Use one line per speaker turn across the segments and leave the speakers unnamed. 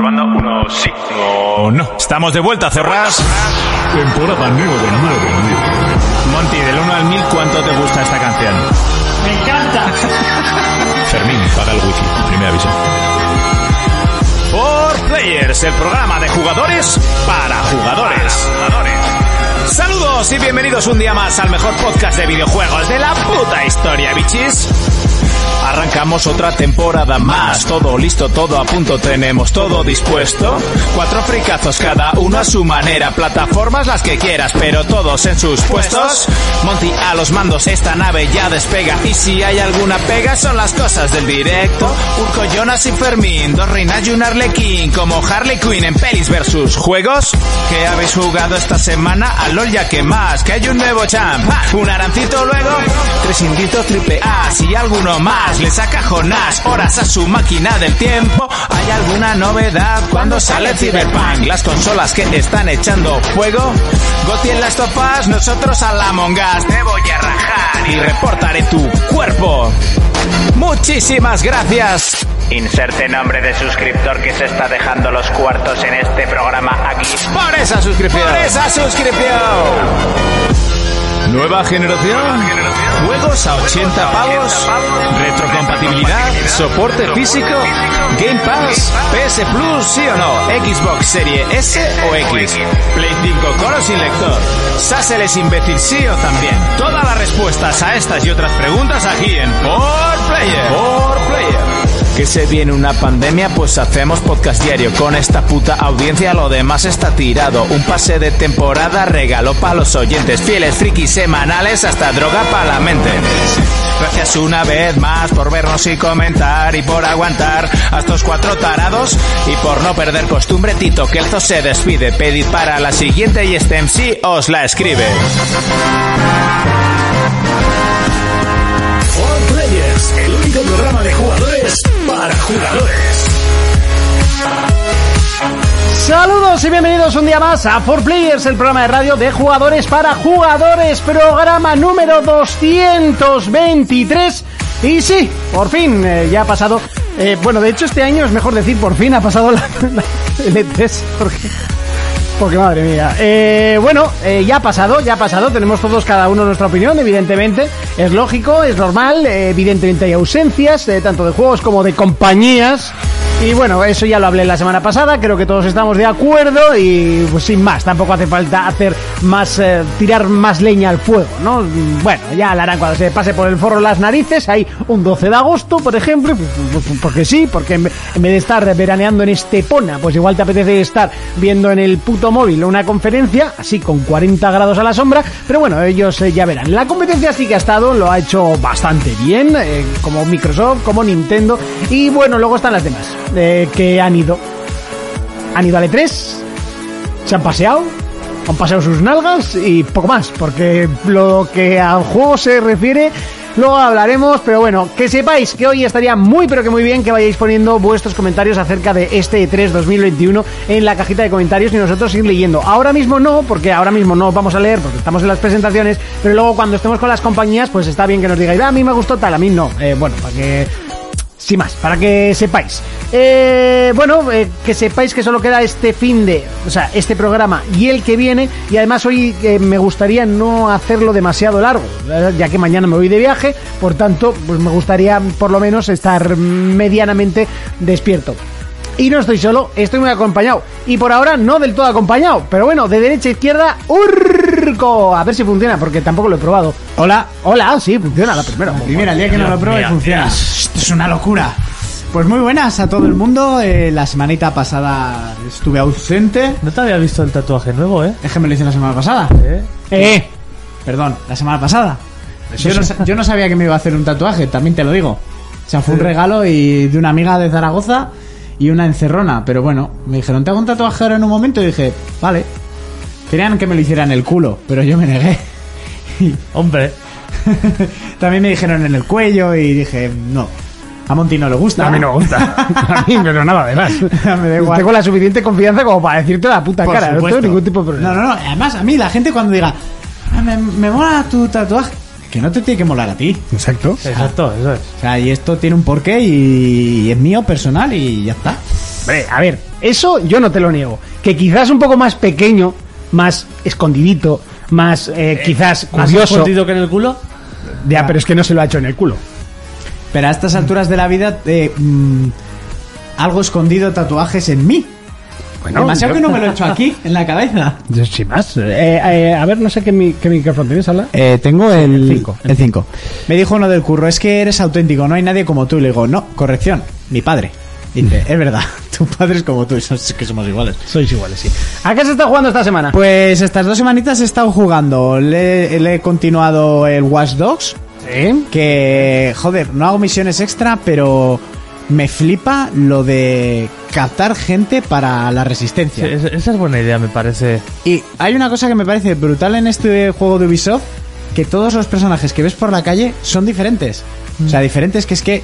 o sí o no. Estamos de vuelta, Cerrás.
Temporada 9, 9, 9.
Monty, del 1 al 1000, ¿cuánto te gusta esta canción?
Me encanta.
Fermín, paga el wifi. Primer aviso.
Por Players, el programa de jugadores para jugadores. Saludos y bienvenidos un día más al mejor podcast de videojuegos de la puta historia, bichis. Arrancamos otra temporada más, todo listo, todo a punto, tenemos todo dispuesto. Cuatro fricazos cada uno a su manera, plataformas las que quieras, pero todos en sus puestos. Monty a los mandos, esta nave ya despega y si hay alguna pega son las cosas del directo. Urco, Jonas y Fermín, dos reinas y un arlequín, como Harley Quinn en pelis versus juegos. ¿Qué habéis jugado esta semana? A LOL ya que más, que hay un nuevo champ, ¡Ah! un arancito luego, tres inditos triple A, si alguno más le saca Jonás horas a su máquina del tiempo. ¿Hay alguna novedad cuando sale Cyberpunk? Las consolas que están echando fuego. Goti en las topas, nosotros a la mongas. Te voy a rajar y reportaré tu cuerpo. Muchísimas gracias.
Inserte nombre de suscriptor que se está dejando los cuartos en este programa aquí.
Por esa suscripción. Por esa suscripción. Nueva generación. Juegos a 80 pavos. Retrocompatibilidad. Soporte físico. Game Pass. PS Plus, sí o no. Xbox Serie S o X. Play 5 con o sin lector. Sassel es imbécil, sí o también. Todas las respuestas a estas y otras preguntas aquí en Por Player. Por Player. Que se viene una pandemia, pues hacemos podcast diario. Con esta puta audiencia lo demás está tirado. Un pase de temporada regalo para los oyentes. Fieles frikis semanales hasta droga para la mente. Gracias una vez más por vernos y comentar y por aguantar a estos cuatro tarados y por no perder costumbre Tito Kelzo se despide. Pedid para la siguiente y este MC os la escribe.
All Players, el único programa de jugadores para jugadores.
Saludos y bienvenidos un día más a 4Players, el programa de radio de jugadores para jugadores, programa número 223. Y sí, por fin, eh, ya ha pasado. eh, bueno, de hecho este año es mejor decir por fin ha pasado la, la- el E3, porque, porque madre mía. Eh, bueno, eh, ya ha pasado, ya ha pasado, tenemos todos cada uno nuestra opinión, evidentemente. Es lógico, es normal, eh, evidentemente hay ausencias, eh, tanto de juegos como de compañías. Y bueno, eso ya lo hablé la semana pasada, creo que todos estamos de acuerdo y pues sin más, tampoco hace falta hacer más, eh, tirar más leña al fuego, ¿no? Mm, Bueno, ya la harán cuando se pase por el forro las narices, hay un 12 de agosto, por ejemplo, y pues, pues, porque sí, porque en ve- en vez de estar veraneando en Estepona, pues igual te apetece estar viendo en el puto móvil una conferencia, así con 40 grados a la sombra, pero bueno, ellos eh, ya verán. La competencia sí que ha estado, lo ha hecho bastante bien, eh, como Microsoft, como Nintendo, y bueno, luego están las demás, eh, que han ido. Han ido al E E3, se han paseado, han paseado sus nalgas y poco más, porque lo que al juego se refiere, luego hablaremos, pero bueno, que sepáis que hoy estaría muy pero que muy bien que vayáis poniendo vuestros comentarios acerca de este E3 2021 en la cajita de comentarios y nosotros ir leyendo. Ahora mismo no, porque ahora mismo no vamos a leer, porque estamos en las presentaciones, pero luego cuando estemos con las compañías, pues está bien que nos digáis, "Ah, a mí me gustó tal, a mí no. Eh, bueno, para que sin más, para que sepáis. Eh, bueno, eh, que sepáis que solo queda este fin de, o sea, este programa y el que viene. Y además hoy eh, me gustaría no hacerlo demasiado largo, eh, ya que mañana me voy de viaje. Por tanto, pues me gustaría por lo menos estar medianamente despierto. Y no estoy solo, estoy muy acompañado. Y por ahora no del todo acompañado. Pero bueno, de derecha a izquierda, Urco. A ver si funciona, porque tampoco lo he probado. Hola. Hola, sí, funciona la primera.
Primera, el día que no lo pruebe
Mira,
funciona. Esto es una locura. Pues muy buenas a todo el mundo. Eh, la semanita pasada estuve ausente.
No te había visto el tatuaje nuevo, ¿eh?
Es que me lo hice la semana pasada.
¿Eh?
Eh,
Perdón, la semana pasada. Yo no, sa- yo no sabía que me iba a hacer un tatuaje, también te lo digo. O sea, fue un regalo y de una amiga de Zaragoza y una encerrona. Pero bueno, me dijeron, te hago un tatuaje ahora en un momento y dije, vale. Querían que me lo hicieran en el culo, pero yo me negué.
Hombre,
también me dijeron en el cuello y dije, no. A Monty no le gusta.
A mí no me gusta. A mí, pero nada de más.
me da igual.
tengo la suficiente confianza como para decirte la puta
Por
cara. No
supuesto.
tengo ningún tipo de problema.
No, no, no. Además, a mí la gente cuando diga, "Ah, me, me mola tu tatuaje, que no te tiene que molar a ti.
Exacto.
exacto, eso es.
O sea, y esto tiene un porqué y, y es mío personal y ya está.
Hombre, a ver, eso yo no te lo niego. Que quizás un poco más pequeño, más escondidito, más eh, quizás
¿Más
curioso.
escondido que en el culo?
Ah.
Ya, pero es que no se lo ha hecho en el culo.
Pero a estas alturas de la vida, eh, mm, algo escondido, tatuajes en mí.
Bueno,
Demasiado
yo-
que no me lo he hecho aquí, en la cabeza.
yo sin más. Eh, eh, a ver, no sé qué, mi, qué micrófono tienes, habla.
Eh.
tengo el
cinco.
5. El 5. Me dijo uno del curro, es que eres auténtico, no hay nadie como tú. Y le digo, no, corrección, mi padre. Dice, es verdad, tu padre es como tú, es que somos iguales.
Sois iguales, sí. ¿A qué se está jugando esta semana?
Pues estas dos semanitas he estado jugando. Le, le he continuado el Watch Dogs.
Sí.
Que, joder, no hago misiones extra, pero me flipa lo de captar gente para la resistencia.
Es- esa es buena idea, me parece.
Y hay una cosa que me parece brutal en este juego de Ubisoft, que todos los personajes que ves por la calle son diferentes. O sea, diferentes que es que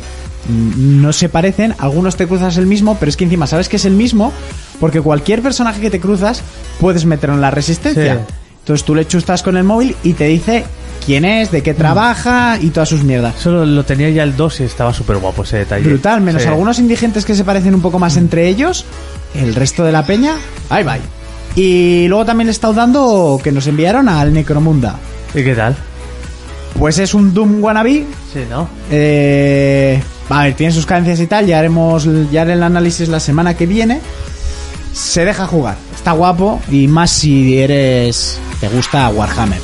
mm, no se parecen, algunos te cruzas el mismo, pero es que encima sabes que es el mismo, porque cualquier personaje que te cruzas puedes meterlo en la resistencia.
Sí.
Entonces tú le chustas con el móvil y te dice quién es,
Mm.
de qué trabaja y todas sus mierdas.
Solo lo tenía ya el 2 y estaba súper guapo ese detalle.
Brutal, menos
Sí.
algunos indigentes que se parecen un poco más entre ellos, el resto de la peña, bye bye. Y luego también le he estado dando que nos enviaron al Necromunda.
¿Y qué tal?
Pues es un Doom wannabe.
Sí, ¿no?
eh, a ver, tiene sus cadencias y tal, ya haremos ya haré el análisis la semana que viene. Se deja jugar, está guapo y más si eres. te gusta Warhammer.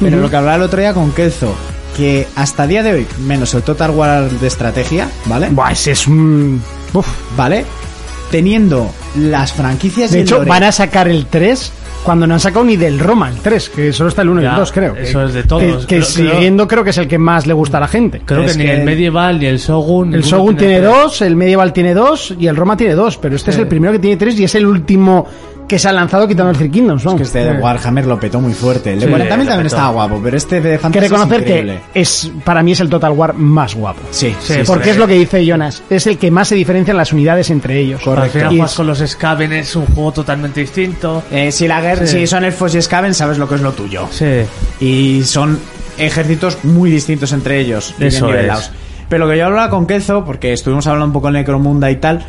Pero lo que hablaba el otro día con Kelzo, que hasta día de hoy, menos el Total War de estrategia, ¿vale?
Buah, ese es un. Uf.
¿vale? Teniendo las franquicias y
De
el
hecho,
lore.
van a sacar el 3 cuando no han sacado ni del Roma el 3, que solo está el 1 y el
Ya,
2, creo. Que-
eso es de todos.
Que, que
Creo-
siguiendo creo que es el que más le gusta a la gente.
Creo
Es
que, ni
que
el
el-
Medieval ni el Shogun.
El
ninguno
Shogun tiene
tres.
dos, el Medieval tiene dos y el Roma tiene dos, pero este es el primero que tiene tres y es el último que se ha lanzado quitando el Three Kingdoms, ¿no?
que este de Warhammer lo petó muy fuerte. El de
Sí,
40.000
lo
también
petó.
estaba guapo, pero este de
Hay que
Fantasy
reconocer
es
que
increíble.
es para mí es el Total War más guapo.
Sí,
Sí,
sí,
Porque
sí.
es lo que dice Jonas, es el que más se diferencian las unidades entre ellos.
Al final
Y
juegas
es-
con los Skaven, es un juego totalmente distinto.
Eh, si la guerra,
Sí.
si son elfos y Skaven, sabes lo que es lo tuyo.
Sí.
Y son ejércitos muy distintos entre ellos. bien
Eso
nivelados.
es.
Pero lo que yo hablaba con Kelzo, porque estuvimos hablando un poco en Necromunda y tal,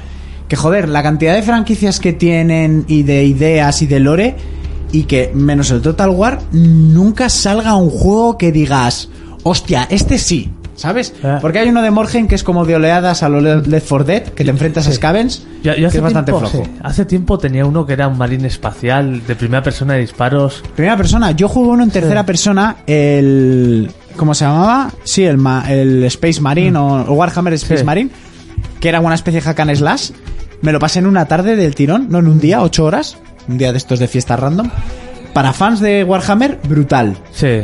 que joder, la cantidad de franquicias que tienen y de ideas y de lore, y que menos el Total War, nunca salga un juego que digas, hostia, este sí, ¿sabes?
Ah.
Porque hay uno de Morgen que es como de oleadas a lo Le- Left 4 Dead, que te enfrentas a Scavens,
Yo- yo
que
hace
es bastante
tiempo-
flojo.
sí, hace tiempo tenía uno que era un marín espacial de primera persona de disparos.
Primera persona, yo jugué uno en tercera persona, el. ¿Cómo se llamaba? Sí, el, ma- el Space Marine o o Warhammer Space
Sí.
Marine, que era una especie de hack and slash. Me lo pasé en una tarde del tirón, no en un día, ocho horas, un día de estos de fiesta random. Para fans de Warhammer, brutal.
Sí.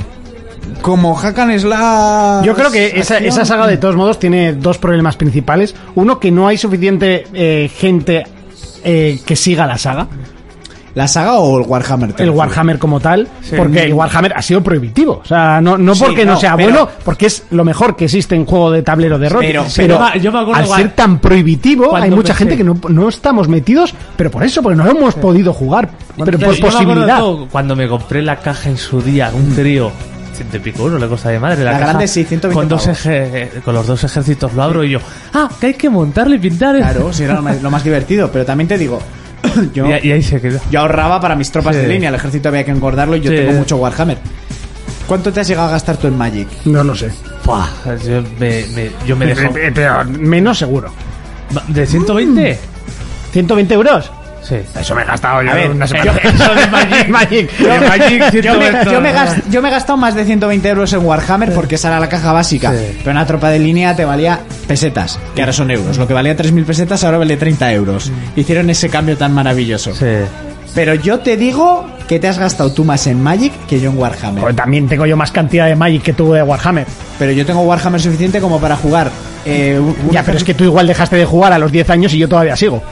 Como hack and slash.
Yo creo que esa,
acción.
esa saga de todos modos tiene dos problemas principales. Uno, que no hay suficiente eh, gente eh, que siga la saga,
¿La saga o el Warhammer? te
el
refieres?
Warhammer como tal,
Sí.
porque el Warhammer ha sido prohibitivo. O sea, no, no
Sí,
porque no,
no,
sea
pero-
bueno, porque es lo mejor que existe en juego de tablero de rol.
Pero-
Pero,
yo me- yo me acuerdo
al
igual-
ser tan prohibitivo, hay
Cuando
mucha
empecé.
gente que no, no estamos metidos, pero por eso, porque no hemos podido jugar. pero
Claro,
por
yo me acuerdo
posibilidad.
todo cuando me compré la caja en su día, un trío, ciento y pico euros, la cosa de madre. La,
La
caja
grande, sí, 120
con, dos
pavos.
eje- con los dos ejércitos lo abro y yo, ah, que hay que montarle y pintar. eh".
Claro, sí, era lo más, lo más divertido, pero también te digo. Yo,
Y, y ahí se quedó.
Yo ahorraba para mis tropas
Sí.
de línea, el ejército había que engordarlo y yo
Sí.
tengo mucho Warhammer. ¿Cuánto te has llegado a gastar tú en Magic?
No lo sé.
Buah, yo me, me- yo me dejo.
Eh, pero menos seguro.
¿De 120?
120 euros.
Sí.
Eso me he gastado yo
ver,
una semana.
yo- eso de Magic. De Magic,
Yo me,
120.
yo me gas- yo me he gastado más de 120 euros en Warhammer porque esa era la caja básica.
Sí.
Pero una tropa de línea te valía pesetas, que ahora son euros. Lo que valía 3.000 pesetas ahora vale 30 euros.
Mm.
Hicieron ese cambio tan maravilloso.
Sí.
Pero yo te digo que te has gastado tú más en Magic que yo en
Joder,
Warhammer.
también tengo yo más cantidad de Magic que tú de Warhammer.
Pero yo tengo Warhammer suficiente como para jugar. eh, un- un
Ya, pero es que tú igual dejaste de jugar a los 10 años y yo todavía sigo.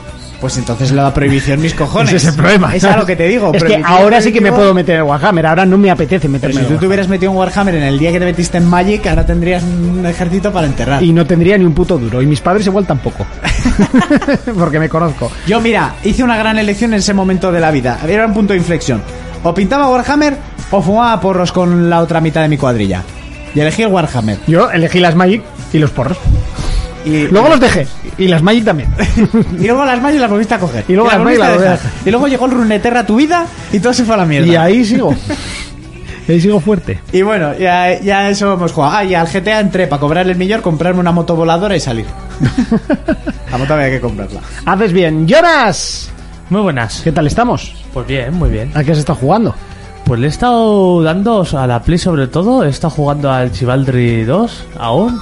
Pues entonces la prohibición, mis cojones.
Ese es el problema.
Es a lo que te digo.
Es que
prohibición,
ahora sí que me
prohibición.
puedo meter en Warhammer. Ahora no me apetece
Pero
meterme
si
en
tú te
Warhammer.
hubieras metido en Warhammer en el día que te metiste en Magic, ahora tendrías un ejército para enterrar.
Y no tendría ni un puto duro. Y mis padres igual tampoco. Porque me conozco.
Yo, mira, hice una gran elección en ese momento de la vida. Era un punto de inflexión. O pintaba Warhammer o fumaba porros con la otra mitad de mi cuadrilla. Y elegí el Warhammer.
Yo elegí las Magic y los porros.
Y,
Luego los dejé. Y las Magic también.
y luego las Magic las volviste a coger.
Y luego las Magic
volviste
las
a
volví a
dejar. Y luego llegó el Runeterra a tu vida y todo se fue a la mierda.
y ahí sigo. Y ahí sigo fuerte.
Y bueno, ya, ya eso hemos jugado. Ah, y al GTA entré para cobrar el millón, comprarme una moto voladora y salir. la moto había que comprarla.
Haces bien. Jonas,
Muy buenas.
¿qué tal estamos?
Pues bien, muy bien.
¿A qué has estado jugando?
Pues le he estado dando o sea, a la Play sobre todo. He estado jugando al Chivaldry 2 aún.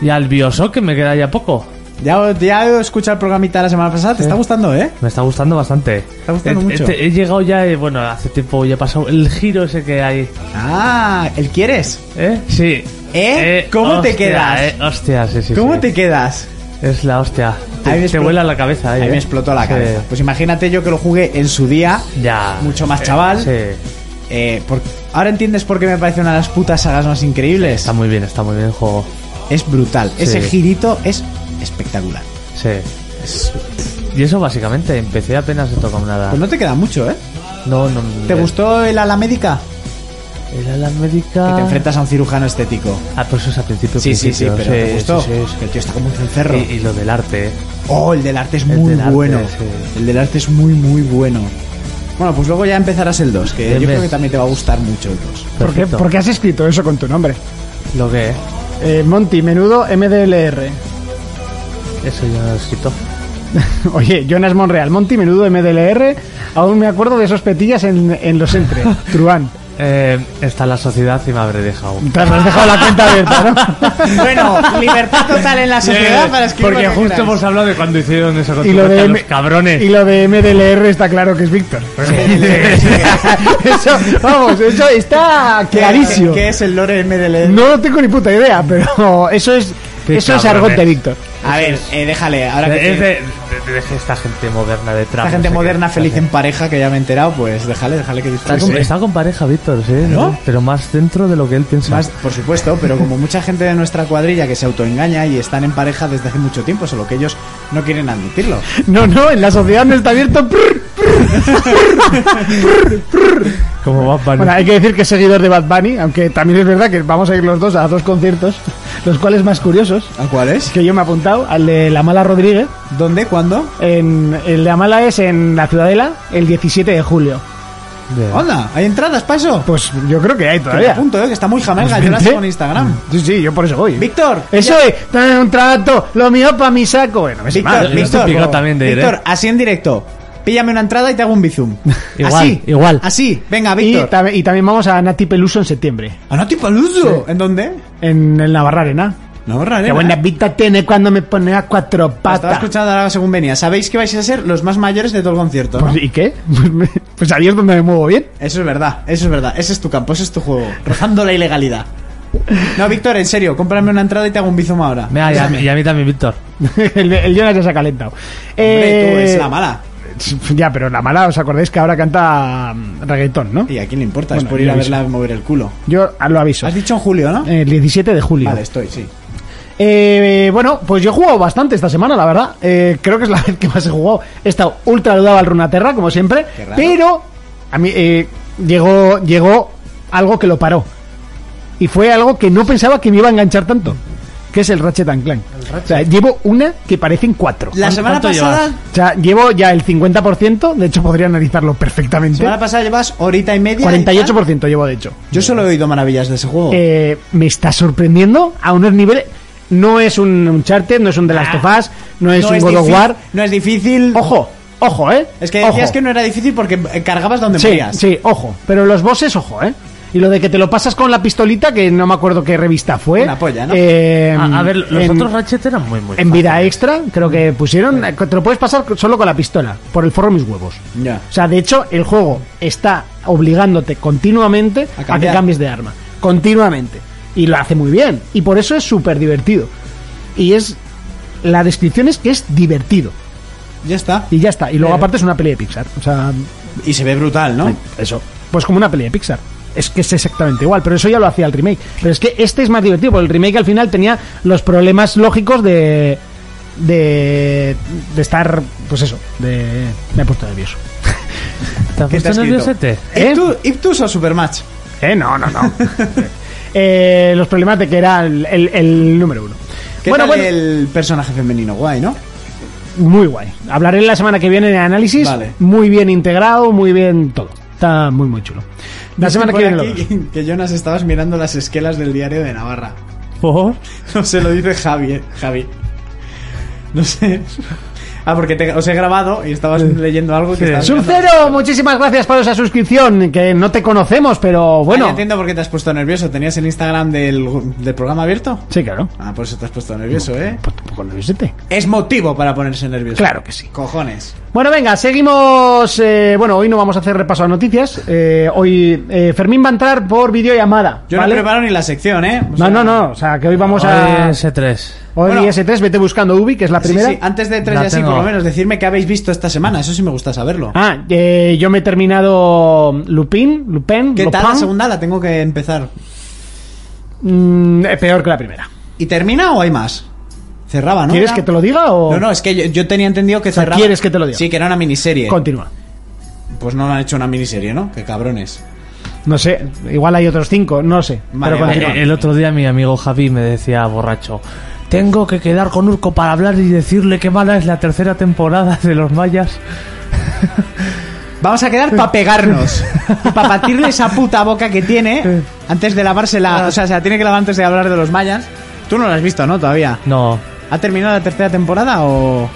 Y al Bioshock, que me queda ya poco.
Ya, ya escuché el programita la semana pasada, te está gustando, ¿eh?
Me está gustando bastante.
Está gustando
Eh,
mucho.
este, he llegado ya, eh, bueno, hace tiempo ya ha pasado el giro ese que hay.
Ah, ¿el quieres?
¿Eh? Sí.
¿Eh? ¿Cómo te
hostia,
quedas?
eh, hostia, sí, sí.
¿Cómo
sí.
te quedas?
Es la hostia.
Ahí me
Te, te
explotó-
vuela la cabeza, eh.
Ahí me explotó la
Sí.
cabeza. Pues imagínate yo que lo jugué en su día,
Ya.
mucho más chaval.
Eh, Sí.
Eh, por- Ahora entiendes por qué me parece una de las putas sagas más increíbles.
Está muy bien, está muy bien el juego.
Es brutal. Ese
Sí. Ah.
girito es espectacular.
Sí. Y eso básicamente, empecé apenas he tocado nada.
Pues no te queda mucho, ¿eh?
No, no.
¿Te gustó el ala médica?
Era la médica.
Que te enfrentas a un cirujano estético.
Ah, pues eso es al principio.
Sí, sí, sí,
principio,
pero te gustó.
sí, sí, sí.
Que el tío está como un cencerro.
Y, y lo del arte. eh.
Oh, el del arte es
El
muy
del arte,
bueno.
sí.
El del arte es muy, muy bueno. Bueno, pues luego ya empezarás el 2, que
Bien,
yo creo
bien.
que también te va a gustar mucho el 2.
¿Por qué,
Perfecto.
por qué has escrito eso con tu nombre?
Lo que es.
Eh, Monty, menudo MDLR.
Eso yo no lo he escrito.
Oye, Jonas Monreal, Monty, menudo MDLR. Aún me acuerdo de esos petillas en, en los entre. Truán.
Eh, está la sociedad y me habré dejado.
Te has dejado la cuenta abierta,
bueno, libertad total en la sociedad para escribir.
Porque
lo que
justo
queráis.
hemos hablado de cuando hicieron esa
¿no? Y lo, de
controversia los
M-
cabrones.
y lo de MDLR está claro que es Víctor. Eso, vamos, eso está
¿Qué-
clarísimo.
¿Qué es el lore MDL?
No lo tengo ni puta idea, pero eso es
Qué
eso es
cabrones.
argot de Víctor.
A ver, eh, déjale, ahora que
Es
tiene-
de, de- de- de esta gente moderna de trap.
esta gente
no sé
moderna
qué.
feliz en pareja que ya me he enterado, pues déjale, déjale que
Está
disfrute.
con, está con pareja, Víctor, sí.
¿No?
Pero más dentro de lo que él piensa.
Más, por supuesto, pero como mucha gente de nuestra cuadrilla que se autoengaña y están en pareja desde hace mucho tiempo, solo que ellos no quieren admitirlo.
No, no, en la sociedad no está abierto. Prr.
Como Bad Bunny.
Bueno, hay que decir que es seguidor de Bad Bunny, aunque también es verdad que vamos a ir los dos a dos conciertos, los cuales más curiosos.
¿A cuál es?
que yo me he apuntado, al de La Mala Rodríguez.
¿Dónde? ¿Cuándo?
En, el de La Mala es en la Ciudadela el 17 de julio.
Bien.
Oh.
¡Onda! ¿Hay entradas para eso?
Pues yo creo que hay
Que me
todavía.
apunto, eh, que está muy jamelga, yo la sigo en
Mm.
Instagram.
Sí, sí, yo por eso voy.
Víctor, eh,
Eso es, dame un trato, lo mío para mi saco. Bueno, me
Víctor,
madre,
yo estoy
Víctor,
picado también de ir,
Víctor,
eh.
así en directo. Píllame una entrada y te hago un bizum.
Igual,
así,
igual.
Así, venga,
Y,
Víctor.
tam- y también vamos a Nati Peluso en septiembre,
¡Ah, no, tipo Luso! ¿En dónde?
en el Navarra Arena.
No,
Qué
raro.
buena vida tiene cuando me pone a cuatro
Estaba
patas.
escuchando ahora según venía. Sabéis que vais a ser los más mayores de todo el concierto. ¿no?
Pues, ¿Y qué? Pues, me- pues ahí es donde me muevo bien.
Eso es verdad, eso es verdad. Ese es tu campo, ese es tu juego. Rozando la ilegalidad. No, Víctor, en serio, cómprame una entrada y te hago un bizum ahora.
Mira, y, a, mí- y a mí también, Víctor.
el, el Jonas ya se ha calentado.
Hombre, tú,
Eh,
es la mala.
Ya, pero la mala, os acordáis que ahora canta mm, reggaetón, ¿no?
¿Y a quién le importa? es
Bueno,
por ir
yo
a
aviso.
verla mover el culo.
Yo ah, lo aviso. Eh,
Has dicho en julio, ¿no?
El 17 de julio.
Vale, estoy, sí.
Eh, bueno, pues yo he jugado bastante esta semana, la verdad. Eh, creo que es la vez que más he jugado. He estado ultra dudado al Runaterra, como siempre.
Qué raro.
Pero a mí eh, llegó, llegó algo que lo paró. Y fue algo que no pensaba que me iba a enganchar tanto. Que es el Ratchet and Clank. O sea, llevo una que parecen cuatro.
La
¿Cuánto-
semana
cuánto
pasada,
llevas?
O sea, llevo ya el 50%. De hecho, podría analizarlo perfectamente.
semana pasada llevas horita y media. y tal.
48% llevo, de hecho.
Yo solo he oído maravillas de ese juego.
Eh, me está sorprendiendo a unos niveles. No es un Uncharted, no es un The Last of Us, no es un God of
difícil-
War.
Ah. No es difícil.
Ojo, ojo, ¿eh?
Es que decías
Ojo.
que no era difícil porque eh, cargabas donde
Sí,
morías.
sí, ojo. Pero los bosses, ojo, ¿eh? Y lo de que te lo pasas con la pistolita, que no me acuerdo qué revista fue.
Una polla, ¿no?
eh,
A, a ver, los
en-
otros Ratchet eran muy, muy.
En vida
fáciles.
extra, creo que pusieron. eh, Te lo puedes pasar solo con la pistola, por el forro de mis huevos.
Ya.
O sea, de hecho, el juego está obligándote continuamente
A
a, que
cambiar.
cambies de arma. Continuamente. Y lo hace muy bien. Y por eso es súper divertido. Y es. La descripción es que es divertido.
Ya está.
Y ya está. Y luego, aparte, es una peli de Pixar. O sea,
Y se ve brutal, ¿no?
eso. Pues como una peli de Pixar. Es que es exactamente igual, pero eso ya lo hacía el remake. Pero es que este es más divertido, porque el remake al final tenía los problemas lógicos de. de. de estar. pues eso, de. me he puesto nervioso.
¿Te has
¿Qué te
puesto
has escrito?
nerviosete?
¿Eh?
¿Iptu- ¿Iptus o Supermatch?
Eh, no, no, no. Eh, los problemas de que era el, el- el número uno.
¿Qué
Bueno,
tal
bueno.
el personaje femenino? Guay, ¿no?
Muy guay. Hablaré la semana que viene en el análisis.
Vale.
Muy bien integrado, muy bien todo. Está muy, muy chulo. La
Dicen
semana que viene
por
lo
aquí Que Jonas estabas mirando las esquelas del diario de Navarra.
¿Por?
No se lo dice Javi, eh, Javi. No sé. Ah, porque te- os he grabado y estabas leyendo algo que estabas mirando. Ah,
Surcero, muchísimas gracias por esa suscripción, que no te conocemos, pero
Ah, ya
bueno.
entiendo por qué te has puesto nervioso. ¿Tenías el Instagram del, del programa abierto?
Sí, claro.
Ah, por eso te has puesto nervioso, ¿eh?
Pues tampoco nerviosete.
Es motivo para ponerse nervioso.
Claro que sí.
Cojones.
Bueno, venga, seguimos. eh, bueno, hoy no vamos a hacer repaso a noticias. Eh, hoy eh, Fermín va a entrar por videollamada.
Yo
¿vale?
no preparo ni la sección, ¿eh? O sea,
No, no, no. O sea, que hoy vamos a.
S3.
Hoy
Bueno.
S3, vete buscando Ubi, que es la
sí,
primera.
sí, antes de tres
La
y así,
tengo.
por lo menos, decirme qué habéis visto esta semana. Eso sí me gusta saberlo.
Ah, eh, yo me he terminado Lupin, Lupin,
¿Qué tal la
Lupin.
segunda? La tengo que empezar.
Mm, eh, peor que la primera.
¿Y termina o hay más? Cerraba, ¿no?
¿Quieres
Era-
que te lo diga o
No, no, es que yo, yo tenía entendido que
sea,
cerraba.
¿quieres que te lo diga?
Sí, que era una miniserie.
continúa?
Pues no han hecho una miniserie, ¿no? Qué cabrones.
No sé, igual hay otros cinco, no sé.
Vale,
pero
vale.
continúa.
Eh, El otro día mi amigo Javi me decía borracho, tengo que quedar con Urco para hablar y decirle qué mala es la tercera temporada de Los Mayas.
Vamos a quedar para pegarnos. para batirle esa puta boca que tiene antes de lavársela.
Ah.
O sea, se la tiene que lavar antes de hablar de los mayas. Tú no lo has visto, ¿no? Todavía.
No,
¿Ha terminado la tercera temporada o.?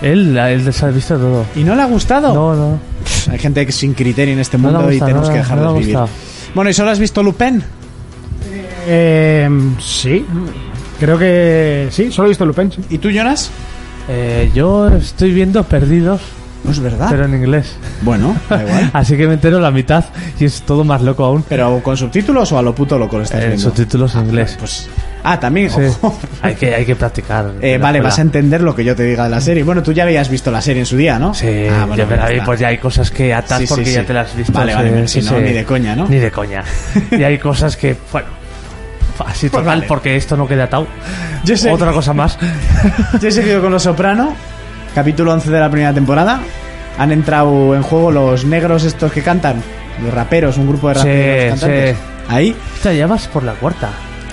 él, él se ha visto todo.
¿Y no le ha gustado?
No, no.
Pff, Hay gente que sin criterio en este
No le
mundo
ha
y
gustado,
tenemos
no,
que dejar
no le
de
ha
vivir. Bueno, ¿y solo has visto Lupin?
Eh, sí, creo que sí, solo he visto Lupin. sí.
¿Y tú, Jonas?
Eh, yo estoy viendo Perdidos,
No es verdad.
pero en inglés.
Bueno, da igual.
Así que me entero la mitad y es todo más loco aún.
¿Pero con subtítulos o a lo puto loco lo estás
En
viendo?
Eh, subtítulos en inglés.
Pues. Ah, también.
Sí.
ojo.
hay, que, hay que practicar.
Eh,
en la
vale,
escuela.
vas a entender lo que yo te diga de la serie. Bueno, tú ya habías visto la serie en su día, ¿no?
Sí,
Ah, bueno,
ya, pero ahí,
está.
pues ya hay cosas que atas
Sí, sí,
porque
sí.
ya te las has visto.
Vale, vale,
sí,
pero si
sí,
no,
sí.
ni de coña, ¿no?
Ni de coña. y hay cosas que, bueno, así total,
Pues vale.
porque esto no queda atado.
Yo sé-
Otra cosa más.
Yo he seguido con Los Soprano, capítulo 11 de la primera temporada. Han entrado en juego los negros estos que cantan, los raperos, un grupo de
Sí,
raperos cantantes.
sí.
Ahí.
Hostia, ya vas por la cuarta.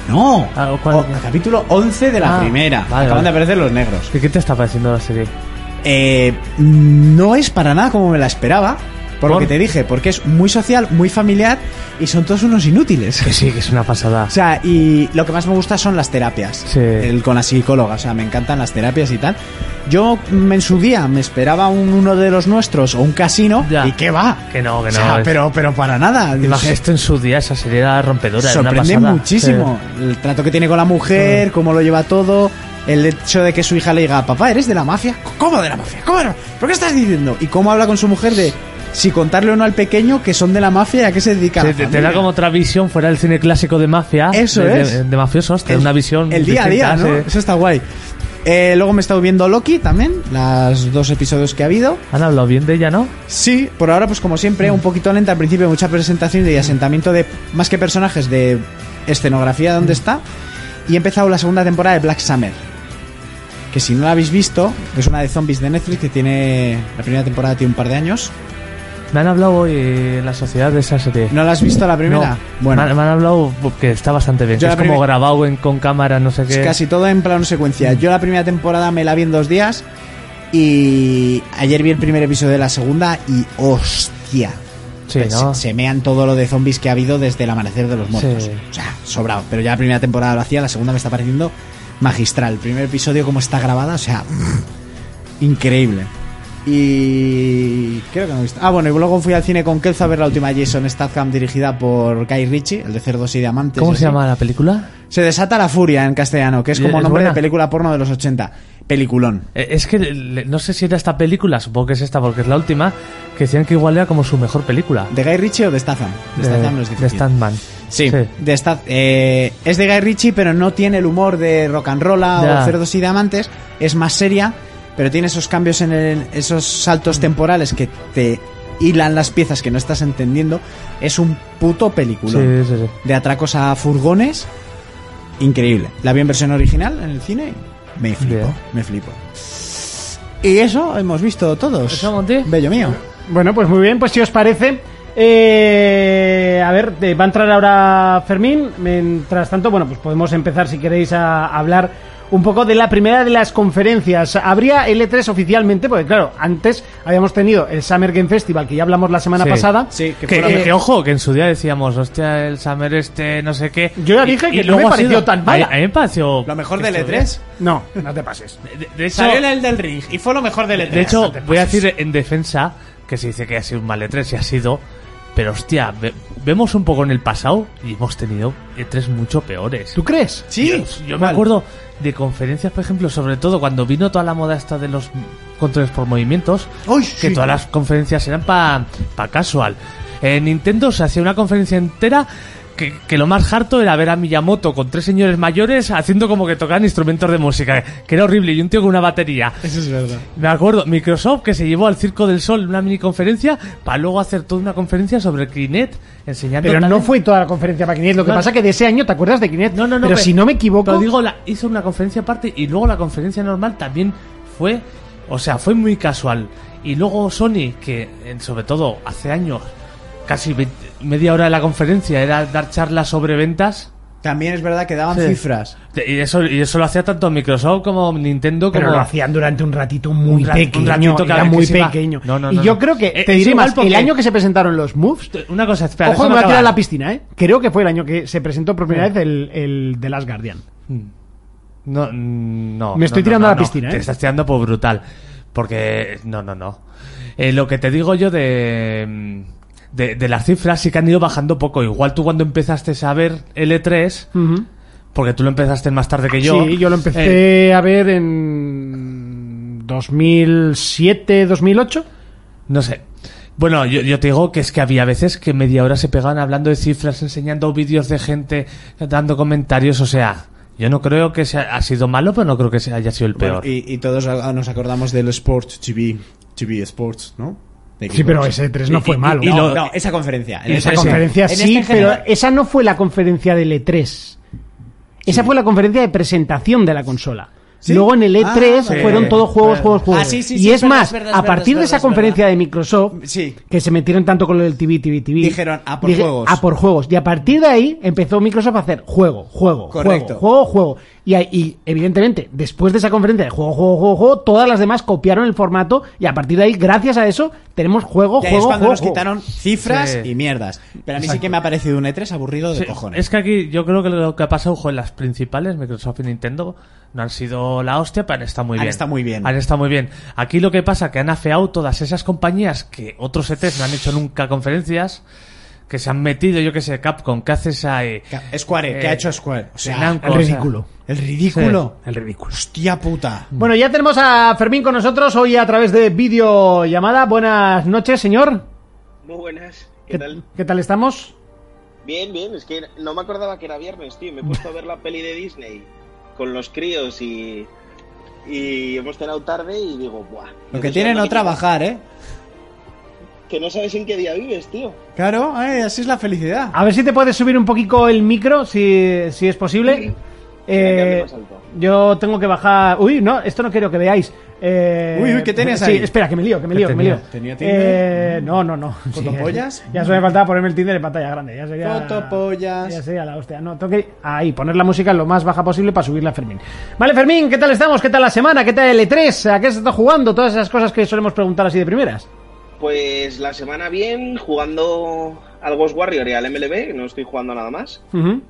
No.
Ah, ¿cuál?
O- capítulo 11 de la
Ah,
primera.
vale,
Acaban
vale.
de aparecer los negros.
¿Qué, qué te está pareciendo la serie?
Eh, no es para nada como me la esperaba. Por, lo
¿Por?
que te dije, porque es muy social, muy familiar y son todos unos inútiles.
Que sí, que es una pasada.
O sea, y lo que más me gusta son las terapias.
Sí.
El, con la psicóloga, o sea, me encantan las terapias y tal. Yo mm, en su día me esperaba un uno de los nuestros o un casino
Ya.
y qué va.
Que no, que
O sea,
no, es-
pero, pero para nada.
Imagina esto en su día, esa serie era rompedora. era una
Sorprende
pasada.
muchísimo el trato que tiene con la mujer, cómo lo lleva todo, el hecho de que su hija le diga, papá, ¿eres de la mafia? ¿Cómo de la mafia? ¿Cómo? de la- ¿Pero qué estás diciendo? Y cómo habla con su mujer de si contarle o no al pequeño que son de la mafia y a qué se dedica
Sí.
la
Te, te
familia.
da como otra visión fuera del cine clásico de mafia.
Eso
de, de-
es.
de mafiosos, te da
El-
una visión.
El día a día,
distinta,
¿no?
sí.
Eso está guay. Eh, luego me he estado viendo Loki también, los dos episodios que ha habido.
Han hablado bien de ella, ¿no?
Sí, por ahora, pues como siempre, un poquito lenta al principio, mucha presentación y asentamiento de, más que personajes, de escenografía donde
Mm.
está. Y he empezado la segunda temporada de Black Summer. Que si no la habéis visto, es una de zombies de Netflix que tiene. La primera temporada tiene un par de años.
Me han hablado hoy en la sociedad de esa serie.
¿No la has visto la primera?
No.
Bueno,
Me, han, me han hablado que está bastante bien.
Yo
que
la
es como
primi-
grabado en- con cámara, no sé
Es
qué.
casi todo en plano secuencia. Yo la primera temporada me la vi en dos días y ayer vi el primer episodio de la segunda y hostia.
Sí,
Pues
¿no?
se, se mean todo lo de zombies que ha habido desde el amanecer de los muertos.
Sí.
O sea, sobrado. Pero ya la primera temporada lo hacía, la segunda me está pareciendo magistral. El primer episodio como está grabada, o sea, increíble. Y creo que no he visto. Ah, bueno, y luego fui al cine con Kelza a ver la última Jason Statham dirigida por Guy Ritchie, el de Cerdos y Diamantes.
¿Cómo
y
se
así.
llama la película?
Se desata la furia en castellano, que es
¿Y
como
es
nombre
buena?
de película porno de los 80. Peliculón.
Eh, Es que le- no sé si era esta película, supongo que es esta porque es la última, que decían que igual era como su mejor película.
¿De Guy Ritchie o de Statham? De Statham no es difícil.
de Stuntman.
Sí, de Stath- eh, es de Guy Ritchie, pero no tiene el humor de rock and roll o
Ya.
cerdos y diamantes. Es más seria, pero tiene esos cambios en el- esos saltos temporales que te hilan las piezas que no estás entendiendo. Es un puto peliculón.
Sí, sí, sí.
de atracos a furgones. Increíble. La vi en versión original en el cine. y Me flipo,
Bien.
me flipo. Y eso hemos visto todos.
¿Eso, Monty?
Bello mío.
Bueno, pues muy bien, pues si os parece. eh, a ver, eh, va a entrar ahora Fermín. Mientras tanto, bueno, pues podemos empezar si queréis a hablar un poco de la primera de las conferencias. Habría L3 oficialmente, porque claro, antes habíamos tenido el Summer Game Festival, que ya hablamos la semana
Sí.
pasada.
Sí, que
Que,
fuera
que, ojo, que en su día decíamos, hostia, el Summer este, no sé qué.
Yo ya dije que no
luego
me
ha
pareció tan mala.
A, a mí me pareció.
lo mejor del
estuvo
E3.
No, no te pases.
bien. De, de hecho,
Salió el del Ring y fue lo mejor E del E3.
de hecho
pues
voy a decir en defensa que se dice que ha sido un mal E3 y ha sido. Pero hostia, ve- vemos un poco en el pasado y hemos tenido E3 mucho peores.
¿Tú crees?
Sí,
Yo me acuerdo de conferencias, por ejemplo, sobre todo cuando vino toda la moda esta de los controles por movimientos,
Uy,
que
sí.
todas las conferencias eran para pa casual. En Nintendo se hacía una conferencia entera que, que lo más harto era ver a Miyamoto con tres señores mayores haciendo como que tocaban instrumentos de música, que era horrible, y un tío con una batería.
Eso es verdad.
Me acuerdo, Microsoft que se llevó al Circo del Sol una mini conferencia para luego hacer toda una conferencia sobre Kinect enseñando...
Pero no
también-
fue toda la conferencia para Kinect. Lo que
No,
pasa
no.
que de ese año, ¿te acuerdas de Kinect?
No, no, no.
Pero si no me equivoco,
pero digo, la, hizo una conferencia aparte y luego la conferencia normal también fue, o sea, fue muy casual. Y luego Sony, que en- sobre todo hace años, casi ve- media hora de la conferencia era dar charlas sobre ventas.
También es verdad que daban
Sí.
cifras.
te- Y eso, y eso lo hacía tanto Microsoft como Nintendo como...
pero lo hacían durante un ratito muy
Un ra- un
pequeño.
ratito que
era
que
muy
se iba-
pequeño.
No, no,
y
no,
yo
no.
creo que,
Eh,
te
es
diré
igual
más, el
porque-
año que se presentaron los moves,
Una cosa, espera,
ojo que me
déjame
voy a tirar a
acabar.
la piscina, ¿eh? Creo que fue el año que se presentó por primera vez el, el The Last Guardian.
No, mm, no.
Me estoy
no, no,
tirando
no,
a la
no.
piscina, ¿eh?
Te estás tirando por brutal. Porque. No, no, no. Eh, lo que te digo yo de, mm, de. de las cifras sí que han ido bajando poco. Igual tú cuando empezaste a ver L3, porque tú lo empezaste más tarde que yo.
sí, yo lo
eh,
empecé a ver en 2007, 2008.
no sé. Bueno, yo, yo te digo que es que había veces que media hora se pegaban hablando de cifras, enseñando vídeos de gente, dando comentarios, o sea. Yo no creo que sea, ha sido malo, pero no creo que sea- haya sido el peor.
Y, y todos a- nos acordamos del Sport TV, TV Sports, ¿no? De
Sí, pero
Xbox.
ese 3 no
Y-
fue
y-
malo.
y
No,
lo-
no, esa conferencia. En
Esa
ese-
conferencia
en este
sí,
en
pero
general.
esa no fue la conferencia del E3. Esa fue la conferencia de presentación de la consola.
¿Sí?
Luego en el
Ah,
E3
vale.
fueron todos juegos,
Ah,
juegos, juegos.
sí, sí,
y
sí,
es
es verdad,
más,
es verdad, es
a
verdad,
partir
es
de esa
verdad, es
conferencia de Microsoft,
Sí.
que se metieron tanto con lo del TV, TV, TV.
Dijeron, "A por juegos".
A por juegos. Y a partir de ahí empezó Microsoft a hacer juego, juego,
Correcto.
juego, juego, juego. Y, ahí- y, evidentemente, después de esa conferencia de juego, juego, juego, juego, todas las demás copiaron el formato y a partir de ahí, gracias a eso, tenemos juego,
Y ahí
juego,
es cuando
juego,
nos
juego.
quitaron cifras
Sí.
y mierdas. Pero a mí sí que me ha parecido un E3 aburrido de
Sí,
cojones.
Es que aquí yo creo que lo que ha pasado, ojo, en las principales, Microsoft y Nintendo, no han sido la hostia, pero han estado muy
Han
bien.
estado muy bien.
Han estado muy bien. Aquí lo que pasa que han afeado todas esas compañías que otros ETs no han hecho nunca conferencias, que se han metido, yo que sé, Capcom, ¿qué haces ahí?
Ca- Square, ¿qué
Eh,
ha hecho Square? O sea,
Namco,
el
o sea,
ridículo. El ridículo.
El ridículo.
Hostia puta.
Bueno, ya tenemos a Fermín con nosotros hoy a través de videollamada. Buenas noches, señor.
Muy buenas, ¿qué,
¿Qué,
tal?
qué tal estamos?
Bien, bien, es que no me acordaba que era viernes, tío. Me he puesto a ver la peli de Disney con los críos y, y hemos cenado tarde y digo, buah.
Lo
no
que
sé,
tiene no
máquina,
trabajar, ¿eh?
Que no sabes en qué día vives, tío.
Claro, eh, así es la felicidad.
Ah,
A ver si te puedes subir un poquito el micro, si, si es posible.
que hable
Eh,
más alto.
yo tengo que bajar. Uy, no, esto no quiero que veáis. Eh,
Uy, uy, ¿qué tenías
sí,
ahí?
espera, que me lío, que me lío, que me
tenía?
lío.
¿Tenía Tinder?
eh, no, no, no. Sí,
¿Fotopollas?
ya solo me faltaba ponerme el Tinder en pantalla grande. Ya sería,
Fotopollas.
Ya sería la hostia. No, tengo que ahí, poner la música lo más baja posible para subirla a Fermín. Vale, Fermín, ¿qué tal estamos? ¿Qué tal la semana? ¿Qué tal el E3? ¿A qué se está jugando? Todas esas cosas que solemos preguntar así de primeras.
Pues la semana bien, jugando al Ghost Warrior y al MLB, no estoy jugando nada más.
Ujú.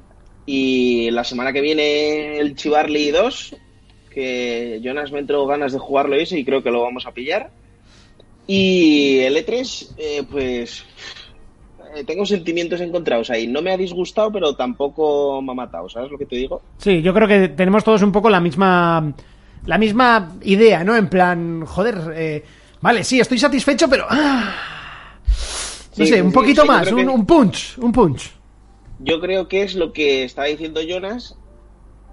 Y la semana que viene el Chivarly 2, que Jonas me entró ganas de jugarlo ese y creo que lo vamos a pillar. Y el E3, eh, pues eh, tengo sentimientos encontrados ahí. No me ha disgustado, pero tampoco me ha matado, ¿sabes lo que te digo?
Sí, yo creo que tenemos todos un poco la misma la misma idea, ¿no? En plan, joder, eh, vale, sí, estoy satisfecho, pero ah, no
Sí,
sé,
sí,
un
sí,
poquito
sí, yo
más,
creo
un,
que-
un punch, un punch.
Yo creo que es lo que estaba diciendo Jonas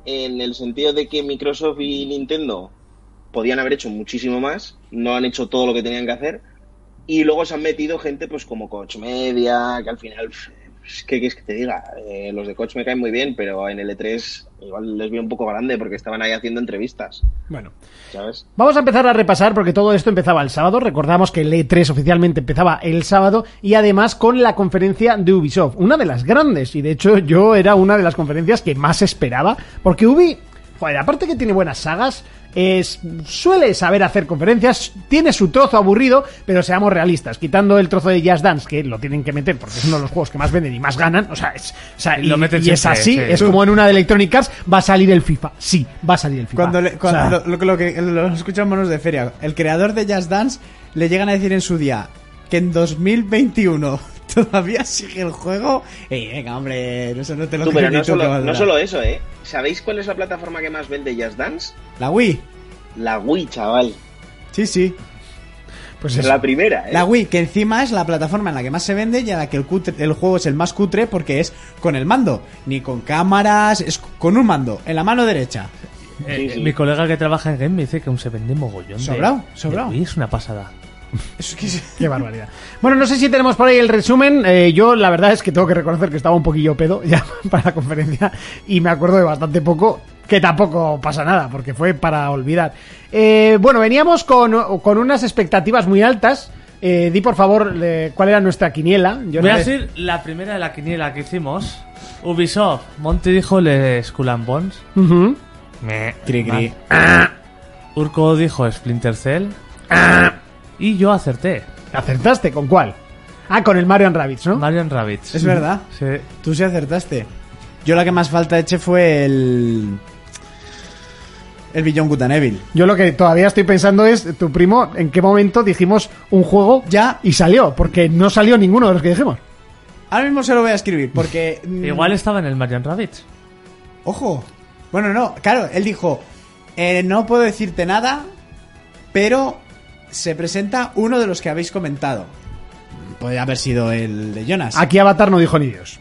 en el sentido de que Microsoft y Nintendo podían haber hecho muchísimo más, no han hecho todo lo que tenían que hacer y luego se han metido gente pues como Coach Media, que al final pues, ¿qué quieres que te diga? Eh, los de Coach me caen muy bien, pero en el E3 igual les vi un poco grande porque estaban ahí haciendo entrevistas,
Bueno,
¿sabes?
Vamos a empezar a repasar porque todo esto empezaba el sábado. Recordamos que el E3 oficialmente empezaba el sábado y además con la conferencia de Ubisoft, una de las grandes. Y de hecho yo era una de las conferencias que más esperaba porque Ubi, jo, joder, aparte que tiene buenas sagas, es, suele saber hacer conferencias, tiene su trozo aburrido, pero seamos realistas, quitando el trozo de Jazz Dance, que lo tienen que meter porque es uno de los juegos que más venden y más ganan, o sea, es, o sea, y,
Lo meten
y es
siempre,
así,
sí.
es como en una de Electronic Arts, va a salir el FIFA, sí, va a salir el FIFA.
Cuando, le-
O
cuando-
sea,
lo, lo- lo que lo escuchamos los de feria, el creador de Just Dance le llegan a decir en su día que en 2021 todavía sigue el juego. Ey, venga, hombre, eso no te lo
Tú,
creo
pero
ni
no
tú que vas
solo,
a
no
durar.
solo eso, ¿eh? ¿Sabéis cuál es la plataforma que más vende Just Dance?
La Wii.
La Wii, chaval.
Sí, sí.
pues
Es
eso.
la primera, ¿eh?
La Wii, que encima es la plataforma en la que más se vende y en la que el, cutre- el juego es el más cutre porque es con el mando, ni con cámaras, es con un mando, en la mano derecha.
Eh,
Sí,
eh,
sí.
Mi colega que trabaja en Game me dice que aún se vende mogollón. de-
Sobrao,
de
sobrao.
Wii, es una pasada.
Eso que es-
Qué barbaridad. Bueno, no sé si tenemos por ahí el resumen. Eh, yo la verdad es que tengo que reconocer que estaba un poquillo pedo ya para la conferencia y me acuerdo de bastante poco, que tampoco pasa nada, porque fue para olvidar. Eh, bueno, veníamos con, con unas expectativas muy altas. Eh, di por favor eh, cuál era nuestra quiniela. Yo
Voy
no
a
sé-
decir la primera de la quiniela que hicimos. Ubisoft, Monty dijo el Skull and Bones.
Ujú.
Cri, cri.
Urco dijo Splinter Cell. y yo acerté.
¿Acertaste? ¿Con cuál? Ah, con el Mario and Rabbids, ¿no?
Marion Rabbits.
Es verdad.
Sí.
Tú sí acertaste. Yo la que más falta eché fue el. El Beyond Good and Evil.
Yo lo que todavía estoy pensando es, tu primo, ¿en qué momento dijimos un juego
Ya.
y salió? Porque no salió ninguno de los que dijimos.
Ahora mismo se lo voy a escribir porque. mm,
Igual estaba en el Marion Rabbits.
Ojo. Bueno, no, claro, él dijo: eh, No puedo decirte nada, pero se presenta uno de los que habéis comentado. Podría haber sido el de Jonas.
Aquí Avatar no dijo ni Dios.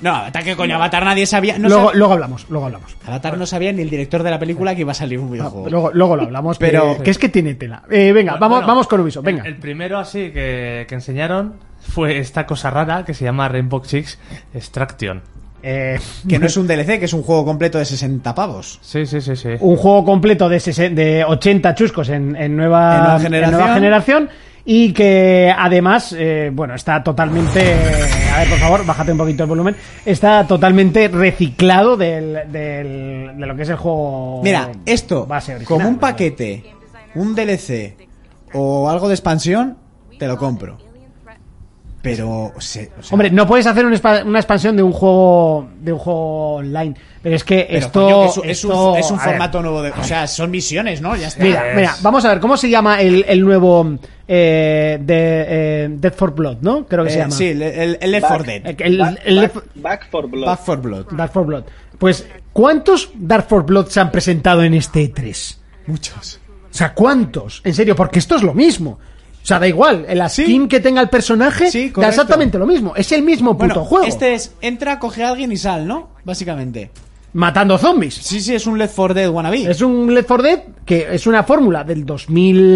No, Avatar, que coño, Avatar nadie sabía. No
luego,
sab-
luego hablamos, luego hablamos.
Avatar no sabía ni el director de la película que iba a salir un videojuego.
Ah, Luego, luego lo hablamos, pero
Pero-
que, que es que tiene tela. Eh, venga,
Bueno,
vamos,
bueno,
vamos con Ubisoft, venga.
El, el primero así que, que enseñaron fue esta cosa rara que se llama Rainbow Six Extraction.
Eh,
Que no es un DLC, que es un juego completo de 60 pavos.
Sí, sí, sí, sí.
un juego completo de, sesen- de 80 chuscos en, en nueva,
En nueva
en
generación.
generación y que además, eh, bueno, está totalmente... eh, A ver, por favor, bájate un poquito el volumen. Está totalmente reciclado del, del- de lo que es el juego...
Mira, esto,
base original,
como un
¿no?
paquete, un DLC o algo de expansión, te lo compro. Pero, se- o sea,
Hombre, no puedes hacer una, expa- una expansión de un juego de un juego online, pero es que
pero,
esto
coño, que es un- es,
esto-
un, es un
a ver,
formato nuevo de. O sea, son misiones, ¿no? Ya está.
Mira,
Es-
mira, vamos a ver cómo se llama el, el nuevo eh, de eh, Death for Blood, ¿no? Creo que se
Eh,
llama.
sí, el, el- el Left
Back.
4 Dead.
El- el-
Back,
el-
Back- Back for Blood.
Back 4 Blood.
Dark for Blood. Pues, ¿cuántos Dark for Blood se han presentado en este E3?
Muchos.
O sea, ¿cuántos? En serio, porque esto es lo mismo. O sea, da igual, el skin que tenga el personaje
Sí,
da
correcto.
exactamente lo mismo. Es el mismo puto
Bueno,
juego.
este es entra, coge a alguien y sal, ¿no? Básicamente.
Matando zombies.
Sí, sí, es un Left 4 Dead wannabe.
Es un Left 4 Dead que es una fórmula del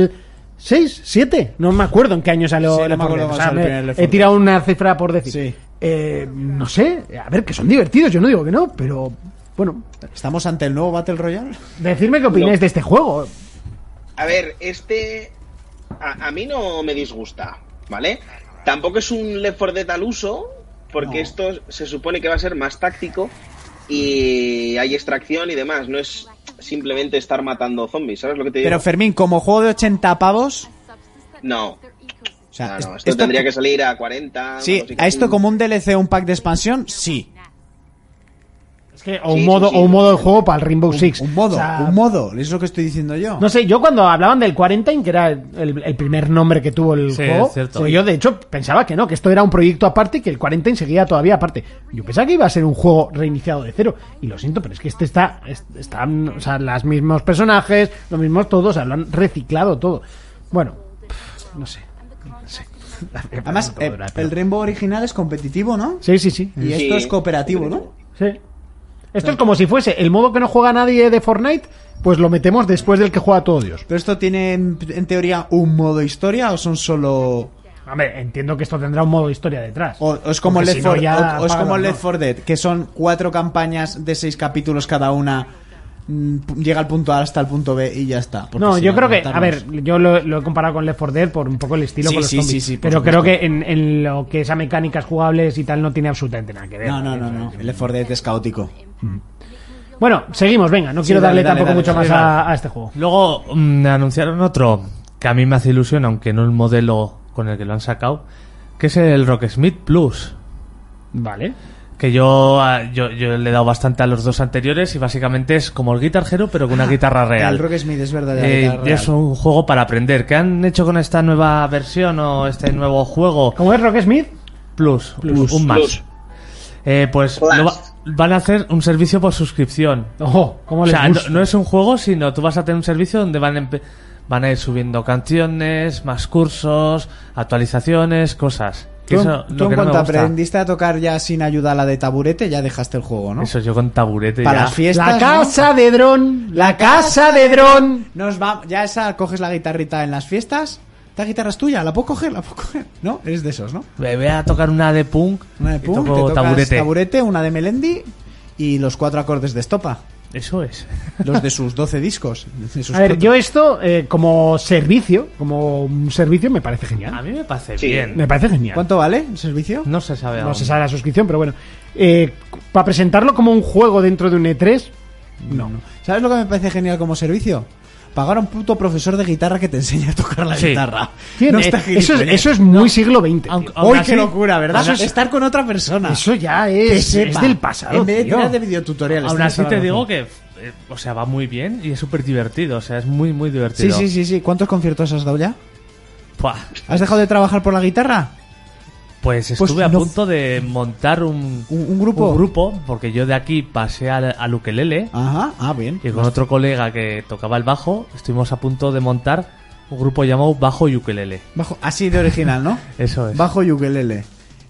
2006, 7. No me acuerdo en qué año salió
Sí, no
Left
me
4 Dead.
acuerdo
O
cuándo
sea,
salió el
me-
primer Left
he
4
tirado una cifra por decir.
Sí.
Eh, no sé, a ver, que son divertidos, yo no digo que no, pero bueno,
¿Estamos ante el nuevo Battle Royale?
decidme qué opináis
No.
de este juego.
A ver, este. A, a mí no me disgusta, ¿vale? Tampoco es un Left 4 Dead al uso, porque
No.
esto se supone que va a ser más táctico y hay extracción y demás. No es simplemente estar matando zombies, ¿sabes lo que te digo?
Pero Fermín, como juego de 80 pavos.
no.
O sea,
no,
es-
no, esto, tendría que salir a 40.
Sí,
una cosita
a
así.
esto como un DLC o un pack de expansión, sí.
Es que, o,
Sí,
un
sí,
modo,
sí.
o un modo de juego para el Rainbow Six.
Un modo,
O sea,
un modo, es lo que estoy diciendo yo.
No sé, yo cuando hablaban del Quarantine, que era el, el primer nombre que tuvo el
Sí,
juego,
es cierto.
pues yo de hecho pensaba que no, que esto era un proyecto aparte y que el Quarantine seguía todavía aparte. Yo pensaba que iba a ser un juego reiniciado de cero. Y lo siento, pero es que este está, es- están, o sea, los mismos personajes, los mismos todos, o sea, lo han reciclado todo. Bueno, pff, no sé. no sé.
Además, eh, el Rainbow original es competitivo, ¿no?
Sí, sí, sí.
Y
Sí,
esto es cooperativo, ¿no?
sí. Esto es como si fuese el modo que no juega nadie de Fortnite, pues lo metemos después del que juega todo Dios.
Pero esto tiene en, en teoría un modo historia o son solo
Hombre, entiendo que esto tendrá un modo historia detrás.
o, o es como
Porque
Left
si no,
4
ya
o- o es
apaga
como
los
Left 4 Dead, que son cuatro campañas de seis capítulos cada una. mm, pu- Llega al punto A hasta el punto B y ya está. porque
No,
si
yo creo que, a
aguantarnos.
ver, yo lo, lo he comparado con Left 4 Dead por un poco el estilo
Sí,
con los
sí,
zombies.
sí, sí, por
pero
supuesto.
creo que en, en lo que es a mecánicas jugables y tal no tiene absolutamente nada que ver.
No, no, no, no. El Left 4 Dead es caótico.
Bueno, seguimos, venga, no
Sí,
quiero
dale,
darle
dale,
tampoco
dale,
mucho
sí,
más
dale.
a, a este juego.
Luego mm, anunciaron otro que a mí me hace ilusión, aunque no el modelo con el que lo han sacado, que es el Rocksmith Plus.
Vale.
Que yo, ah, yo, yo le he dado bastante a los dos anteriores y básicamente es como el Guitar Hero, pero con
Ah,
una guitarra real.
El Rocksmith es verdad.
Eh,
ya
y es
real.
un juego para aprender. ¿Qué han hecho con esta nueva versión o este nuevo juego?
¿Cómo es Rock Smith?
Plus, un más.
Plus.
Eh, pues
Plus.
lo va- van a hacer un servicio por suscripción.
Ojo, ¿cómo
O
les
sea, no,
gusta?
no es un juego, sino tú vas a tener un servicio donde van, a empe- van a ir subiendo canciones, más cursos, actualizaciones, cosas. Y
Tú,
eso lo
tú en
que no me
cuanto
gusta.
aprendiste a tocar ya sin ayuda a la de taburete, ya dejaste el juego, ¿no?
Eso yo con taburete
Para
ya.
las fiestas.
La
¿no?
casa de dron, la casa de dron.
Nos va, ya esa, coges la guitarrita en las fiestas. Esta guitarra es tuya, la puedo coger, la puedo coger. No, eres de esos, ¿no?
Me voy a tocar una de punk,
Una de
y
Pum,
toco
te tocas
taburete.
taburete, una de Melendi y los cuatro acordes de estopa.
Eso es.
Los de sus 12 discos. de sus
A ver,
cuatro-
yo esto eh, como servicio, como un servicio me parece
A
genial.
mí me parece
Sí.
bien.
Me parece genial.
¿Cuánto vale el servicio?
No se sabe
No
aún.
se sabe la suscripción, pero bueno. Eh, para presentarlo como un juego dentro de un E E3, no.
¿Sabes lo que me parece genial como servicio? Pagar a un puto profesor de guitarra que te enseñe a tocar la
Sí.
guitarra.
Tiene-
No está
eso, es,
gilipollas.
eso es muy siglo XX. tío.
Aunque-
Uy,
así-
qué locura, ¿verdad?
Eso es-
Estar con otra persona.
Eso ya
Ah. Que
es, es
sepa.
del pasado.
En vez de
tío.
tirar de videotutoriales.
Aún
tienes
así
toda
te
la
digo
razón.
que, eh, o sea, va muy bien y es súper divertido. O sea, es muy, muy
Sí,
divertido.
sí, sí, sí. ¿Cuántos conciertos has dado ya?
Buah,
¿Has dejado de trabajar por la guitarra?
Pues
Pues
estuve a
no-
punto de montar un,
¿Un- un grupo?
un grupo, porque yo de aquí pasé al, al ukelele
Ajá, ah, bien.
y con otro colega que tocaba el bajo estuvimos a punto de montar un grupo llamado Bajo y Ukelele.
Bajo, así de original, ¿no?
Eso es.
Bajo y ukelele.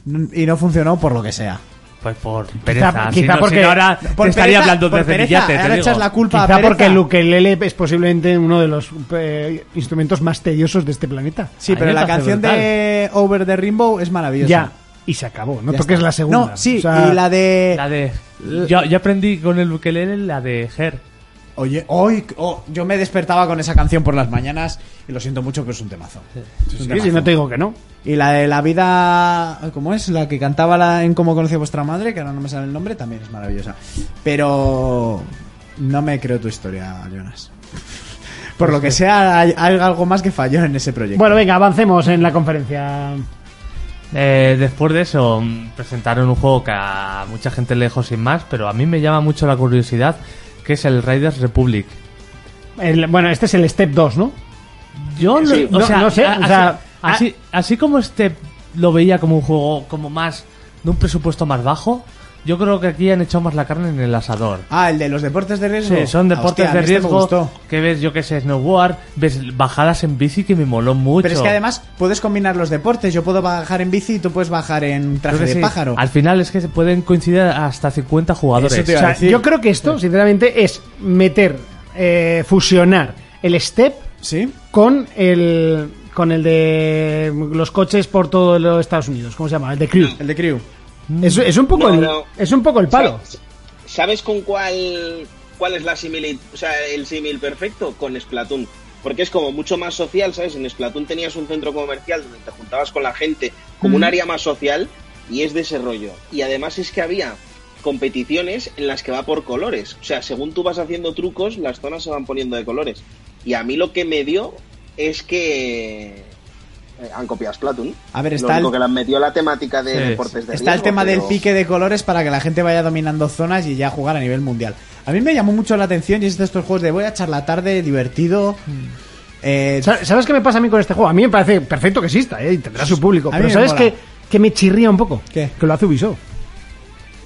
N- Y no funcionó por lo que sea.
Pues por pereza. si
quizá
no- si
porque-
no ahora
Por
te estaría
pereza-
hablando
por
de
pereza,
cepillate, te
Ahora
digo.
echas la culpa a
Quizá
pereza.
porque el ukelele es posiblemente uno de los eh, instrumentos más tediosos de este planeta.
Sí,
A mí
pero
me
la
parece
canción de Over the Rainbow es maravillosa.
ya. Y se acabó. No
Ya
toques
está.
la segunda.
No, sí,
O sea,
y la de...
La de... Yo, yo aprendí con el ukelele la de Her.
Oye, hoy... oh, yo me despertaba con esa canción por las mañanas y lo siento mucho, pero es un temazo. Es un
sí,
temazo.
sí, no te digo que no.
Y la de la vida... ¿Cómo es? La que cantaba la- en Cómo conocí a vuestra madre, que ahora no me sale el nombre, también es maravillosa. Pero... No me creo tu historia, Jonas. Por lo que sea, hay, hay algo más que falló en ese proyecto.
Bueno, venga, avancemos en la conferencia.
Eh, después de eso, mm, presentaron un juego que a mucha gente le dejó sin más, pero a mí me llama mucho la curiosidad, que es el Raiders Republic.
El- bueno, este es el Step 2, ¿no?
Yo
Sí.
lo- o
No-
sea,
no sé,
a-
o sea,
así, así, así como este lo veía como un juego como más de un presupuesto más bajo, yo creo que aquí han echado más la carne en el asador.
Ah, el de los deportes de riesgo.
Sí, son deportes
Ah,
de
hostia, a mí este me
riesgo
gustó.
que ves, yo que sé, snowboard, ves bajadas en bici que me moló mucho.
Pero es que además puedes combinar los deportes. Yo puedo bajar en bici y tú puedes bajar en
Creo
traje
que
de
sí.
pájaro.
Al final es que se pueden coincidir hasta 50 jugadores.
Eso te iba
O
a
sea,
decir.
yo creo que esto, sinceramente, es meter, eh, fusionar el step
¿Sí?
con el con el de los coches por todos los Estados Unidos. ¿Cómo se llama? El de Crew.
El de Crew. Mm.
Es, es un poco
No,
el,
no.
es un poco el palo.
¿Sabes- ¿Sabes con cuál, cuál es la simili, o sea, el símil perfecto? Con Splatoon. Porque es como mucho más social, ¿sabes? En Splatoon tenías un centro comercial donde te juntabas con la gente, como un área más social, y es de ese rollo. Y además es que había competiciones en las que va por colores. O sea, según tú vas haciendo trucos, las zonas se van poniendo de colores. Y a mí lo que me dio es que eh, han copiado Splatoon.
A ver,
lo
está
único
el-
que le han metido la temática de
Sí.
deportes Pues de
Está el
riesgo,
tema del
pero-
pique de colores para que la gente vaya dominando zonas y ya jugar a nivel mundial. A mí me llamó mucho la atención y es de estos juegos de voy a echar la tarde, divertido.
Hmm.
Eh,
Sa- ¿Sabes qué me pasa a mí con este juego? A mí me parece perfecto que exista, ¿eh? Y tendrá su público.
A mí
Pero
me
¿sabes
mola.
qué? Que me chirría un poco.
¿Qué?
Que lo hace Ubisoft.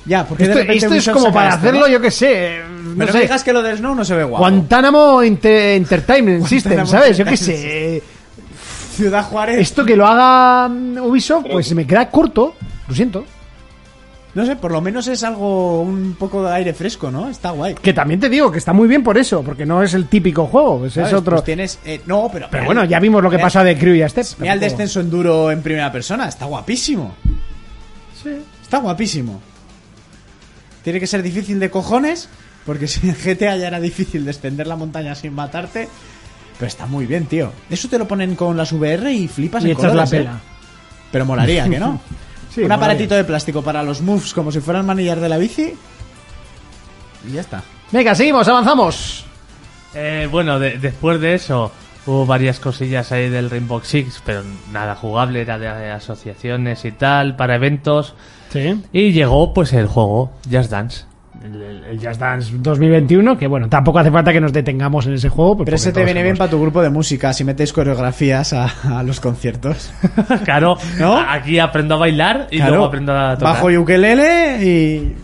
ya, porque de
Esto,
repente
esto es
Ubisoft
como
saca
para
esto,
hacerlo,
¿no?
yo qué sé. eh, No
Pero no
sé.
digas que lo del Snow no se ve guapo.
Guantánamo Enter- Entertainment System,
Guantánamo
¿sabes? Yo qué
Entertainment
sé.
Ciudad Juárez.
Esto que lo haga mm, Ubisoft, pues se me queda corto. Lo siento.
No sé, por lo menos es algo un poco de aire fresco, ¿no? Está guay.
Que también te digo que está muy bien por eso, porque no es el típico juego, es, es
¿Sabes?
otro.
Pues tienes, eh, no, pero.
Pero bueno, ya vimos lo que
mira-
pasa de Crew y a Step.
Mira el
tampoco.
Eh, descenso enduro en primera persona, está guapísimo.
Sí.
Está guapísimo. Tiene que ser difícil de cojones, porque si en GTA ya era difícil descender la montaña sin matarte. Pero está muy bien, tío. Eso te lo ponen con las VR y flipas
Y
en
echas
colores,
la
¿eh?
pela.
Pero molaría, ¿que no?
Sí,
Un
molaría.
aparatito de plástico para los moves como si fueran manillar de la bici. Y ya está.
Venga, seguimos, avanzamos.
Eh, bueno, de- después de eso hubo varias cosillas ahí del Rainbow Six, pero nada jugable, era de asociaciones y tal, para eventos.
Sí.
Y llegó pues el juego Just Dance.
El, el Just Dance 2021, que bueno, tampoco hace falta que nos detengamos en ese juego. pues,
Pero ese
porque
te
todos
viene bien
hemos-
para tu grupo de música si metes coreografías a, a los conciertos.
Claro,
¿No?
a- aquí aprendo a bailar y
Claro.
luego aprendo a tocar.
Bajo ukelele y...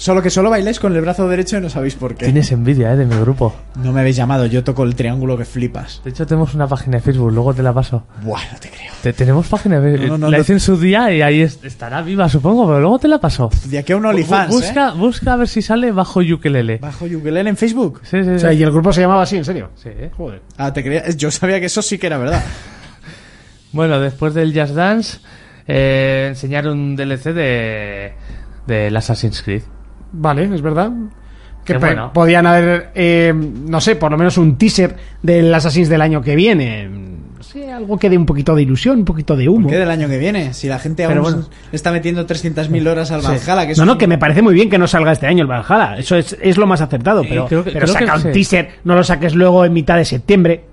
Solo que solo bailáis con el brazo derecho y no sabéis por qué.
Tienes envidia, eh, de mi grupo.
No me habéis llamado, yo toco el triángulo que flipas.
De hecho, tenemos una página de Facebook, luego te la paso.
Buah, no te creo.
Te- tenemos página de
No, no, no,
la
no.
hice en su día y ahí es- estará viva, supongo, pero luego te la paso.
De aquí a un
Bu-
OnlyFans, ¿eh?
busca, busca a ver si sale bajo ukelele.
Bajo ukelele en Facebook.
Sí, sí,
O
sí.
sea, y el grupo se llamaba así, en serio.
Sí, eh.
Joder.
Ah, te creía... Yo sabía que eso sí que era verdad.
Bueno, después del Just Dance, eh, enseñaron un DLC de del Assassin's Creed.
Vale, es verdad. Que
Qué
pe-
bueno.
podían haber, eh, no sé, por lo menos un teaser del Assassin's del año que viene. No sé, algo que dé un poquito de ilusión, un poquito de humo.
¿Qué del año que viene? Si la gente aún
Pero bueno.
le está metiendo 300.000 horas al Valhalla, que eso
No,
es
no,
un-
que me parece muy bien que no salga este año el Valhalla. Eso es, es lo más acertado.
Y
Pero,
creo que-
pero
creo que
saca
sí.
un teaser, no lo saques luego en mitad de septiembre.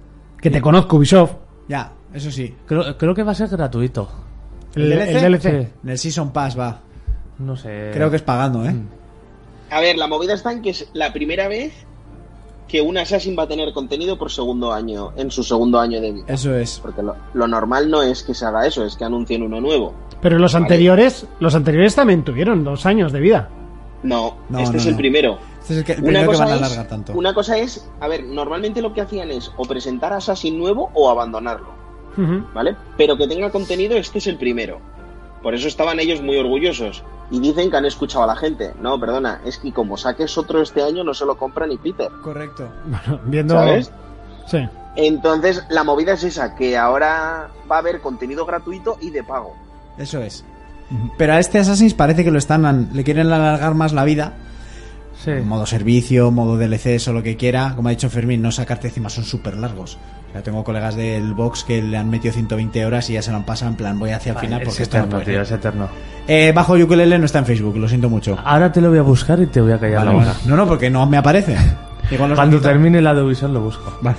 Que te conozco, Ubisoft.
Ya, eso sí.
Creo, creo que va a ser gratuito.
¿El DLC?
Sí.
En el Season Pass va.
No sé.
Creo que es pagando, ¿eh?
A ver, la movida está en que es la primera vez que un Assassin va a tener contenido por segundo año, en su segundo año de vida.
Eso es.
Porque lo, lo normal no es que se haga eso, es que anuncien uno nuevo.
Pero los
Vale.
anteriores, los anteriores también tuvieron dos años de vida.
No,
No,
este
no,
es el
no.
primero.
Este es el, que- el primero que van a alargar tanto.
una cosa es, a ver, normalmente lo que hacían es o presentar a Assassin nuevo o abandonarlo,
Ujú.
¿vale? Pero que tenga contenido, este es el primero. Por eso estaban ellos muy orgullosos. Y dicen que han escuchado a la gente. No, perdona, es que como saques otro este año no se lo compra ni Peter,
Correcto.
Bueno, viendo.
¿sabes?
Sí.
Entonces, la movida es esa, que ahora va a haber contenido gratuito y de pago.
Eso es. Pero a este Assassin's parece que lo están an- le quieren alargar más la vida.
Sí.
Modo servicio, modo DLC, eso lo que quiera. Como ha dicho Fermín, no sacarte encima, son súper largos. O sea, tengo colegas del box que le han metido 120 horas y ya se lo han pasado en plan, voy hacia el
Vale,
final
es
porque esto no
eterno,
puede
tío,
ser.
es eterno.
Eh, bajo ukulele no está en Facebook, lo siento mucho.
Ahora te lo voy a buscar y te voy a callar
Vale,
la boca.
vale. No, no, porque no me aparece. Igual los
Cuando
han quitado.
termine la de Ubisoft lo busco.
Vale.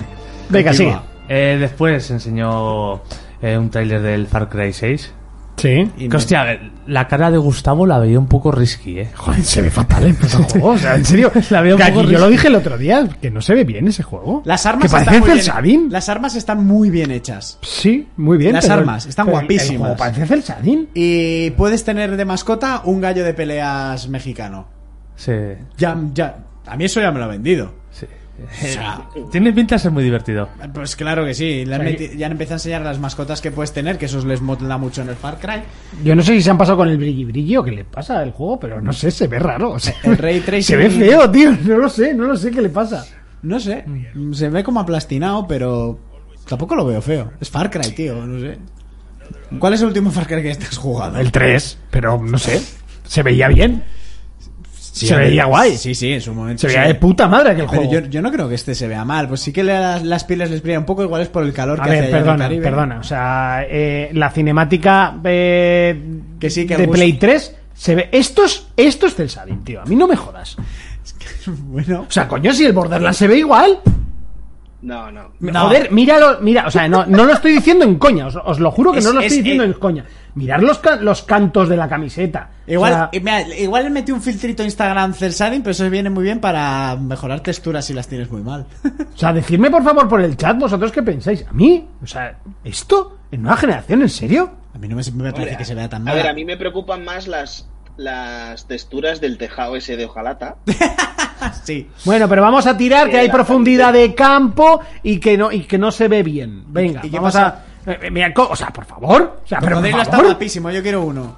Venga,
Continúa.
sigue.
Eh, después enseñó eh, un tráiler del Far Cry 6.
Sí.
Y
Que,
me-
hostia, eh, la cara de Gustavo la veía un poco risky, eh.
Joder, se ve fatal en juego. O sea, en serio.
La veo un
Que
poco
aquí yo lo
ris-
dije el otro día, que no se ve bien ese juego.
Las armas
Que parece
están muy
Cel
bien-
Shading.
Las armas están muy bien hechas.
Sí, muy bien.
Las
pero-
armas, están
pero el- el
guapísimas.
juego parece Cel Shading.
Y puedes tener de mascota un gallo de peleas mexicano.
Sí,
Ya, ya. A mí eso ya me lo ha vendido.
sí.
sea-
Tiene pinta de ser muy divertido.
Pues claro que sí. le han
O sea,
meti- ya han empezado a enseñar las mascotas que puedes tener, que esos les mola mucho en el Far Cry.
Yo no sé si se han pasado con el brilli brillo que le pasa al juego, pero no sé, se ve raro. o sea,
El ray tracing-
se ve feo, tío. No lo sé, no lo sé qué le pasa.
No sé. Se ve como aplastinado, pero tampoco lo veo feo. Es Far Cry, tío. No sé. ¿Cuál es el último Far Cry que estás jugando?
El 3, pero no sé. Se veía bien. se veía guay.
Sí, sí, en su momento.
Se veía de puta madre aquel
Pero
juego.
yo, yo no creo que este se vea mal. Pues sí que las, las pilas les brillan un poco, igual es por el calor
A
que hace
ver,
allá en el
perdona,
Caribe.
perdona. O sea, eh, la cinemática eh,
Que sí, que
de
August-
Play 3 se ve. Estos, estos Cel Shading, tío. A mí no me jodas.
Bueno,
O sea, coño, si el Borderlands se ve igual.
No, no.
No.
Joder, míralo, mira, o sea, no, no lo estoy diciendo en coña, os, os lo juro que
Es-
no lo
es-
estoy diciendo
eh.
en coña. Mirad los, ca- los cantos de la camiseta.
igual,
O sea,
eh, mira, igual le metí un filtrito a Instagram cel shading, pero eso viene muy bien para mejorar texturas si las tienes muy mal.
O sea, decidme por favor por el chat vosotros qué pensáis. ¿A mí? O sea, ¿esto? ¿En una generación? ¿En serio?
a mí no me, me parece que se vea tan
A
mal.
ver, a mí me preocupan más las, las texturas del tejado ese de hojalata.
Sí.
Bueno, pero vamos a tirar que
Eh,
hay
la
profundidad de campo y que no, y que no se ve bien. Venga,
¿Y qué
vamos
pasa?
a. eh, eh, Mira, co- o sea, por favor. O sea, pero por
Cocodrilo está
favor.
guapísimo, yo quiero uno.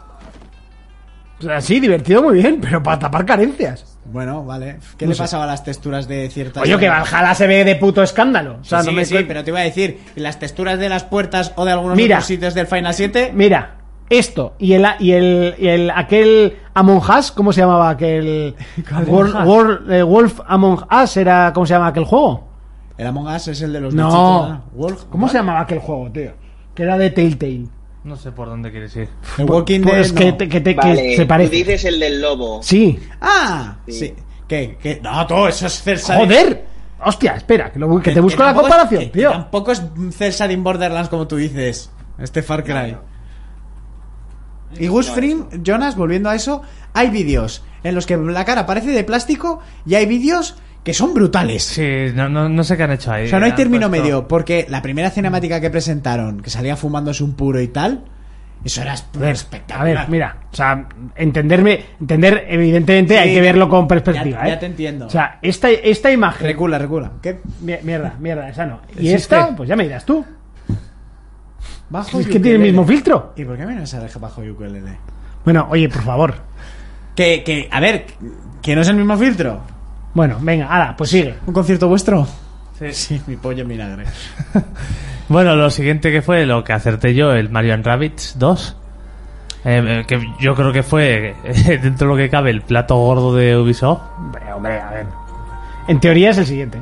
O sea, sí, divertido muy bien, pero para tapar carencias.
Bueno, vale. ¿Qué
No
le
sé.
pasaba a las texturas de ciertas...
Oye, que Valhalla se ve de puto escándalo. O sea,
sí,
no me
sí,
cuen-
pero te iba a decir, las texturas de las puertas o de algunos
Mira.
otros sitios del Final 7...
Mira, esto y el y el, y el aquel Among Us, ¿cómo se llamaba aquel
¿Cuál
World-
Among Us?
World- eh, Wolf Among Us era cómo se llamaba aquel juego?
El Among Us es el de los bichitos, ¿verdad?
No.
Wolf-
¿Cómo se llamaba aquel juego, tío? Que era de Telltale.
No sé por dónde quieres ir.
El Walking Dead,
Pues que,
no.
te- que te- que
Vale,
se
tú
parece.
dices el del lobo.
Sí,
Ah, sí. ¿Qué? ¿Qué? No, todo eso es Celsa
¡Joder! Hostia, espera, que, lo- que te busco la comparación,
es, que- que
tío.
Tampoco es Celsa de Borderlands como tú dices. Este Far Cry. Y Gus Fring, Jonas, volviendo a eso, hay vídeos en los que la cara parece de plástico y hay vídeos que son brutales.
Sí, no, no, no sé qué han hecho ahí.
O sea, no hay
Han
término
puesto-
medio, porque la primera cinemática que presentaron, que salía fumándose un puro y tal, eso era
A
espectacular.
ver, mira, o sea, entenderme, entender, evidentemente
Sí,
hay que verlo con perspectiva,
ya- ya
¿eh?
te entiendo.
O sea, esta, esta imagen.
Recula, recula. ¿Qué?
Mi- Mierda, mierda, esa no. Y
¿Existe?
esta, pues ya me dirás tú.
Bajo
Es que tiene el
ukelele.
mismo filtro.
¿Y por qué a mí no me sale bajo ukelele?
Bueno, oye, por favor.
Que, que, a ver, que no es el mismo filtro.
Bueno, venga, ala, pues sigue.
¿Un concierto vuestro?
Sí.
Sí, mi pollo en vinagre.
Bueno, lo siguiente que fue lo que acerté yo, el Mario and Rabbits 2. eh, eh, que yo creo que fue, eh, dentro de lo que cabe, el plato gordo de Ubisoft.
Hombre, hombre, a ver. En teoría es el siguiente.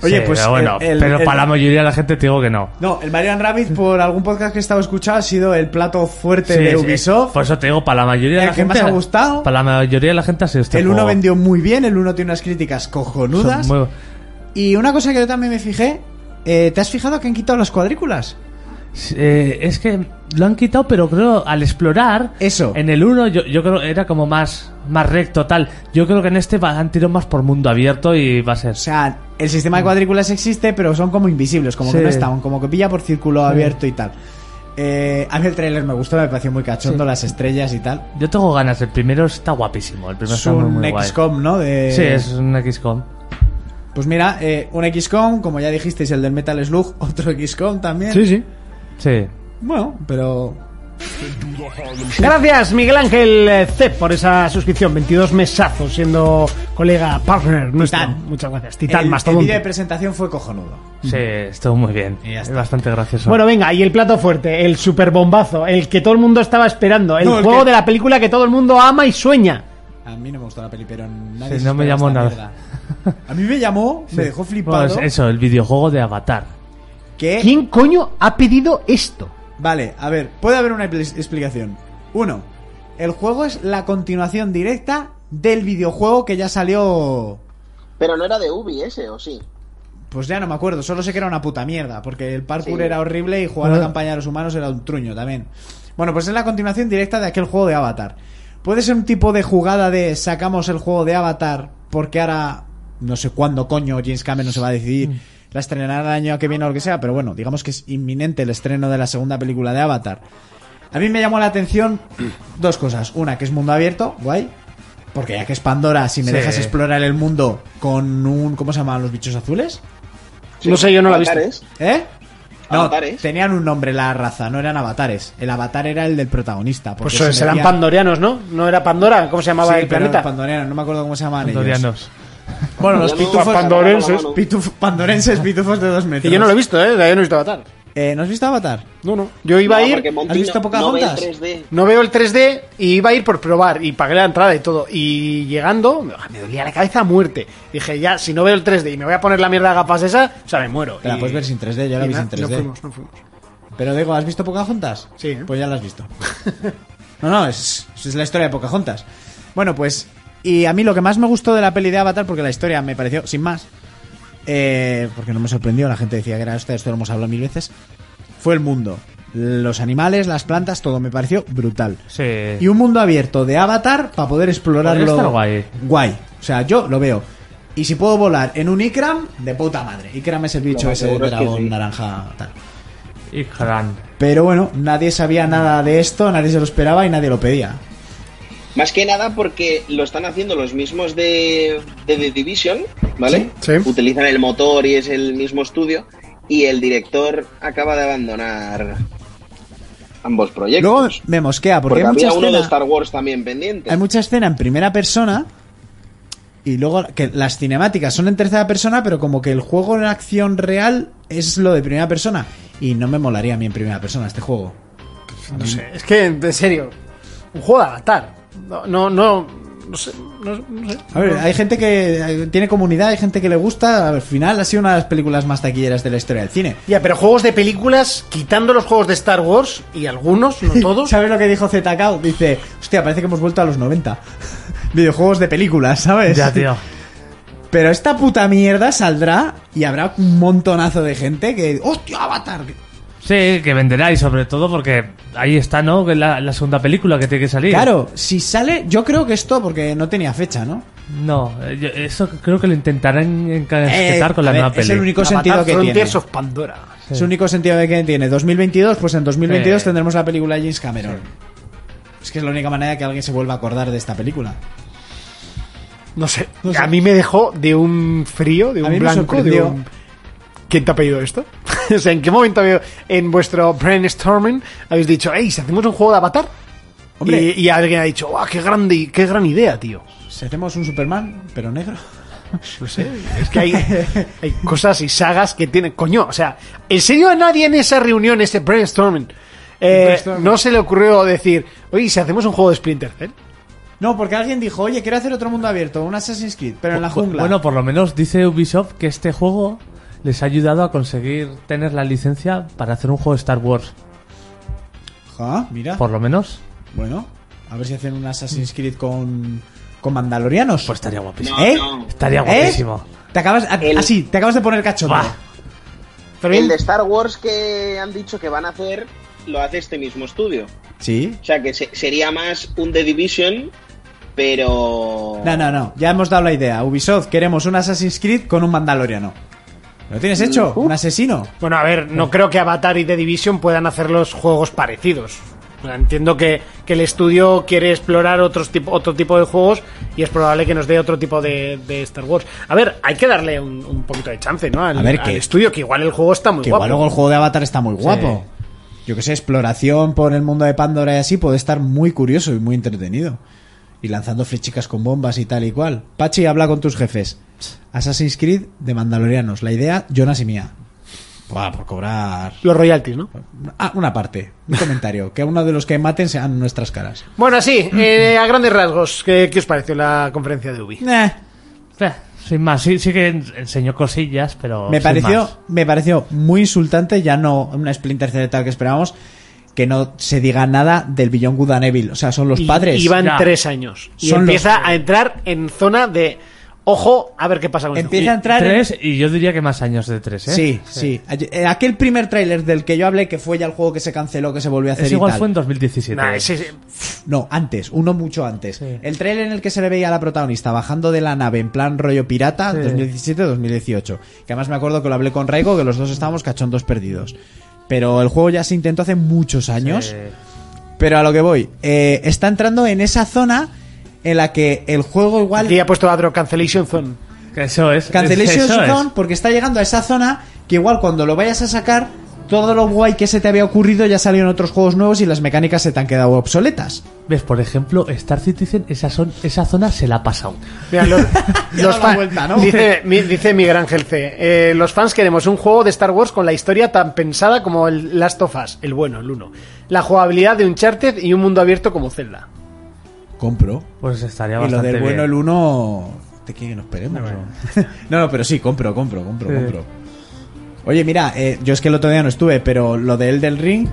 Oye,
Sí,
pues
Pero, ah, bueno,
el- el-
pero
el-
para la mayoría de la gente te digo que no.
No, el Marian Rabbit, por algún podcast que he estado escuchando, ha sido el plato fuerte
Sí,
de
sí,
Ubisoft.
Por eso te digo, para la mayoría de
El
la
que
gente.
más ha gustado.
Para la mayoría de la gente ha sido este
el 1
juego.
vendió muy bien, el 1 tiene unas críticas
Son
cojonudas.
muy-
Y una cosa que yo también me fijé, eh, ¿te has fijado que han quitado las cuadrículas?
Eh, es que lo han quitado, pero creo al explorar.
Eso.
En el 1 yo, yo creo era como más, más recto, tal. Yo creo que en este va- han tirado más por mundo abierto y va a ser.
O sea, el sistema de cuadrículas existe, pero son como invisibles, como que
Mm. Sí.
no están, como que pilla por círculo abierto y tal. Eh, a mí el trailer me gustó, me pareció muy cachondo, las estrellas y tal.
Yo tengo ganas, el primero está guapísimo. El primero
Es
está muy,
un
muy guay.
XCOM, ¿no? De-
Sí, es un XCOM.
Pues mira, eh, un XCOM, como ya dijisteis, el del Metal Slug, otro XCOM también.
sí.
Sí.
Bueno, pero
Gracias, Miguel Ángel eh, C, por esa suscripción. 22 mesazos, siendo colega partner nuestro.
Titán.
Muchas gracias. Titán,
el, el
mastodonte.
vídeo de presentación fue cojonudo.
Sí, estuvo muy bien.
Y ya
Es
está.
bastante gracioso.
Bueno, venga, y el plato fuerte, el superbombazo, el que todo el mundo estaba esperando, el
No, el
juego
que-
de la película que todo el mundo ama y sueña.
A mí no me gustó la peli, pero nadie
Sí,
se
no me
esperaba
llamó
esta
nada.
mierda. A mí me llamó, me dejó flipado.
Bueno, es- eso, el videojuego de Avatar.
que
¿Quién coño ha pedido esto?
Vale, a ver, puede haber una expli- explicación. Uno, el juego es la continuación directa del videojuego que ya salió.
Pero no era de Ubi ese, ¿o sí?
Pues ya no me acuerdo, solo sé que era una puta mierda, porque el parkour
Sí.
era horrible y jugar la campaña de los humanos era un truño también. Bueno, pues es la continuación directa de aquel juego de Avatar. Puede ser un tipo de jugada de sacamos el juego de Avatar porque ahora no sé cuándo coño James Cameron se va a decidir la estrenará el año que viene o lo que sea, pero bueno, digamos que es inminente el estreno de la segunda película de Avatar. A mí me llamó la atención dos cosas. Una, que es mundo abierto, guay. Porque ya que es Pandora, si me
Sí.
dejas explorar el mundo con un... ¿Cómo se llaman los bichos azules?
No sé, yo no la he
Avatares.
¿Eh? No,
Avatares.
tenían un nombre la raza, no eran avatares. El avatar era el del protagonista. porque
Pues
se
serán
metía-
pandorianos, ¿no? ¿No era Pandora? ¿Cómo se
Sí,
llamaba el
pero eran
planeta?
pandorianos, no me acuerdo cómo se llamaban ellos.
Andorianos.
Bueno, los
Ya no-
pitufos...
Pandorenses.
pituf- pandorenses, pitufos de dos metros.
Que yo no lo he visto, ¿eh? Yo no he visto Avatar.
Eh, ¿No has visto Avatar?
No, no. Yo iba a
No,
ir,
porque Monty
¿has visto
no-
Pocahontas?
No ve en 3D.
no veo el 3D y iba a ir por probar y pagué la entrada y todo. Y llegando, me ah, me dolía la cabeza a muerte. Dije, ya, si no veo el 3D y me voy a poner la mierda de gafas esa, o sea, me muero.
Te la
Y-
puedes ver sin 3D, yo la
y
vi
na-
sin 3D.
No fuimos, no fuimos.
Pero digo, ¿has visto Pocahontas?
Sí, ¿eh?
Pues ya la has visto. no, no, es, es la historia de Pocahontas. Bueno, pues. Y a mí lo que más me gustó de la peli de Avatar, porque la historia me pareció, sin más, eh, porque no me sorprendió, la gente decía que era esto, esto lo hemos hablado mil veces, fue el mundo. Los animales, las plantas, todo me pareció brutal.
Sí.
Y un mundo abierto de Avatar para poder explorarlo.
Podría estar guay.
Guay. O sea, yo lo veo. Y si puedo volar en un Ikram, de puta madre. Ikram es el bicho
más
ese
seguro es que
dragón
sí.
naranja tal.
Y gran.
Pero bueno, nadie sabía nada de esto, nadie se lo esperaba y nadie lo pedía.
Más que nada porque lo están haciendo los mismos de, de The Division, ¿vale?
Sí, sí.
Utilizan el motor y es el mismo estudio. Y el director acaba de abandonar ambos proyectos.
Luego me mosquea porque,
porque
hay, mucha
había uno de
escena,
Star Wars también pendiente.
hay mucha escena en primera persona y luego que las cinemáticas son en tercera persona, pero como que el juego en acción real es lo de primera persona. Y no me molaría a mí en primera persona este juego.
No sé, es que, en serio, un juego de Avatar. No, no, no, no sé, no, no sé.
A ver, hay gente que eh, tiene comunidad, hay gente que le gusta. Al final ha sido una de las películas más taquilleras de la historia del cine.
Ya, pero juegos de películas, quitando los juegos de Star Wars, y algunos, no todos.
¿Sabes lo que dijo ZK? Dice, hostia, parece que hemos vuelto a los 90. Videojuegos de películas, ¿sabes?
Ya, tío.
Pero esta puta mierda saldrá y habrá un montonazo de gente que. ¡Hostia, Avatar!
Sí, que venderá y sobre todo porque ahí está, ¿no? Que la, la segunda película que tiene que salir.
Claro, si sale, yo creo que esto, porque no tenía fecha, ¿no?
No, eh, yo- eso creo que lo intentarán encasquetar
Eh,
con la
a ver,
nueva
es
peli.
el único sentido que tiene.
Frontiers of Pandora.
Es el único sentido de que tiene. 2022, pues en 2022
Sí.
tendremos la película de James Cameron. Es que es la única manera que alguien se vuelva a acordar de esta película.
No sé.
No sé.
A mí me dejó de un frío, de
A
un
mí me
blanco, de
sorprendió.
un... ¿Quién te ha pedido esto? o sea, ¿en qué momento había- en vuestro brainstorming habéis dicho, hey, si hacemos un juego de Avatar?
Hombre.
Y, y alguien ha dicho, ¡guau, qué grande, y- qué gran idea, tío!
Si hacemos un Superman, pero negro.
No sé, es que hay, hay cosas y sagas que tienen... Coño, o sea, ¿en serio a nadie en esa reunión, ese brainstorming, eh,
Brainstorming.
no se le ocurrió decir, oye, ¿y si hacemos un juego de Splinter Cell?
No, porque alguien dijo, oye, quiero hacer otro mundo abierto, un Assassin's Creed, pero en la
Bu-
jungla.
Bueno, por lo menos dice Ubisoft que este juego les ha ayudado a conseguir tener la licencia para hacer un juego de Star Wars.
Ah, mira.
Por lo menos.
Bueno, a ver si hacen un Assassin's Creed con, con mandalorianos.
Pues estaría guapísimo.
No,
¿Eh?
no.
Estaría
¿Eh?
guapísimo.
Te acabas, a-
El-
así, te acabas de poner cachondo.
Buah.
El de Star Wars que han dicho que van a hacer lo hace este mismo estudio.
Sí.
O sea que se- sería más un The Division, pero.
No, no, no. Ya hemos dado la idea. Ubisoft, queremos un Assassin's Creed con un mandaloriano. ¿Lo tienes hecho?
Mm,
¿Un asesino?
Bueno, a ver, no creo que Avatar y The Division puedan hacer los juegos parecidos. O sea, Entiendo que, que el estudio quiere explorar otros tipo, otro tipo de juegos y es probable que nos dé otro tipo de, de Star Wars. A ver, hay que darle un, un poquito de chance, ¿no? Al,
A ver,
al
que-
estudio, que igual el juego está muy
Que
guapo.
igual luego el juego de Avatar está muy guapo. Yo que sé, exploración por el mundo de Pandora y así puede estar muy curioso y muy entretenido. Y lanzando flechicas con bombas y tal y cual. Pachi, habla con tus jefes. Assassin's Creed de Mandalorianos. La idea, Jonas y mía. Buah, por cobrar.
Los royalties, ¿no?
Ah, una parte. Un comentario. Que uno de los que maten sean nuestras caras.
Bueno, sí, eh, a grandes rasgos, ¿qué, qué os pareció la conferencia de Ubi?
Eh,
Eh, Sin más, sí, sí que en- enseñó cosillas, pero.
me
sin
pareció,
más.
me pareció muy insultante, ya no una Splinter Cell tal que esperábamos, que no se diga nada del Beyond Good and Evil. O sea, son los
Y-
padres.
Iban
Ya.
tres años. Y
Son
empieza
los-
a entrar en zona de. Ojo, a ver qué pasa con esto.
Empieza a entrar en-
Tres, y yo diría que más años de tres, ¿eh?
Sí, sí. Eh, Aquel primer tráiler del que yo hablé, que fue ya el juego que se canceló, que se volvió a hacer
Es
y
igual
tal.
fue en 2017.
Nah, ese- ese-
No, antes, uno mucho antes.
Sí.
El tráiler en el que se le veía a la protagonista bajando de la nave en plan rollo pirata,
Sí.
2017-2018. Que además me acuerdo que lo hablé con Raigo, que los dos estábamos cachondos perdidos. Pero el juego ya se intentó hace muchos años.
Eh,
Pero a lo que voy, eh, está entrando en esa zona en la que el juego igual...
Aquí ha puesto Adro Cancellation Zone.
que eso es.
Cancellation
eso es.
Zone porque está llegando a esa zona que igual cuando lo vayas a sacar, todo lo guay que se te había ocurrido ya salió en otros juegos nuevos y las mecánicas se te han quedado obsoletas.
¿Ves? Por ejemplo, Star Citizen, esa, son, esa zona se la ha pasado.
Mira, los, los
la
fan-
vuelta, ¿no?
dice, mi- dice Miguel Ángel C. eh, los fans queremos un juego de Star Wars con la historia tan pensada como el Last of Us, el bueno, el uno. La jugabilidad de Uncharted y un mundo abierto como Zelda.
Compro.
Pues estaría
Y lo
bastante
del
bien.
bueno el 1... ¿De qué nos esperemos? o? no, no, pero sí, compro, compro, compro,
Sí.
compro. Oye, mira, eh, yo es que el otro día no estuve, pero lo de Elden Ring,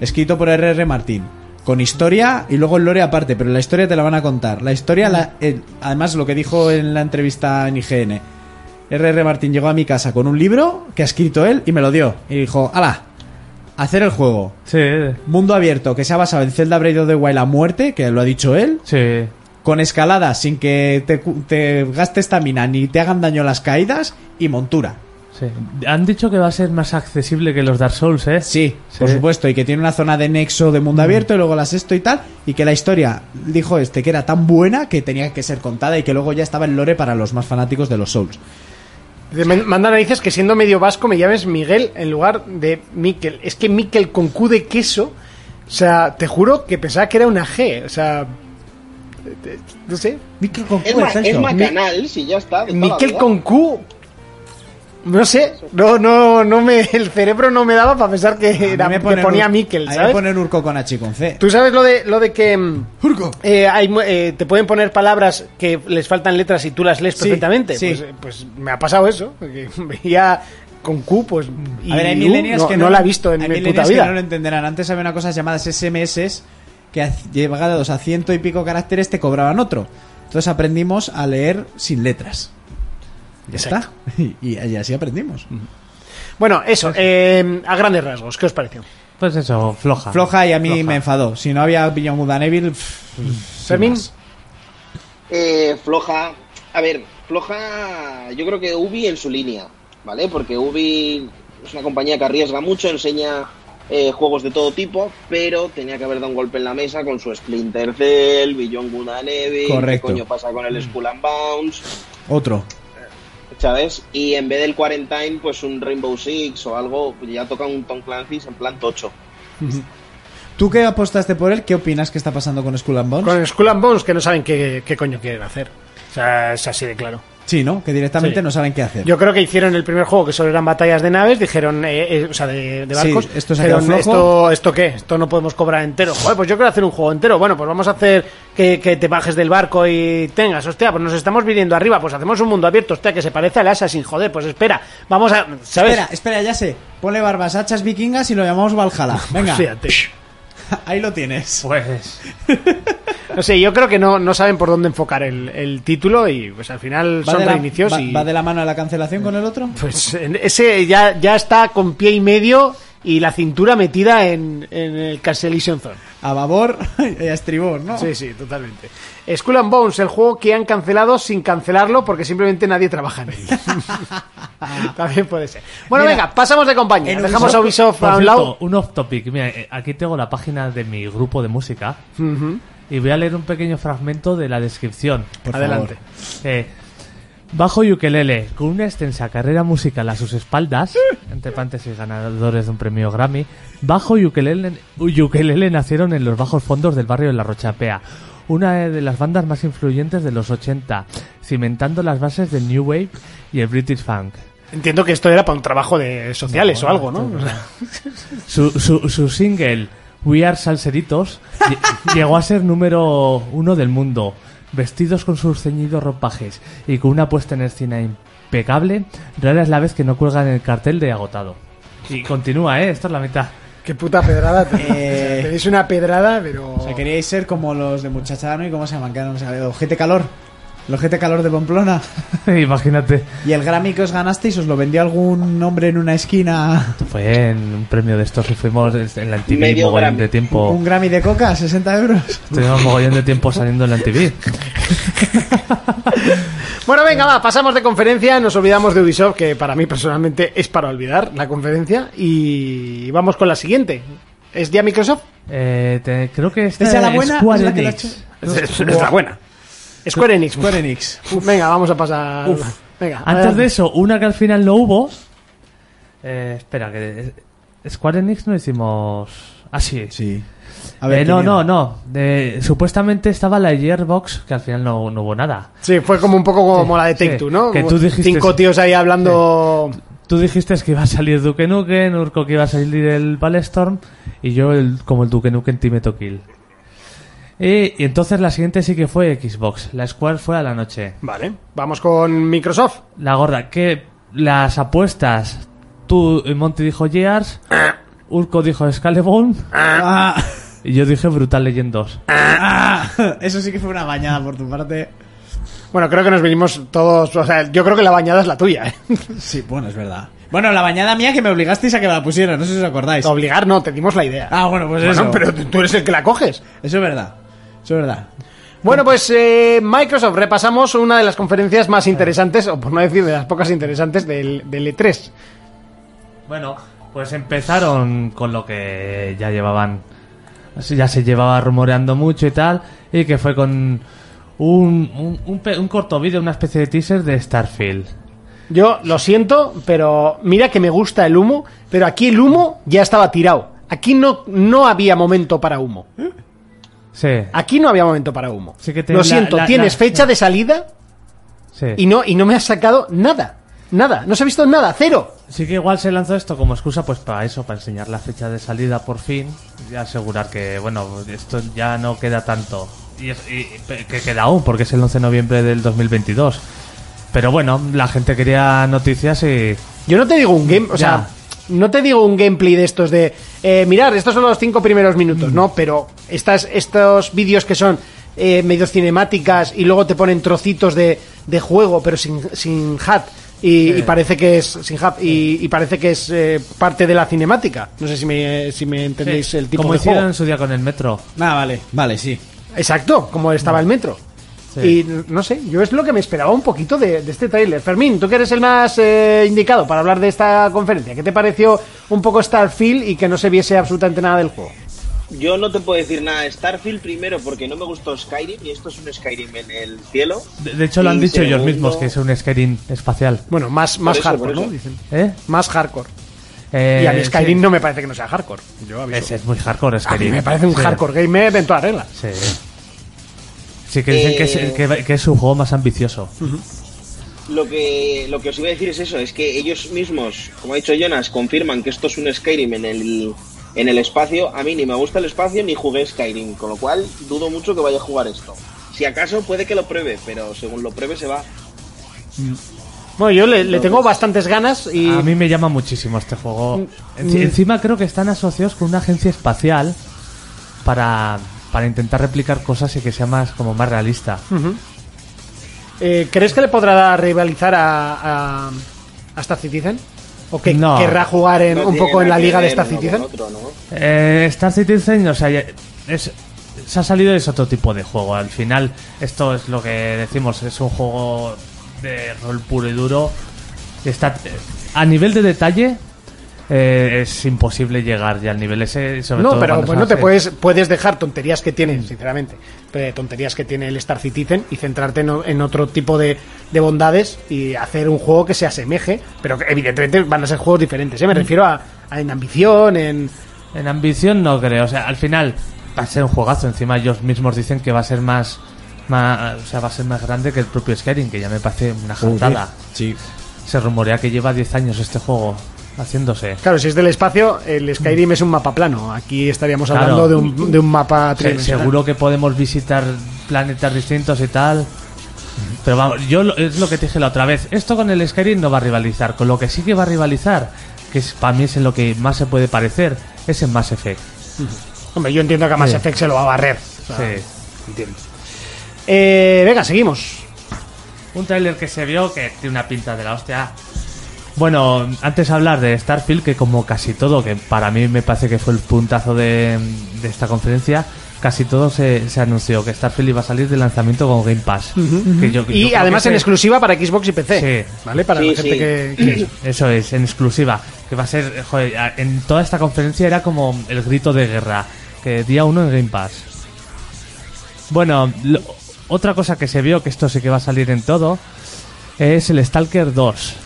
escrito por R.R. Martín. Con historia y luego el lore aparte, pero la historia te la van a contar. La historia, la- el- además, lo que dijo en la entrevista en IGN, R.R. Martín llegó a mi casa con un libro que ha escrito él y me lo dio. Y dijo, ala, hacer el juego.
Sí,
Mundo abierto que se ha basado en Zelda Breath of the Wild a muerte, que lo ha dicho él
sí.
con escalada sin que te, cu- te gastes estamina ni te hagan daño las caídas y montura.
Sí. Han dicho que va a ser más accesible que los Dark Souls, ¿eh?
Sí, por supuesto, y que tiene una zona de nexo de
Mm.
mundo abierto y luego las esto y tal, y que la historia, dijo este, que era tan buena que tenía que ser contada y que luego ya estaba el lore para los más fanáticos de los Souls.
Dice, "Me- Manda narices que siendo medio vasco me llames Miguel en lugar de Miquel. Es que Miquel con Q de queso. O sea, te juro que pensaba que era una G. O sea, eh, eh, no sé.
Es, ma- es Macanal, si ya está. de toda la
Miquel
vida.
con Q. No sé, no, no, no me, el cerebro no me daba para pensar que, era, que ponía Miquel,
A mí me
¿sabes?
ponen Urco con H y con C.
Tú sabes lo de, lo de que mm,
Urco.
eh, hay mu- eh, te pueden poner palabras que les faltan letras y tú las lees
Sí,
perfectamente.
sí.
Pues, eh, pues me ha pasado eso. porque Veía con Q, pues. Y
A ver, hay
U,
millennials
no,
que
no la he visto en
hay
mi puta
millennials
vida.
Que no lo entenderán. Antes había una cosa llamadas SMS que haz- llegados a ciento y pico caracteres te cobraban otro. Entonces aprendimos a leer sin letras.
Ya está. Y, y así aprendimos.
Bueno, eso, eh, a grandes rasgos, ¿qué os pareció?
Pues eso, floja.
Floja y a mí
Floja.
me enfadó. Si no había pillado Muda Neville. pff, sin
Fermín,
más.
Eh, floja. A ver, floja. Yo creo que Ubi en su línea, ¿vale? Porque Ubi es una compañía que arriesga mucho, enseña eh, juegos de todo tipo, pero tenía que haber dado un golpe en la mesa con su Splinter Cell, Beyond Good and Evil,
Correcto.
¿Qué coño pasa con el Skull and Bounce?
Otro.
¿Sabes? Y en vez del Quarantine, pues un Rainbow Six o algo, ya toca un Tom Clancy's en plan tocho.
¿Tú que apostaste por él? ¿Qué opinas que está pasando con Skull and Bones?
con Skull and Bones que no saben qué, qué coño quieren hacer. O sea, es así de claro.
Sí, ¿no? Que directamente
Sí.
no saben qué hacer.
Yo creo que hicieron el primer juego que solo eran batallas de naves, dijeron, eh, eh, o sea, de, de
Sí,
barcos.
esto se ha
dijeron,
quedado flojo.
¿esto, ¿Esto qué? Esto no podemos cobrar entero. Joder, pues yo quiero hacer un juego entero. Bueno, pues vamos a hacer que, que te bajes del barco y tengas. Hostia, pues nos estamos viniendo arriba, pues hacemos un mundo abierto. Hostia, que se parece al Assassin. Joder, pues espera, vamos a. ¿Sabes?
Espera, espera, ya sé. Ponle barbas, hachas vikingas y lo llamamos Valhalla. Venga,
Fíjate.
ahí lo tienes.
Pues.
No sé, yo creo que no, no saben por dónde enfocar el, el título y pues al final
¿Va
son
de, la,
reinicios
va-
y.
va de la mano a la cancelación con el otro?
Pues en- ese ya, ya está con pie y medio y la cintura metida en, en el cancellation zone.
A babor y a estribor, ¿no?
Sí, sí, totalmente. Skull and Bones, el juego que han cancelado sin cancelarlo porque simplemente nadie trabaja en él. También puede ser. Bueno,
Mira,
venga, pasamos de compañía.
en
Dejamos a Ubisoft
Por
a un
cierto,
lado.
un off topic. Mira, eh, aquí tengo la página de mi grupo de música
Ujú,
y voy a leer un pequeño fragmento de la descripción.
Por
Adelante.
favor.
Eh, bajo ukelele, con una extensa carrera musical a sus espaldas, entre paréntesis ganadores de un premio Grammy, bajo ukelele, ukelele nacieron en los bajos fondos del barrio de La Rochapea, una de las bandas más influyentes de los 80, cimentando las bases del New Wave y el British Funk.
Entiendo que esto era para un trabajo de sociales o algo, ¿no?
Su, su, su single, We Are Salseritos, lle- llegó a ser número uno del mundo. Vestidos con sus ceñidos ropajes y con una puesta en escena impecable, rara es la vez que no cuelgan el cartel de agotado. Y continúa, ¿eh? Esto es la mitad.
Qué puta pedrada.
Eh.
Tenéis una pedrada, pero.
O sea, queríais ser como los de Muchachano y cómo se llaman, que no me sale, Ojete Calor. El Ojete Calor de Pamplona.
Imagínate.
Y el Grammy que os ganasteis os lo vendió algún hombre en una esquina.
Fue en un premio de estos y fuimos en la MTV
Medio
mogollón
Grammy.
de tiempo.
Un Grammy de coca, 60 euros.
Estuvimos mogollón de tiempo saliendo en la MTV.
Bueno, venga, va, pasamos de conferencia, nos olvidamos de Ubisoft, que para mí personalmente es para olvidar la conferencia, y vamos con la siguiente. ¿Es ya Microsoft?
Eh, te- creo que esta
¿Esa es la
es
buena?
Square
¿Es la que la
Enix.
ha hecho?
buena. Square Enix.
Square Enix.
Venga, vamos a pasar. Venga,
Antes
adelante.
de eso, una que al final no hubo. Eh, espera, que. eh, Square Enix no hicimos. Ah, sí.
Sí. A
A
ver,
no,
¿quién
no,
era?
no. Eh, supuestamente estaba la Gearbox, que al final no, no hubo nada.
Sí, fue como un poco como
Sí,
la de Take
sí,
Two, ¿no?
que
Como
tú dijiste-
Cinco tíos ahí hablando.
Tú dijiste que iba a salir Duke Nukem, Urco que iba a salir el Ballestorm, y yo el- como el Duke Nukem Timeto Kill. Y, y entonces la siguiente sí que fue Xbox. La Square fue a la noche.
Vale, vamos con Microsoft.
La gorda, que las apuestas. Tú, Monty dijo Gears, Urco dijo Scalebone.
Ah,
Y yo dije Brutal Legend 2.
ah, eso sí que fue una bañada por tu parte.
Bueno, creo que nos vinimos todos. O sea, yo creo que la bañada es la tuya, ¿eh?
Sí, bueno, es verdad. Bueno, la bañada mía que me obligasteis a que me la pusieran, no sé si os acordáis.
Obligar no, te dimos la idea.
Ah, bueno, pues
Bueno,
eso.
pero tú eres el que la coges.
Eso es verdad. Eso es verdad.
Bueno, pues eh, Microsoft, repasamos una de las conferencias más interesantes, o por no decir de las pocas interesantes del, del E E3.
Bueno, pues empezaron con lo que ya llevaban. así Ya se llevaba rumoreando mucho y tal. Y que fue con un, un, un pe- un corto vídeo, una especie de teaser de Starfield.
Yo lo siento, pero mira que me gusta el humo, pero aquí el humo ya estaba tirado. Aquí no, no había momento para humo.
Sí,
Aquí no había momento para humo.
Sí que te-
lo
la-
siento,
la-
tienes
la-
fecha de salida
sí.
y no, y no me has sacado nada. Nada, no se ha visto nada, cero.
Sí que igual se lanzó esto como excusa pues para eso, para enseñar la fecha de salida por fin y asegurar que, bueno, esto ya no queda tanto. Y, es- y- pe- que queda aún, porque es el 11 de noviembre del 2022. Pero bueno, la gente quería noticias y...
Yo no te digo un game, o
Ya.
sea, no te digo un gameplay de estos de eh, mirar, estos son los cinco primeros
Mm.
minutos, ¿no? Pero estas, estos vídeos que son eh, medio cinemáticas y luego te ponen trocitos de, de juego, pero sin, sin hat, y, y parece que es sin hub, y, y parece que es eh, parte de la cinemática. No sé si me, si me entendéis el tipo
Como
de
hicieron
juego.
en su día con el metro.
Ah, vale.
Vale, sí.
Exacto, como estaba el metro.
Sí.
Y n- no sé, yo es lo que me esperaba un poquito de, de este tráiler. Fermín, tú que eres el más eh, indicado para hablar de esta conferencia, ¿qué te pareció un poco Starfield y que no se viese absolutamente nada del juego?
Yo no te puedo decir nada de Starfield, primero porque no me gustó Skyrim y esto es un Skyrim en el cielo.
De, de hecho, lo han
Y
dicho ellos
segundo-
mismos que es un Skyrim espacial.
Bueno, más, más
eso,
hardcore,
por eso.
¿no? Dicen.
¿Eh?
Más hardcore.
Eh,
y a mí Skyrim
sí.
no me parece que no sea hardcore. Yo aviso.
Ese es muy hardcore,
A
Skyrim.
mí me parece un
Sí.
hardcore gamer en toda regla.
Sí. Sí, que dicen que es,
Eh,
que- que es su juego más ambicioso.
Lo que, lo que os iba a decir es eso, es que ellos mismos, como ha dicho Jonas, confirman que esto es un Skyrim en el, en el espacio. A mí ni me gusta el espacio ni jugué Skyrim, con lo cual dudo mucho que vaya a jugar esto. Si acaso puede que lo pruebe, pero según lo pruebe se va.
Bueno, yo le, le
pues.
tengo bastantes ganas y...
A mí me llama muchísimo este juego. Enci-
mm.
Encima creo que están asociados con una agencia espacial para, para intentar replicar cosas y que sea más como más realista.
Ujú. Eh, ¿Crees que le podrá rivalizar a, a, a Star Citizen? ¿O que
No.
querrá jugar en,
No
un
tiene
poco en la
nada que
liga de
ver
Star
uno con
Citizen?
otro, ¿no?
Eh, Star Citizen, o sea, ya- es- se ha salido es otro tipo de juego. Al final, esto es lo que decimos, es un juego de rol puro y duro. Está a nivel de detalle. eh, es imposible llegar ya al nivel ese. Sobre
No,
todo
pero
cuando
pues no te
se-
puedes, puedes dejar tonterías que tienen, sinceramente. eh, Tonterías que tiene el Star Citizen y centrarte en, o- en otro tipo de, de bondades y hacer un juego que se asemeje, pero que evidentemente van a ser juegos diferentes. ¿eh? Me refiero a, a en ambición, en...
En ambición no creo, o sea, al final va a ser un juegazo, encima ellos mismos dicen que va a ser más, más o sea, va a ser más grande que el propio Skyrim, que ya me parece una jartada.
Sí.
Se rumorea que lleva 10 años este juego haciéndose.
Claro, si es del espacio, el Skyrim es un mapa plano. Aquí estaríamos
Claro.
hablando de, un, de un mapa
Se-
tridimensional.
seguro que podemos visitar planetas distintos y tal. Pero vamos, yo lo- es lo que te dije la otra vez. Esto con el Skyrim no va a rivalizar. Con lo que sí que va a rivalizar, que es, para mí es en lo que más se puede parecer, es en Mass Effect.
Hombre, yo entiendo que a Mass
Sí.
Effect se lo va a barrer. O sea,
Sí.
Eh, venga, seguimos.
Un tráiler que se vio que tiene una pinta de la hostia. Bueno, antes hablar de Starfield, que como casi todo, que para mí me parece que fue el puntazo de, de esta conferencia, casi todo se, se anunció que Starfield iba a salir de lanzamiento con Game Pass. Que yo- yo
Y
creo
además
que
en
ese-
exclusiva para Xbox y PC.
Sí.
¿Vale? Para
Sí,
la gente
sí.
que... que-
Eso es, en exclusiva. Que va a ser, joder, a- en toda esta conferencia era como el grito de guerra. Que día uno en Game Pass. Bueno, lo- otra cosa que se vio, que esto sí que va a salir en todo, es el Stalker 2.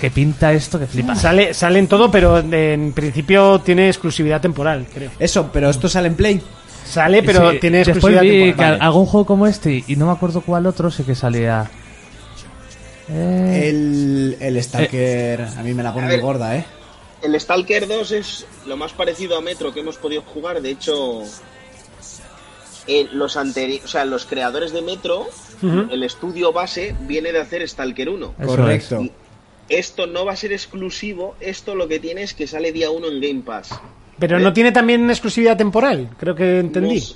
que pinta esto que flipas.
Sale, sale en todo, pero en principio tiene exclusividad temporal, creo.
Eso, pero esto sale en Play.
Sale, pero
Sí,
tiene
Después
exclusividad
vi que
temporal.
Vale.
algún juego como este, y no me acuerdo cuál otro, sé que salía... Eh,
El, el Stalker. a mí me la pone
Eh. a
muy
ver.
gorda, ¿eh?
El Stalker 2 es lo más parecido a Metro que hemos podido jugar. De hecho, eh, los anteri- o sea, los creadores de Metro, el estudio base, viene de hacer Stalker 1.
Eso
Correcto.
Y esto no va a ser exclusivo. Esto lo que tiene es que sale día 1 en Game Pass.
Pero no tiene también exclusividad temporal, creo que entendí.
No s-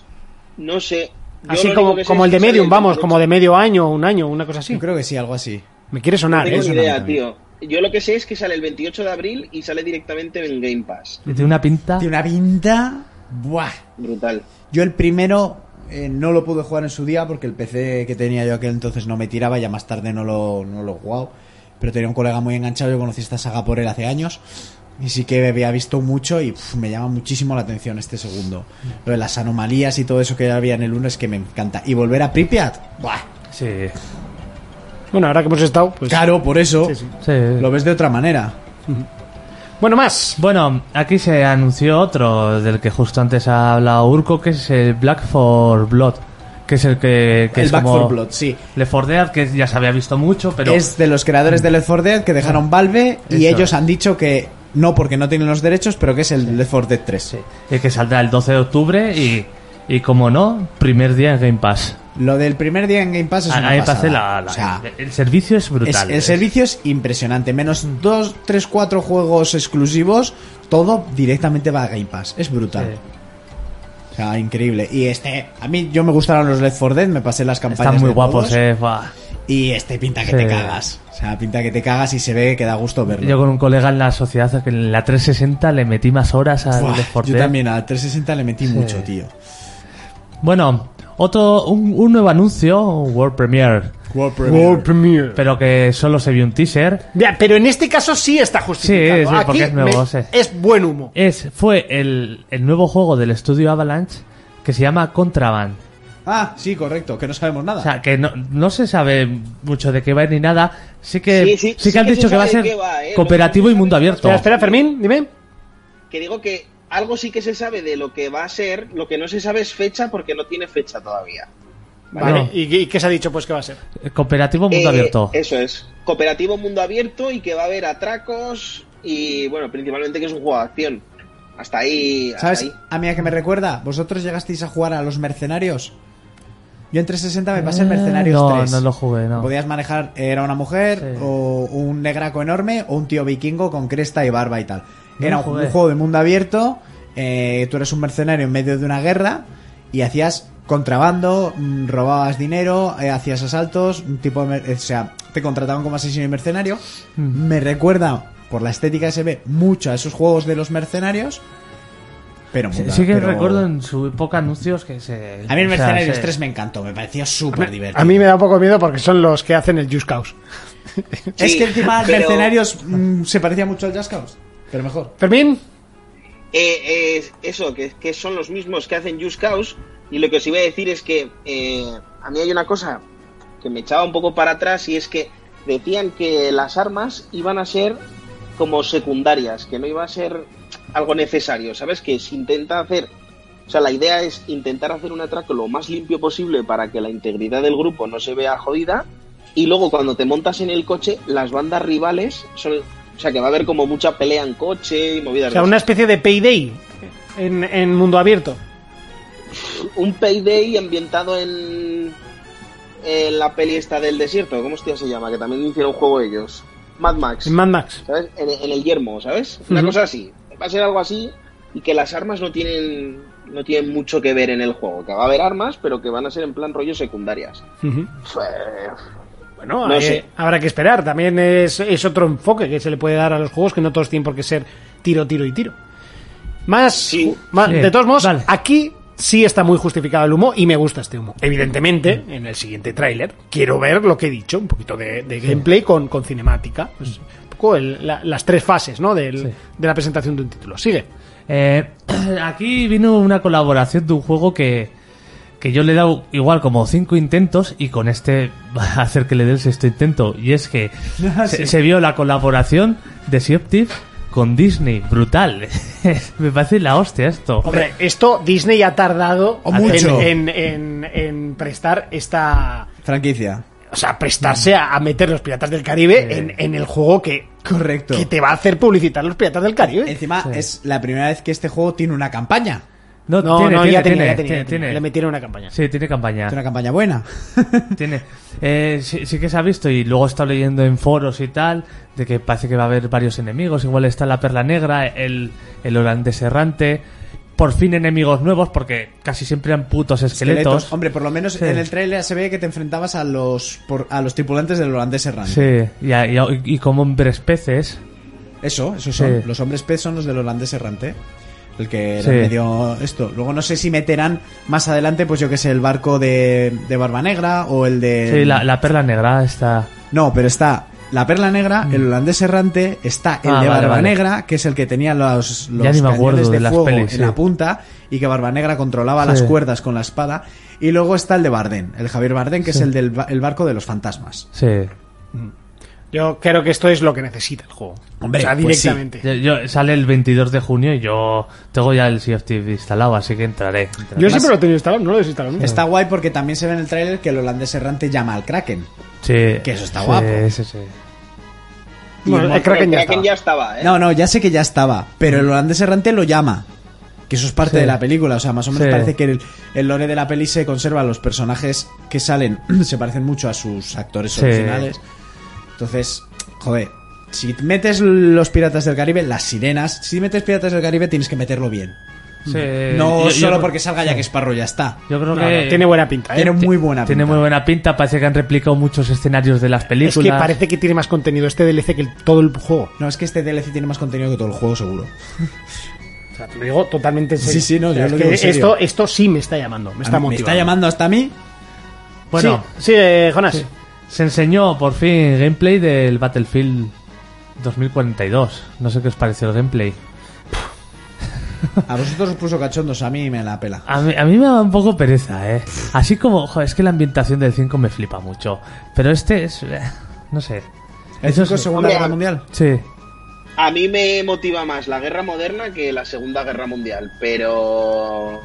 No, sé. Yo
Así
lo
como,
único que sé
como
es
el
que
de
sale
medium, vamos,
28.
como de medio año, un año, una cosa así.
Yo creo que sí, algo así.
Me quiere
No
sonar,
tengo
¿eh?
ni
eso
idea,
también.
tío. Yo lo que sé es que sale el 28 de abril y sale directamente en Game Pass.
Tiene una pinta...
Tiene una pinta. Buah.
Brutal.
Yo el primero eh, no lo pude jugar en su día porque el PC que tenía yo aquel entonces no me tiraba, ya más tarde no lo, no lo he jugado. Pero tenía un colega muy enganchado, yo conocí esta saga por él hace años. Y sí que había visto mucho y uf, me llama muchísimo la atención este segundo. Lo de las anomalías y todo eso que había en el 1 es que me encanta. Y volver a Pripyat, buah,
Sí,
Bueno, ahora que hemos estado, pues...
claro, por eso
sí.
lo ves de otra manera.
Bueno, más.
Bueno, aquí se anunció otro del que justo antes ha hablado Urco, que es el Black for Blood, que es el que, que
el
es
Back
como
4 Blood, sí.
Left 4 Dead, que ya se había visto mucho, pero Ah,
es de los creadores de Left 4 Dead que dejaron Valve y
Eso.
ellos han dicho que no porque no tienen los derechos, pero que es el Left 4 Dead 3.
el eh, que saldrá el 12 de octubre y, y como no, primer día en Game Pass.
Lo del primer día en Game Pass es
A-
una
a Game Pass
pasada.
Ah, la- la-
O sea,
el servicio es
es-
brutal. eh.
el
es-
servicio es impresionante. Menos 2, 3, 4 juegos exclusivos, todo directamente va a Game Pass. Es brutal. O sea, increíble. Y este, a mí yo me gustaron los Left 4 Dead, me pasé las campañas.
Están muy
de
guapos,
todos.
eh. buah.
Y este pinta que
Sí.
te cagas. O sea, pinta que te cagas y se ve que da gusto verlo.
Yo con un colega en la sociedad, que en la 360 le metí más horas al
Buah,
Fortnite.
yo también al 360 le metí mucho, tío.
Bueno, otro, un, un nuevo anuncio, un World Premiere,
World Premiere.
pero que solo se vio un teaser.
Ya, pero en este caso sí está justificado.
Sí, sí, porque
Aquí
es nuevo,
me-
sí.
es buen humo.
Es, fue el, el nuevo juego del estudio Avalanche que se llama Contraband.
Ah, sí, correcto, que no sabemos nada.
O sea, que no, no se sabe mucho de qué va ni nada. Sí que,
Sí, sí, sí
que han
que se
dicho que va a
sabe
ser
de qué va, eh.
cooperativo y mundo abierto.
Espera, espera, Fermín, dime.
Que digo que algo sí que se sabe de lo que va a ser, lo que no se sabe es fecha porque no tiene fecha todavía.
Vale,
Bueno.
¿y, y qué se ha dicho pues que va a ser?
Cooperativo mundo
Eh,
abierto.
Eso es. Cooperativo mundo abierto y que va a haber atracos y, bueno, principalmente que es un juego de acción. Hasta ahí. hasta
¿Sabes?
ahí.
A mí a que me recuerda, ¿vosotros llegasteis a jugar a los mercenarios? Yo en 360 me pasé el Mercenarios
no,
3.
no lo jugué, no.
Podías manejar, era una mujer,
Sí.
o un negraco enorme, o un tío vikingo con cresta y barba y tal.
No
era
lo
un,
jugué.
un juego de mundo abierto, eh, tú eres un mercenario en medio de una guerra y hacías contrabando, mm, robabas dinero, eh, hacías asaltos, un tipo de mer- eh, o sea, te contrataban como asesino y mercenario.
Mm.
Me recuerda, por la estética que se ve, mucho a esos juegos de los mercenarios. Pero
Sí,
muda,
sí que
pero-
recuerdo en su época anuncios que se...
A mí el
o sea,
Mercenarios
se-
3 me encantó, me pareció
Pues
súper divertido.
A mí me da un poco miedo porque son los que hacen el Just Cause.
es
Sí,
que encima
pero-
Mercenarios mm, se parecía mucho al Just Cause, pero mejor.
Fermín,
Eh, eh, eso, que, que son los mismos que hacen Just Cause. Y lo que os iba a decir es que eh, a mí hay una cosa que me echaba un poco para atrás y es que decían que las armas iban a ser como secundarias, que no iba a ser algo necesario, ¿sabes? Que se intenta hacer, o sea, la idea es intentar hacer un atraco lo más limpio posible para que la integridad del grupo no se vea jodida y luego cuando te montas en el coche, las bandas rivales son, o sea, que va a haber como mucha pelea en coche y movidas
o sea,
de
una especie de payday en, en mundo abierto.
un payday ambientado en, en la peli esta del desierto, ¿cómo hostia se llama? Que también hicieron juego ellos. Mad Max.
En Mad Max.
¿sabes? En, en el yermo, ¿sabes? Una
Ujú.
cosa así. Va a ser algo así y que las armas no tienen no tienen mucho que ver en el juego. Que va a haber armas, pero que van a ser en plan rollo secundarias. Eh,
Bueno,
No
eh,
sé.
habrá que esperar. También es, es otro enfoque que se le puede dar a los juegos que no todos tienen por qué ser tiro, tiro y tiro. Más,
Sí.
más-
Sí,
de todos modos,
vale.
aquí sí está muy justificado el humo y me gusta este humo. Evidentemente, en el siguiente tráiler quiero ver lo que he dicho, un poquito de, de gameplay con, con cinemática. Pues, un poco el- la- las tres fases ¿no? Del-
Sí.
de la presentación de un título. Sigue.
Eh, aquí vino una colaboración de un juego que, que yo le he dado igual como cinco intentos y con este va a hacer que le dé el sexto intento. Y es que se, se vio la colaboración de Sea Optive con Disney. Brutal. Me parece la hostia esto.
Hombre, esto Disney ha tardado
O mucho.
En, en- en- en prestar esta.
Franquicia.
O sea, prestarse a, a meter los piratas del Caribe en, en el juego que,
Correcto.
que te va a hacer publicitar los piratas del Caribe.
Encima es la primera vez que este juego tiene una campaña.
No,
No,
tiene,
no,
tiene,
ya tenía,
tiene,
ya tenía, ya
tiene,
tenía.
tiene.
Le metieron una campaña.
Sí, tiene campaña.
Tiene una campaña buena.
Tiene. Eh, sí, sí que se ha visto y luego he estado leyendo en foros y tal, de que parece que va a haber varios enemigos. Igual está la perla negra, el, el holandés errante. Por fin enemigos nuevos, porque casi siempre eran putos esqueletos.
Hombre, por lo menos
Sí.
en el trailer se ve que te enfrentabas a los por- a los tripulantes del holandés errante.
Sí, y, a- y a- y como hombres peces.
Eso, eso son.
Sí.
Los hombres pez son los del holandés errante. El que
Sí.
era medio esto. Luego no sé si meterán más adelante, pues yo que sé, el barco de, de Barba Negra o el de.
Sí, la, la perla negra está.
No, pero está la perla negra, el holandés errante, está el
Mm. Ah,
de
vale,
Barba
vale.
Negra, que es el que tenía los, los
Ya ni me acuerdo
cañones de,
de las
fuego
pelis,
en
sí.
la punta y que Barba Negra controlaba
Sí.
las cuerdas con la espada. Y luego está el de Bardén, el Javier Bardén, que es el del ba- el barco de los fantasmas.
Sí.
Yo creo que esto es lo que necesita el juego.
Hombre,
o sea,
pues sí.
directamente.
Yo- yo- sale el 22 de junio y yo tengo ya el Sea of Thieves instalado, así que entraré. entraré.
Yo siempre lo he tenido instalado, no lo he desinstalado nunca.
Está guay porque también se ve en el tráiler que el holandés errante llama al Kraken.
Sí.
Que eso está
Sí,
guapo.
sí, sí.
Bueno, el
pero
Kraken ya estaba.
estaba, ¿eh?
No, no, ya sé que ya estaba, pero el holandés errante lo llama. Que eso es parte
Sí.
de la película, o sea, más o menos
Sí.
parece que el, el lore de la peli se conserva, los personajes que salen se parecen mucho a sus actores
Sí.
originales. Entonces, joder, si metes los Piratas del Caribe, las sirenas, si metes Piratas del Caribe tienes que meterlo bien.
Sí.
No
Eh, Yo- yo
solo
creo-
porque salga ya que Sparrow ya está.
Yo creo
No,
que.
no, tiene buena pinta. ¿eh?
Tiene muy buena
Tiene
pinta.
muy buena pinta, parece que han replicado muchos escenarios de las películas.
Es que parece que tiene más contenido este DLC que el- todo el juego.
No, es que este DLC tiene más contenido que todo el juego, seguro.
O sea, te lo digo totalmente en
Sí,
serio.
sí, no,
O sea,
yo
es
lo
que
digo en serio.
esto, esto sí me está llamando, me está
A mí- me
motivando.
está llamando hasta a mí.
Bueno,
Sí, sí, eh, Jonas.
se enseñó por fin gameplay del Battlefield 2042. No sé qué os pareció el gameplay.
A vosotros os puso cachondos, a mí me la pela.
A mí, a mí me da un poco pereza, ¿eh? Así como, joder, es que la ambientación del 5 me flipa mucho. Pero este es... eh, No sé.
¿El
Eso es-
5 Segunda
Hombre,
Guerra
a-
Mundial?
Sí.
A mí me motiva más la guerra moderna que la Segunda Guerra Mundial, pero.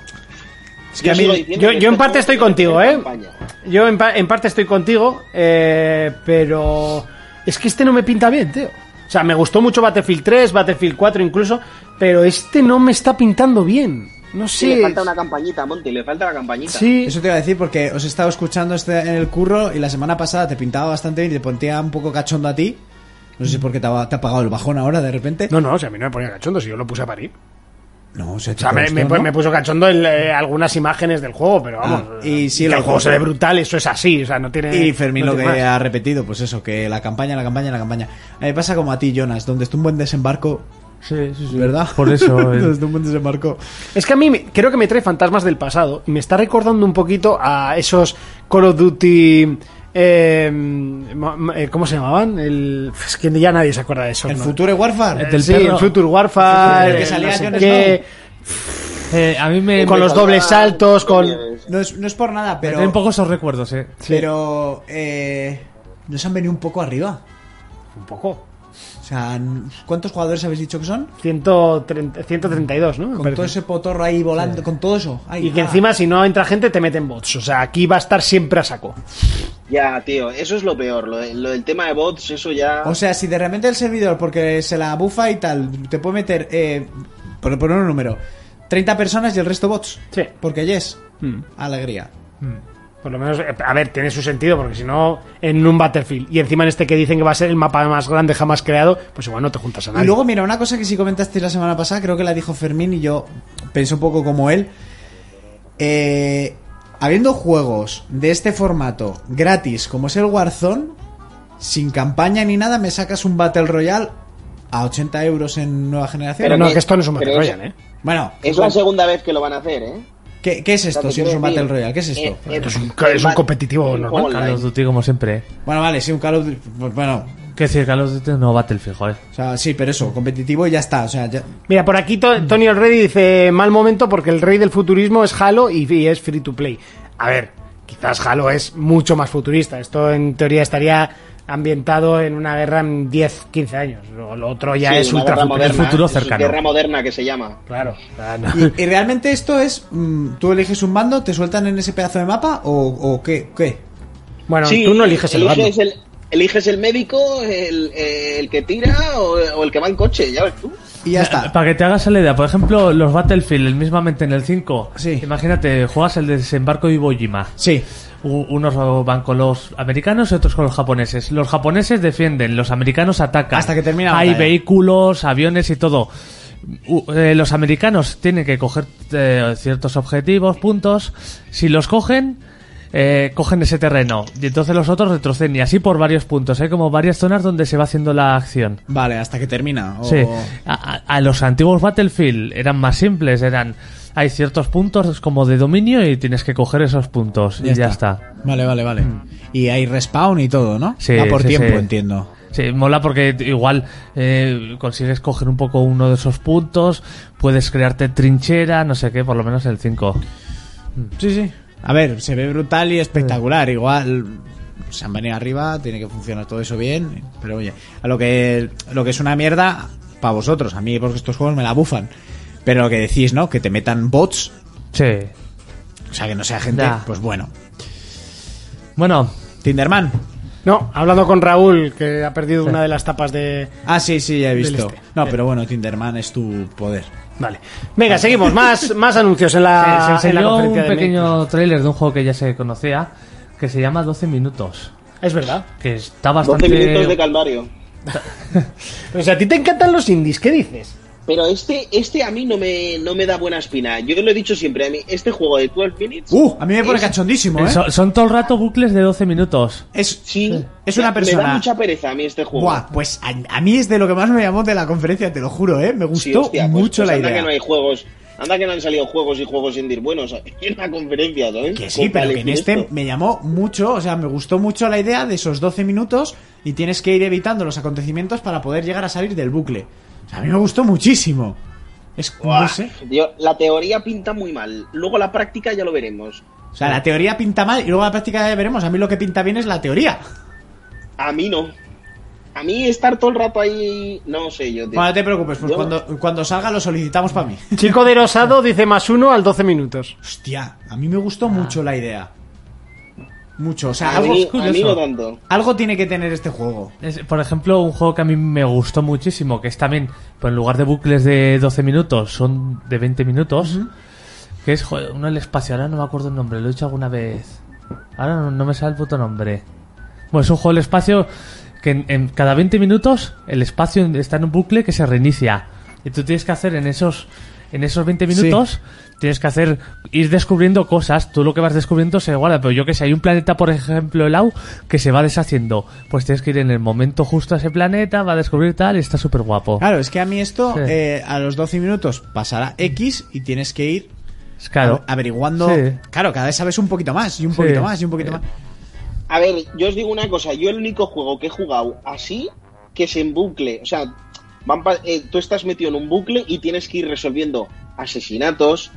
que a mí-
sigo diciendo
yo-
que
yo en parte
este juego
estoy
tiene que
contigo,
ser
¿eh?
campaña.
Yo en, pa- en parte estoy contigo, eh, pero es que este no me pinta bien, tío. O sea, me gustó mucho Battlefield 3, Battlefield 4 incluso, pero este no me está pintando bien. No sé.
Sí, le falta una campañita, Monty, le falta la campañita.
Sí.
Eso te iba a decir porque os he estado escuchando este en el curro y la semana pasada te pintaba bastante bien y te ponía un poco cachondo a ti. No sé si porque te ha, te ha pagado el bajón ahora de repente.
No, no, o sea, a mí no me ponía cachondo, si yo lo puse a parir.
No, o sea,
O sea, me, me- me puso cachondo el, eh, algunas imágenes del juego, pero vamos.
Ah, y sí,
que
lo-
el juego se ve brutal, eso es así, o sea, no tiene.
Y Fermín
no
lo que
tiene más.
ha repetido, pues eso, que la campaña, la campaña, la campaña. A mí me pasa como a ti, Jonas, donde está un buen desembarco,
Sí, sí, sí.
¿verdad?
Por eso... eh.
donde está un buen desembarco.
Es que a mí me- creo que me trae fantasmas del pasado y me está recordando un poquito a esos Call of Duty. eh, ma- ma- eh, ¿Cómo se llamaban? El, es que ya nadie se acuerda de eso. Eh.
El Future Warfare.
El del sí,
perro.
el Future Warfare.
El que
el
salía
no sé
Jon
qué,
Eh, a mí me...
Con
me-
los dobles saltos, con.
No es, no es por nada,
me
pero.
traen pocos esos recuerdos, ¿eh?
Pero. Eh, nos han venido un poco arriba.
Un poco.
O sea, ¿cuántos jugadores habéis dicho que son?
130 132, ¿no? Me
Con
parece.
todo ese potorro ahí volando, con todo eso. ahí,
Y que
ah.
encima, si no entra gente, te meten bots. O sea, aquí va a estar siempre a saco.
Ya, tío, eso es lo peor. Lo, de- lo del tema de bots, eso ya.
O sea, si de repente el servidor, porque se la bufa y tal, te puede meter, eh, por poner un número, 30 personas y el resto bots.
Sí. Hmm.
Porque yes, alegría.
Por lo menos, eh, a ver, tiene su sentido, porque si no, en un Battlefield. Y encima en este que dicen que va a ser el mapa más grande jamás creado, pues igual no te juntas a nadie.
Y luego, mira, una cosa que sí comentaste la semana pasada, creo que la dijo Fermín y yo pensé un poco como él. Eh, habiendo juegos de este formato gratis, como es el Warzone, sin campaña ni nada, me sacas un Battle Royale a 80 euros en nueva generación.
pero
Pero
no,
que-
que esto no es un Battle
pero eso-
Royale, ¿eh?
Bueno,
es la segunda vez que lo van a hacer, ¿eh?
¿qué, qué es
O sea,
esto si
te
no es
quiero
un
decir,
Battle Royale? ¿Qué es esto?
eh,
Es un- es un
va-
competitivo
un
normal.
juego
Call of
online.
Duty, como siempre. ¿eh?
Bueno, vale, sí, un Call of Duty, pues, Bueno,
Que decir, Call of Duty no Battlefield, joder.
o sea, sí, pero eso, competitivo y ya está. O sea, ya-
Mira, por aquí To- Tony el Rey dice: mal momento porque el rey del futurismo es Halo y, y es free to play. A ver, quizás Halo es mucho más futurista. Esto en teoría estaría ambientado en una guerra en 10, 15 años. Lo, lo otro ya
Sí,
es
una
ultra
guerra
futurista.
el
moderna, ¿eh?
futuro
es una
cercano.
Guerra moderna que se llama.
Claro. Ah, no.
Y, y realmente esto es. mm, tú eliges un mando, te sueltan en ese pedazo de mapa o, o qué, qué.
Bueno,
Sí,
tú no eliges el bando.
eliges el, eliges el médico, el, eh, el que tira o, o el que va en coche, ya ves tú.
Y ya está.
Para que te hagas la idea, por ejemplo, los Battlefield, el mismamente en el 5.
Sí.
Imagínate, juegas el desembarco de Iwo Jima.
Sí.
U- Unos van con los americanos y otros con los japoneses. Los japoneses defienden, los americanos atacan.
Hasta que termina la
Hay
batalla.
vehículos, aviones y todo. U- eh, los americanos tienen que coger eh, ciertos objetivos, puntos. Si los cogen, eh, cogen ese terreno. Y entonces los otros retroceden y así por varios puntos. Hay como varias zonas donde se va haciendo la acción.
Vale, hasta que termina. o-
Sí, a, a- a los antiguos Battlefield eran más simples, eran hay ciertos puntos como de dominio y tienes que coger esos puntos y ya está. Mm.
Vale, vale, vale. Y hay respawn y todo, ¿no?
Sí,
Va por
sí,
tiempo,
sí.
entiendo.
Sí, mola porque igual eh, consigues coger un poco uno de esos puntos, puedes crearte trinchera, no sé qué, por lo menos el 5.
Sí, sí. A ver, se ve brutal y espectacular. Igual se han venido arriba, tiene que funcionar todo eso bien. Pero oye, a lo que, lo que es una mierda, para vosotros, a mí, porque estos juegos me la bufan. Pero lo que decís, ¿no? Que te metan bots,
Sí.
o sea, que no sea gente,
Ya.
pues bueno.
Bueno,
Tinderman.
No, hablando con Raúl, que ha perdido una de las tapas de.
Ah, sí, sí, ya he visto.
este.
No, pero bueno, Tinderman es tu poder.
Vale. Venga, seguimos. Más, más anuncios en la,
eh, se, se
Ah, en la
enseñó un
conferencia de
pequeño tráiler de un juego que ya se conocía, que se llama 12 minutos,
Microsoft. Es verdad.
que está
12
bastante...
minutos de calvario.
Pues Pero si a ti te encantan los indies, ¿qué dices?
Pero este, este a mí no me, no me da buena espina. Yo lo he dicho siempre, a mí este juego de 12 minutes.
Uh, a mí me pone
es-
cachondísimo,
Eh,
¿eh?
Son, son todo el rato bucles de 12 minutos.
Es,
Sí,
es una
me- Me da
persona.
mucha pereza a mí este juego.
Buah, pues a, a mí es de lo que más me llamó de la conferencia, te lo juro, ¿eh? Me gustó
Sí, hostia, pues-
mucho
pues
la
anda
idea.
que no hay juegos. Anda que no han salido juegos y juegos sin decir buenos en la conferencia, ¿sabes?
Que sí,
Como
pero
para
que en
elegir
este
esto.
me llamó mucho, o sea, me gustó mucho la idea de esos 12 minutos y tienes que ir evitando los acontecimientos para poder llegar a salir del bucle. O sea, a mí me gustó muchísimo. Es, no sé.
Tío, la teoría pinta muy mal. Luego la práctica ya lo veremos.
O sea, la teoría pinta mal y luego la práctica ya veremos. A mí lo que pinta bien es la teoría.
A mí no. A mí estar todo el rato ahí. No sé, yo. tío.
Bueno, no te preocupes, pues
Yo-
cuando, cuando salga lo solicitamos para mí.
Chico de Rosado dice más uno al 12 minutos.
Hostia, a mí me gustó mucho la idea. Mucho, o sea,
Ah. a,
algo,
mí, a mí no
curioso.
tanto.
algo tiene que tener este juego.
Es, por ejemplo, un juego que a mí me gustó muchísimo, que es también, pues en lugar de bucles de 12 minutos, son de 20 minutos. Que es joder, uno el espacio, ahora no me acuerdo el nombre, lo he dicho alguna vez. Ahora no, no me sale el puto nombre. Bueno, es un juego del espacio que en, en cada 20 minutos el espacio está en un bucle que se reinicia. Y tú tienes que hacer en esos, en esos 20 minutos, tienes que hacer, ir descubriendo cosas. Tú lo que vas descubriendo se guarda, pero yo que sé, hay un planeta, por ejemplo, el AU, que se va deshaciendo. Pues tienes que ir en el momento justo a ese planeta, va a descubrir tal y está súper guapo.
Claro, es que a mí esto,
Sí.
eh, a los 12 minutos pasará X y tienes que ir
Es claro.
a- averiguando.
Sí.
Claro, cada vez sabes un poquito más, y un
Sí.
poquito más, y un poquito
Eh.
más.
A ver, yo os digo una cosa. Yo el único juego que he jugado así que es en bucle. O sea, van pa- eh, tú estás metido en un bucle y tienes que ir resolviendo asesinatos.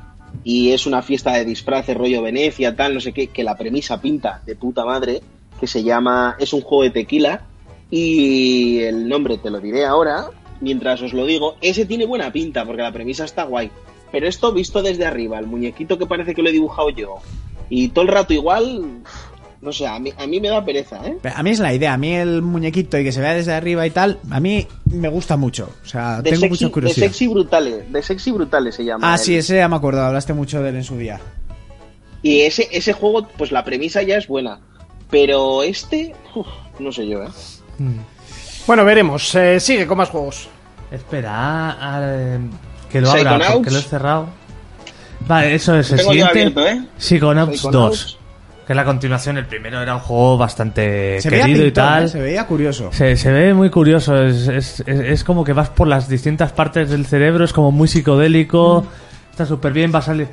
Y es una fiesta de disfraces, rollo Venecia, tal, no sé qué. Que la premisa pinta de puta madre. Que se llama. Es un juego de tequila. Y el nombre te lo diré ahora, mientras os lo digo. Ese tiene buena pinta, porque la premisa está guay. Pero esto visto desde arriba, el muñequito que parece que lo he dibujado yo, y todo el rato igual, no sé, a mí, a mí me da pereza, ¿eh?
Pero A mí es la idea, a mí el muñequito y que se vea desde arriba y tal, a mí me gusta mucho. O sea,
De
tengo
sexy,
mucha
de
curiosidad.
sexy brutales, de sexy brutales se llama.
Ah,
él.
sí, ese ya me acuerdo, hablaste mucho de él en su día.
Y ese, ese juego, pues la premisa ya es buena. Pero este, uf, no sé yo, ¿eh?
Mm.
Bueno, veremos. Eh, sigue con más juegos.
Espera, al- que lo abra,
Psychonauts.
porque lo he cerrado. Vale, eso es el
Tengo yo
siguiente.
abierto, ¿eh?
Psychonauts
Psychonauts.
2. Que es la continuación, el primero era un juego bastante
Se veía
querido y
pintón,
tal.
¿eh? se veía curioso.
Se, se ve muy curioso, es, es- es- es como que vas por las distintas partes del cerebro, es como muy psicodélico, está súper bien, va a salir,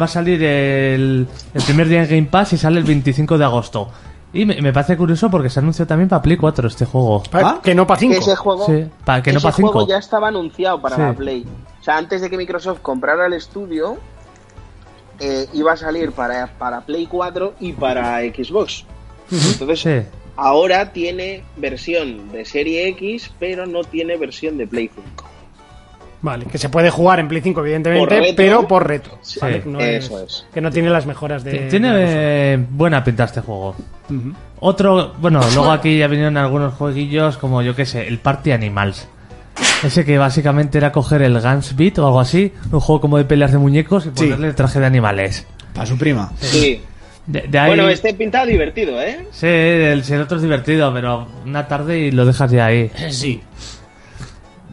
va a salir el, el primer día en Game Pass y sale el 25 de agosto. Y me, me parece curioso porque se anunció también para Play 4 este juego.
¿Ah?
Que no pa'
Que
5.
ese juego,
Sí, para que no
ese
para
juego
5.
ya estaba anunciado para
Sí.
la Play. O sea, antes de que Microsoft comprara el estudio, eh, iba a salir para, para Play 4 y para Xbox. Entonces,
Sí.
ahora tiene versión de Serie X, pero no tiene versión de Play 5.
Vale, que se puede jugar en Play 5, evidentemente,
Por reto.
pero por reto.
Sí,
¿vale?
eso es.
Que no tiene las mejoras de.
Tiene
de la
eh, buena pinta este juego. Otro, bueno, luego aquí ya vinieron algunos jueguillos como yo que sé, el Party Animals. Ese que básicamente era coger el Guns Beat o algo así, un juego como de peleas de muñecos y ponerle el traje de animales.
Para su prima.
Sí.
De, de ahí,
Bueno, este pintado divertido, ¿eh?
Sí, el, sí, el otro es divertido, pero una tarde y lo dejas ya ahí.
Sí.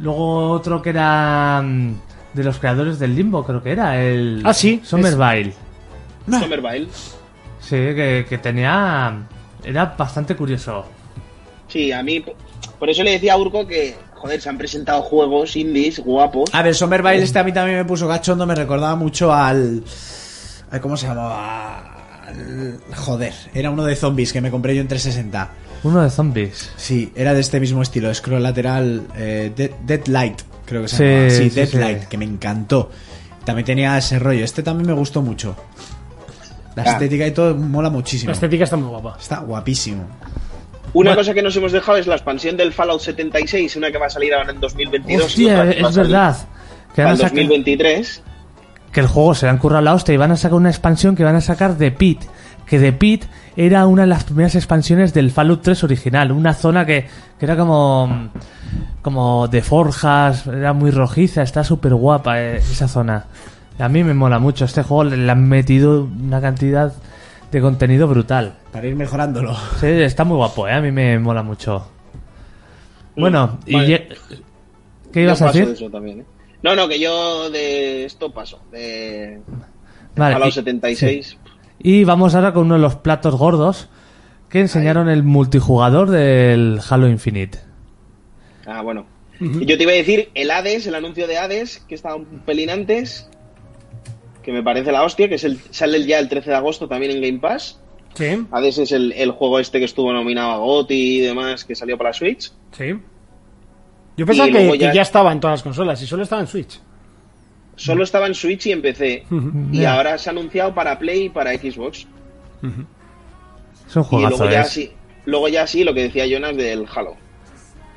Luego otro que era mm, de los creadores del Limbo, creo que era, el
Ah, sí, es-
Somerville.
Somerville.
Sí, que, que tenía... Era bastante curioso.
Sí, a mí. Por eso le decía a Urco que, joder, se han presentado juegos indies guapos.
A ver, Somerville este a mí también me puso cachondo, me recordaba mucho al... ay, ¿Cómo se llamaba? Al- Joder, era uno de zombies que me compré yo en 360.
Uno de zombies.
Sí, era de este mismo estilo, scroll lateral, eh, Dead- Dead Light, creo que se
Sí,
llamaba. Sí,
sí,
Dead
sí.
Light, que me encantó. También tenía ese rollo, este también me gustó mucho. La estética y todo mola muchísimo.
estética está muy guapa.
Está guapísimo.
Una cosa que nos hemos dejado es la expansión del Fallout 76, una que va a salir ahora en 2022. y
Hostia,
otra que va a
es
salir
verdad. Que,
Para
van a
el
sacar-
2023.
que el juego se le han currado la hostia y van a sacar una expansión que van a sacar de Pit. Que de Pit era una de las primeras expansiones del Fallout 3 original. Una zona que, que era como. como de forjas, era muy rojiza, está súper guapa eh, esa zona. A mí me mola mucho. Este juego le le han metido una cantidad de contenido brutal.
Para ir mejorándolo.
Sí, está muy guapo, ¿eh? A mí me mola mucho. Bueno, y
Mm, vale.
ye- ¿qué ibas
Yo
a
paso de
decir?
eso también, ¿eh? No, no, que yo de esto paso. De
Vale,
Fallout
y-
76.
sí. Y vamos ahora con uno de los platos gordos que enseñaron el multijugador del Halo Infinite.
Ah, bueno. Yo te iba a decir el Hades, el anuncio de Hades, que estaba un pelín antes, que me parece la hostia, que es el, sale ya el 13 de agosto también en Game Pass.
Sí,
Hades es el, el juego este que estuvo nominado a GOTY y demás, que salió para la Switch.
sí.
Yo pensaba
Y
que
luego
que ya...
ya-
estaba en todas las consolas y solo estaba en Switch.
Solo estaba en Switch y en PC. Y
Ya.
ahora se ha anunciado para Play y para Xbox.
Es un
Y
juegazo.
luego ya
¿eh?
sí, luego ya sí, lo que decía Jonas del Halo.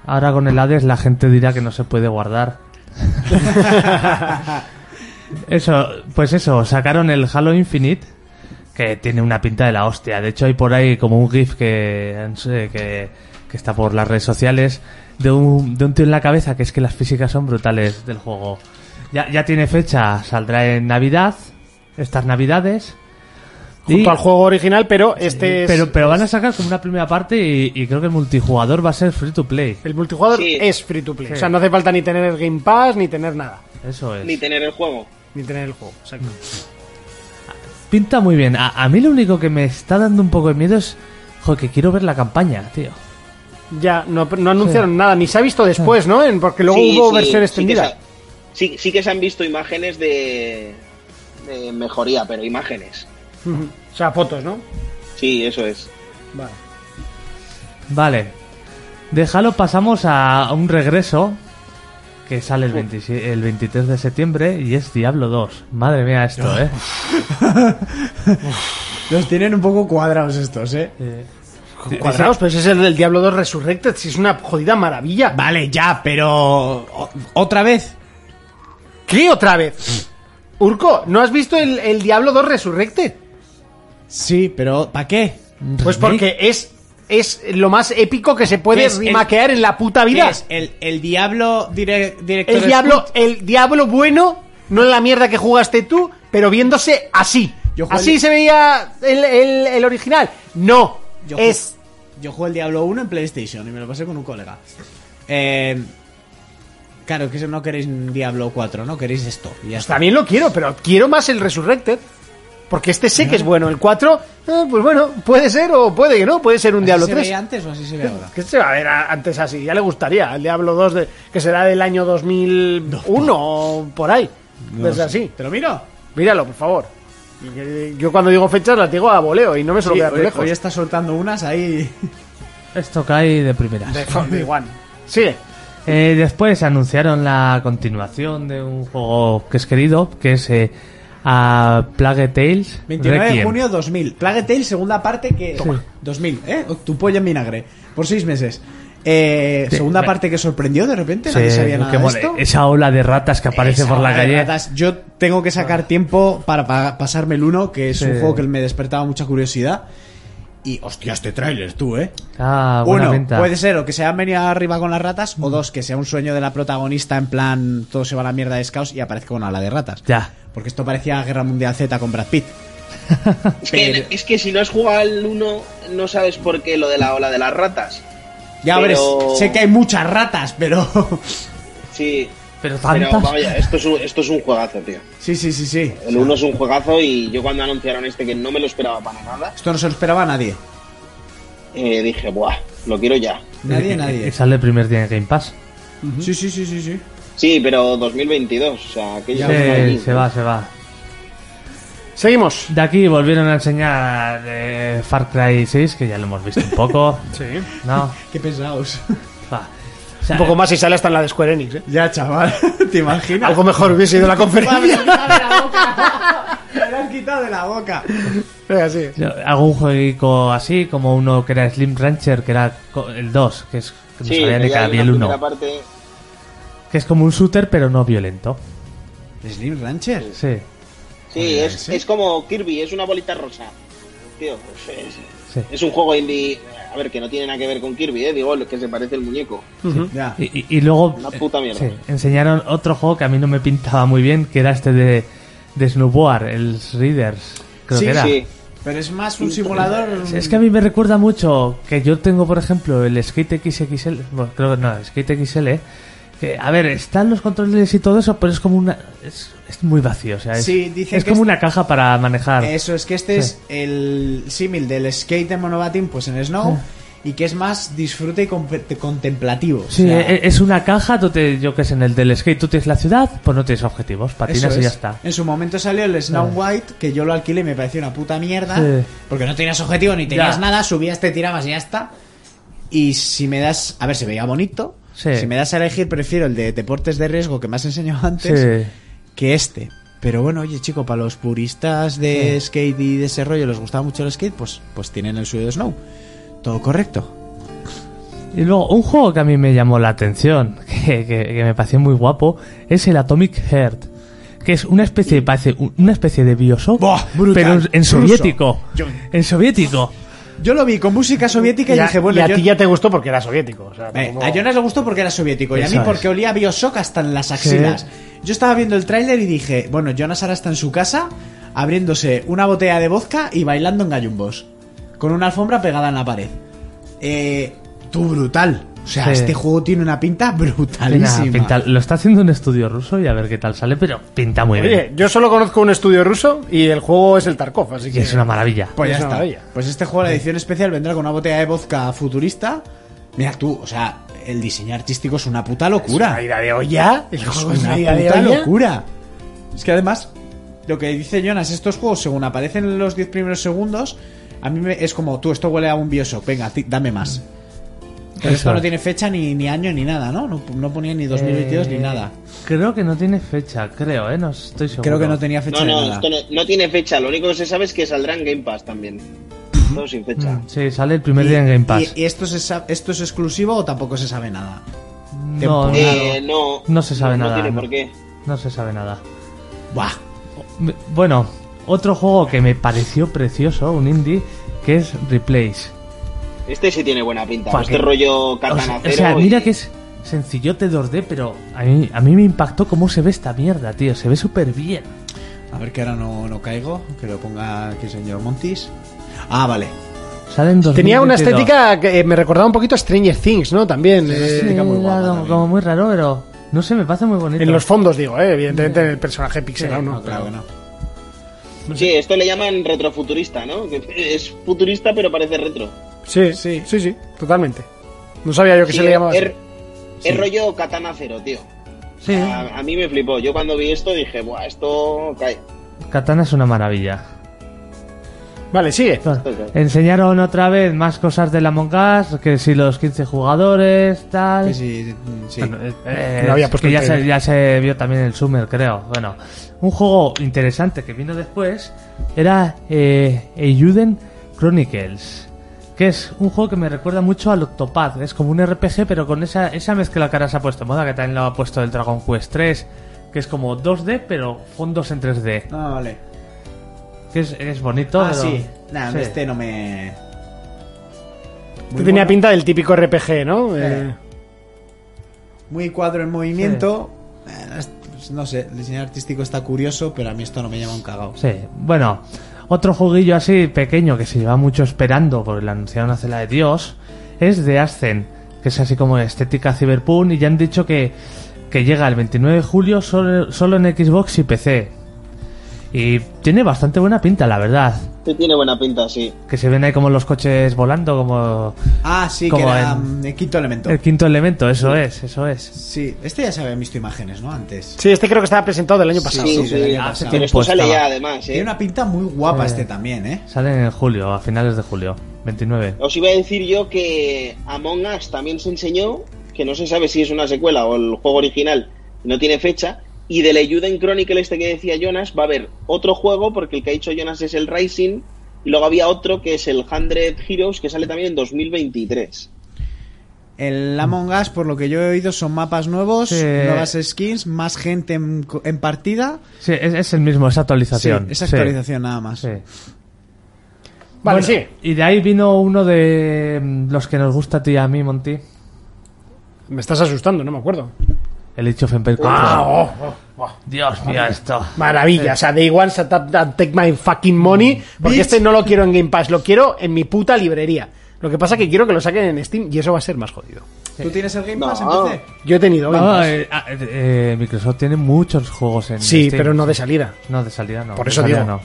Ahora con el Hades la gente dirá que no se puede guardar. eso, pues eso, sacaron el Halo Infinite que tiene una pinta de la hostia. De hecho hay por ahí como un GIF que, no sé, que, que está por las redes sociales de un, de un tío en la cabeza que es que las físicas son brutales del juego. Ya, ya tiene fecha, saldrá en Navidad, estas Navidades.
Junto
Y-
al juego original, pero este es.
pero, pero van a sacar como una primera parte y, y creo que el multijugador va a ser free to play.
El multijugador
Sí.
es free to play.
Sí.
O sea, no hace falta ni tener el Game Pass, ni tener nada.
Eso es.
Ni tener el juego.
Ni tener el juego. exacto.
Pinta muy bien. A, a mí lo único que me está dando un poco de miedo es jo, que quiero ver la campaña, tío.
Ya, no, no anunciaron nada, ni se ha visto después, ¿no? En- Porque luego
Sí,
hubo
sí,
versión
sí
extendida.
que se- Sí, sí que se han visto imágenes de, de mejoría, pero imágenes.
Ujú. o sea, fotos, ¿no?
Sí, eso es.
Vale.
Vale. Déjalo, pasamos a un regreso que sale el, 26 el 23 de septiembre y es Diablo 2. Madre mía esto,
Ah.
¿eh?
Los tienen un poco cuadrados estos, ¿eh?
Eh,
Cuadrados, pero ese es el del Diablo 2 Resurrected, si es una jodida maravilla.
Vale, ya, pero... o- ¿Otra vez?
¿Qué otra vez? Urco, ¿no has visto el, el Diablo 2 Resurrected?
Sí, pero ¿para qué?
Pues
¿Remake?
porque es, es lo más épico que se puede
¿Qué es el-
remaquear en la puta
¿Qué
vida.
es? ¿El, el diablo dire- director?
El diablo, el diablo bueno, no la mierda que jugaste tú, pero viéndose así.
Yo jugué
Así
el-
se veía el, el- el original. No,
Yo ju-
es
Yo jugué el Diablo 1 en PlayStation y me lo pasé con un colega. Eh, claro, que eso no queréis un Diablo 4, ¿no? Queréis esto. y ya está.
Pues También lo quiero, pero quiero más el Resurrected. Porque este sé
Ah.
que es bueno. El 4, eh, pues bueno, puede ser o puede que no. Puede ser un
¿Así
Diablo
se
3.
veía antes o así se ve ahora?
Que se va a ver a- antes así. Ya le gustaría. El Diablo 2, de, que será del año 2001 o por ahí. pues así.
¿Te lo miro?
Míralo, por favor. Y que- Yo cuando digo fechas las digo a voleo y no me suelo
Sí,
quedar muy
hoy,
lejos.
hoy está soltando unas ahí.
Esto cae de primeras.
De fondo, igual. Sigue.
Eh, después anunciaron la continuación de un juego que es querido, que es eh, a Plague Tales.
29 de
Requiem.
junio 2000. Plague Tale, segunda parte que. 2000, ¿eh? O Tu polla en vinagre. Por seis meses. Eh,
Sí,
segunda
me-
parte que sorprendió de repente.
Sí,
Nadie sabía
qué
nada de
mola.
esto.
Esa ola de ratas que aparece
Esa
por la
hora de
calle.
ratas. Yo tengo que sacar tiempo para pa- pasarme el 1, que es
Sí.
un juego que me despertaba mucha curiosidad. Y hostia, este tráiler, tú, ¿eh?
Ah, buena
Uno,
pinta.
puede ser o que se hayan venido arriba con las ratas, o dos, que sea un sueño de la protagonista en plan todo se va a la mierda de Scouse y aparezca una ala de ratas.
Ya.
Porque esto parecía Guerra Mundial Z con Brad Pitt.
Es que,
Pero-
es que si no has jugado al 1, no sabes por qué lo de la ola de las ratas.
Ya
Pero-
ves, sé que hay muchas ratas, pero...
Sí.
Pero tantas.
Pero vaya, esto es un, esto es un juegazo, tío.
sí, sí, sí, sí.
El 1 es un juegazo y yo cuando anunciaron este que no me lo esperaba para nada,
Esto no se lo esperaba a nadie.
eh, dije, buah, lo quiero ya.
Nadie,
Y- Y
nadie.
sale el primer día en Game Pass.
Sí, sí, sí, sí, sí.
Sí, pero 2022, o sea, que ya...
Sí,
está ahí.
se va, se va.
Seguimos.
De aquí volvieron a enseñar eh, Far Cry 6, que ya lo hemos visto un poco.
Sí.
No.
Qué pesados.
va. O sea,
Un poco más y sale hasta en la de Square Enix. ¿eh?
Ya, chaval, ¿te imaginas?
Algo mejor hubiese ido la
Pablo,
conferencia.
quítame la boca. Me lo has quitado de la boca.
Así.
yo- algún jueguico así, como uno que era Slim Rancher, que era co- el 2, que es que no
Sí,
sabía
que
ni que
ya hay
había
una
el
primera
1.
parte...
Que es como un shooter, pero no violento.
¿Slim Rancher?
Sí,
Sí, es, es como Kirby, es una bolita rosa. Tío, pues es,
sí.
es un juego indie... A ver, que no tiene nada que ver con Kirby, eh, digo, lo que se parece el muñeco.
Ya.
Y, y- y luego eh,
Una puta mierda.
Mm, sí, enseñaron otro juego que a mí no me pintaba muy bien, que era este de, de Snowboard, el Readers. Creo
Sí,
que era.
Sí,
Pero es más un simulador. mm,
Es que a mí me recuerda mucho que yo tengo, por ejemplo, el Skate XXL, bueno, creo que no, Skate XL, Que, a ver, están los controles y todo eso, pero es como una. Es, es muy vacío, o sea, es,
Sí, dicen
es
que
como
es-
una caja para manejar.
Eso es que este
Sí.
es el símil del skate en monobatín, pues en snow, y que es más disfrute y compe- contemplativo. o
Sí,
sea,
e- es una caja, tú te, yo que sé, en el del skate tú tienes la ciudad, pues no tienes objetivos,
eso
patinas y ya
es.
está.
En su momento salió el Snow
Sí.
White, que yo lo alquilé y me pareció una puta mierda.
Sí.
Porque no tenías objetivo ni tenías
Ya.
nada, subías, te tirabas y ya está. Y si me das. A ver, se veía bonito.
Sí.
Si me das a elegir, prefiero el de deportes de riesgo que más enseñó antes.
Sí.
que este. Pero bueno, oye, chico, para los puristas de skate y de ese rollo les gustaba mucho el skate, pues, pues tienen el suyo de Snow. Todo correcto.
Y luego, un juego que a mí me llamó la atención, que, que- que me pareció muy guapo, es el Atomic Heart. Que es una especie, parece un- una especie de Bioshock,
Buah, brutal,
pero en- en
ruso.
soviético. En soviético.
Yo lo vi con música soviética y,
Y a,
dije, bueno,
y a
yo-
ti ya te gustó porque era soviético. O sea,
Eh,
tampoco-
a Jonas le gustó porque era soviético y a
Eso
mí
es.
porque olía a Bioshock hasta en las axilas. Yo estaba viendo el tráiler y dije, bueno, Jonas ahora está en su casa abriéndose una botella de vodka y bailando en gallumbos. Con una alfombra pegada en la pared. Eh, tú brutal. O sea,
Sí.
este juego tiene una pinta
Tiene una
brutalísima.
pinta- lo está haciendo un estudio ruso y a ver qué tal sale, pero pinta muy bien.
Oye, yo solo conozco un estudio ruso y el juego es el Tarkov, así
Y
que.
es una maravilla.
Pues ya
Es una
está.
maravilla.
Pues este juego, la edición especial, vendrá con una botella de vodka futurista. Mira tú, o sea, el diseño artístico es una puta locura.
Una idea de olla. El juego
Es
es
una
una idea de
puta
olla.
locura. Es que además, lo que dice Jonas, estos juegos, según aparecen en los 10 primeros segundos, a mí me- es como, tú, esto huele a un Bioshock, venga, ti- dame más. Pero
Eso
esto no
es.
tiene fecha ni, ni año ni nada, ¿no? No, no ponía ni 2022
Eh,
ni nada.
Creo que no tiene fecha, creo, ¿eh? No estoy seguro.
Creo que no tenía fecha
No,
ni
no,
nada.
esto no, no tiene fecha. Lo único que se sabe es que saldrá en Game Pass también. Todo sin fecha.
Mm, Sí, sale el primer día en Game Pass.
¿Y, y esto, se sa- esto es exclusivo o tampoco se sabe nada?
no,
temporada.
Eh, no,
No se sabe nada,
No tiene
no.
por qué.
no se sabe nada.
Buah.
Me- Bueno, otro juego que me pareció precioso, un indie, que es Replace.
Este sí tiene buena pinta.
Pa'
este
que-
rollo
O
katana
sea, o
cero
sea,
y-
mira que es sencillote 2D, pero a mí, a mí me impactó cómo se ve esta mierda, tío. Se ve súper bien.
A ver que ahora no, no caigo, que lo ponga aquí el señor Montis. Ah, vale.
Sale en
Tenía una
2022.
estética que eh, me recordaba un poquito a Stranger Things, ¿no? También. eh,
Sí,
estética muy
era
guapa
como,
también.
como muy raro, pero no sé, me parece muy bonito.
en los fondos, digo, eh, evidentemente en el personaje pixelado, ¿no?
No, claro que no.
Sí, esto le llaman retrofuturista, ¿no? Que Es futurista pero parece retro.
Sí, sí,
Sí.
sí, sí, totalmente. No sabía yo que
Sí,
se le llamaba.
es,
así.
es rollo katana cero, tío.
Sí,
A, a mí me flipó. Yo cuando vi esto dije, buah, esto cae.
Katana es una maravilla.
Vale, sigue.
Bueno,
Ok.
enseñaron otra vez más cosas de la Among Us, que si los 15 jugadores, tal.
Que sí, sí.
Bueno, eh, eh,
no había puesto
que
el
ya se,
trailer.
ya se vio también el Summer, creo. Bueno, un juego interesante que vino después era eh, Eiyuden Chronicles, que es un juego que me recuerda mucho al Octopath. Es como un RPG, pero con esa, esa mezcla que ahora se ha puesto en moda, que también lo ha puesto el Dragon Quest 3, que es como 2D, pero fondos en 3D.
Ah, vale.
Que es, es bonito.
ah,
pero-
sí. Nah,
Sí.
este no me.
Este tenía
bueno.
pinta del típico RPG, ¿no? Eh,
Muy cuadro en movimiento. Eh, es- pues No sé, el diseño artístico está curioso, pero a mí esto no me llama un cagao.
Sí, bueno, otro jueguillo así pequeño que se lleva mucho esperando porque lo anunciaron hace la de Dios es de Ascen, que es así como estética cyberpunk y ya han dicho que, que llega el 29 de julio solo, solo en Xbox y PC. Y tiene bastante buena pinta, la verdad.
Este tiene buena pinta, sí.
Que se ven ahí como los coches volando, como
Ah, sí, que
Como
era
en-
mm, el quinto elemento.
el quinto elemento, eso es, eso es.
Sí, este ya se habían visto imágenes, ¿no? Antes.
Sí, este creo que estaba presentado del año pasado.
sí,
Sí,
del año
sí.
pasado.
Pero
Tiempo
esto sale
estaba.
ya además, ¿eh?
Tiene una pinta muy guapa
Sí.
este también, ¿eh?
Salen en julio, a finales de julio, 29.
Os iba a decir yo que Among Us también se enseñó, que no se sabe si es una secuela o el juego original, no tiene fecha. Y de la ayuda en Chronicle este que decía Jonas, va a haber otro juego, porque el que ha dicho Jonas es el Rising, y luego había otro que es el 100 Heroes, que sale también en 2023.
El Among Us, por lo que yo he oído, son mapas nuevos,
Sí.
nuevas skins, más gente en, co- en partida.
Sí, es, es el mismo, esa
Sí,
actualización.
esa
sí,
actualización nada más.
sí.
Vale,
Bueno,
sí.
Y de ahí vino uno de mm, los que nos gusta a ti y a mí, Monty.
Me estás asustando, no me acuerdo. Ah,
El Age of Empires 4.
oh,
oh, Dios mío, esto.
Maravilla, o sea, de igual shut up and take my fucking money, porque este no lo quiero en Game Pass, lo quiero en mi puta librería. Lo que pasa que quiero que lo saquen en Steam y eso va a ser más jodido.
¿Tú tienes el Game
No.
Pass en PC?
Yo he tenido Game
No,
Pass.
eh, ah, eh, eh, Microsoft tiene muchos juegos en
Sí,
Steam.
pero no de salida.
No, de salida no.
Por
de
eso
salida
digo.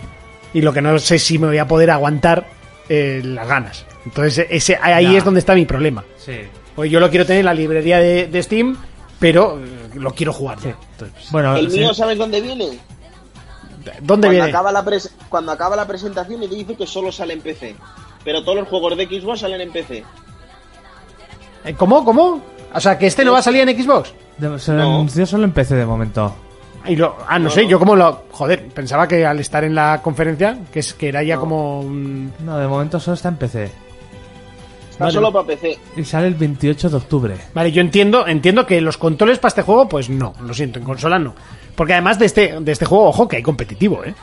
Y lo que no sé si me voy a poder aguantar eh, las ganas. Entonces, ese, ahí
Ya.
es donde está mi problema.
Sí.
Oye, yo lo quiero tener en la librería de, de Steam, pero eh, lo quiero jugar. ya. Entonces,
Bueno,
El
Ah, sí.
mío, ¿sabes dónde viene?
¿Dónde
Cuando
viene?
acaba, la pres- cuando acaba la presentación y te dice que solo sale en PC. Pero todos los juegos de Xbox salen en PC.
Eh, ¿Cómo? ¿Cómo? O sea, que este no va a salir en Xbox.
De- se
No.
anunció solo en PC de momento.
Y lo- ah, no, sé, yo como lo. Joder, pensaba que al estar en la conferencia, que, es, que era ya como. un-
No, de momento solo está en PC.
Está
Vale.
solo para PC.
Y sale el 28 de octubre.
Vale, yo entiendo, entiendo que los controles para este juego, pues no, lo siento, en consola no. Porque además de este, de este juego, ojo, que hay competitivo, ¿eh?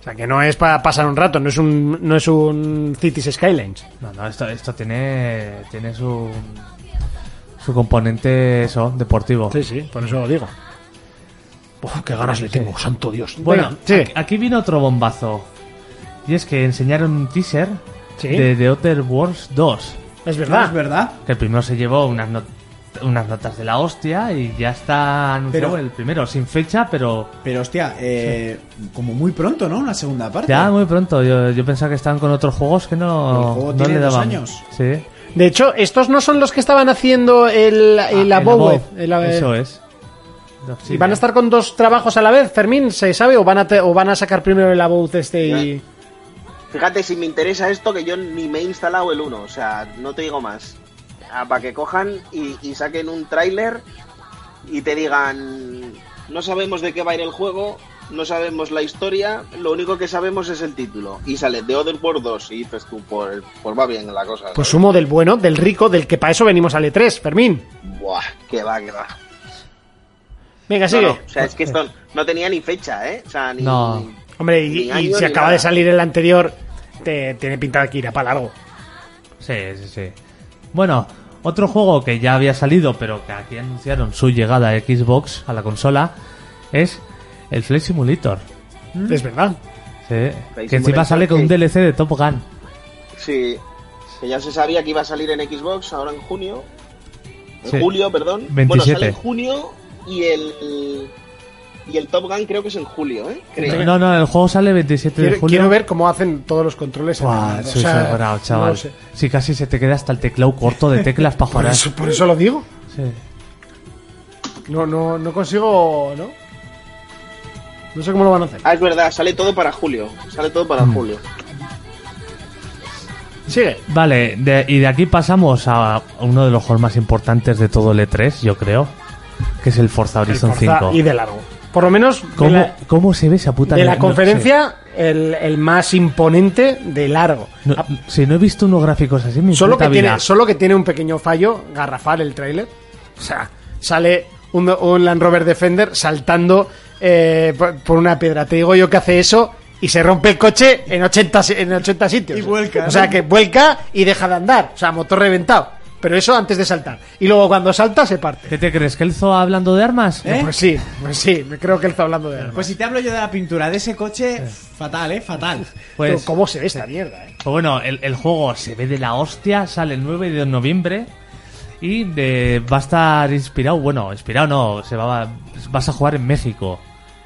O sea, que no es para pasar un rato, no es un, no es un Cities Skylines.
No, no, esto, esto tiene, tiene su, su componente eso, deportivo.
Sí, sí, por eso lo digo. Uf, qué ganas le tengo, santo Dios.
Bueno,
Venga, sí.
aquí, aquí vino otro bombazo. Y es que enseñaron un teaser
Sí.
de The Outer Worlds 2.
es
No,
verdad.
es verdad.
Que el primero se llevó unas, not- unas notas de la hostia y ya está anunciado
Pero-
el primero, sin fecha, pero
Pero hostia, eh, como muy pronto, ¿no? Una segunda parte.
ya muy pronto. Yo, yo pensaba que estaban con otros juegos que no,
El juego
no
tiene
le
dos
daban.
años.
Sí.
De hecho, estos no son los que estaban haciendo el, el
Ah, el
Abowed,
Above,
el-
Eso es.
¿Y van a estar con dos trabajos a la vez, Fermín? ¿Se sabe? ¿O van a, te- o van a sacar primero el Abowed este y...?
Fíjate, si me interesa esto, que yo ni me he instalado el 1. O sea, no te digo más. Para que cojan y, y saquen un tráiler y te digan... No sabemos de qué va a ir el juego, no sabemos la historia, lo único que sabemos es el título. Y sale The Other World 2 y dices tú, pues, pues va bien la cosa.
Pues humo del bueno, del rico, del que para eso venimos al E3, Fermín.
Buah, que va, que va.
Venga,
No,
sigue.
no, o sea, es que esto no tenía ni fecha, ¿eh? O sea, ni...
No.
Hombre,
Ni
y, y
año
si
ni
acaba
nada.
de salir el anterior, te, tiene pinta de que irá para largo.
Sí, sí, sí. Bueno, otro juego que ya había salido, pero que aquí anunciaron su llegada a Xbox, a la consola, es el Flight Simulator. ¿Mm?
Es verdad.
Sí.
Flight
Que encima
Simulator,
sale con
sí.
un DLC de Top Gun.
Sí, que ya se sabía que iba a salir en Xbox ahora en junio. En
Sí.
julio, perdón.
27.
Bueno, sale en junio y el. Y el Top Gun creo que es en julio, ¿eh? Creo.
No, no, el juego sale 27 de
Quiero,
julio.
quiero ver cómo hacen todos los controles. en
Buah,
el- o
soy
sea,
sobrado,
no
chaval.
sé.
Si casi se te queda hasta el teclado corto de teclas para
Por
jugar.
eso, por eso lo digo.
Sí.
No, no, no consigo... ¿no? no sé cómo lo van a hacer.
Ah, es verdad, sale todo para julio. Sale todo para
Mm.
julio.
Sigue.
Vale, de- y de aquí pasamos a uno de los juegos más importantes de todo el E3, yo creo, que es el Forza
El
Horizon
Forza
5.
Y de largo. Por lo menos... de
¿Cómo,
la-
cómo se ve esa puta
de la
no-
conferencia, el, el más imponente de largo. Ah,
no sé. No- si no he visto unos gráficos así, en mi
Solo
puta
que,
vida.
tiene, solo que tiene un pequeño fallo, garrafal el tráiler. O sea, sale un, un Land Rover Defender saltando eh, por, por una piedra. Te digo yo que hace eso y se rompe el coche en 80, si- en 80 sitios.
Y vuelca,
O sea,
¿no?
que vuelca y deja de andar. O sea, motor reventado. Pero eso antes de saltar. Y luego cuando salta se parte.
¿Qué te crees? ¿Que el Zoa hablando de armas?
¿Eh?
Pues sí, pues sí, me creo que él está hablando de armas.
Pues si te hablo yo de la pintura de ese coche, fatal, ¿eh? Fatal.
Pues,
¿Cómo se ve esta mierda? eh?
pues bueno, el, el juego se ve de la hostia, sale el 9 de noviembre y de- va a estar inspirado, bueno, inspirado no, se va, a- vas a jugar en México.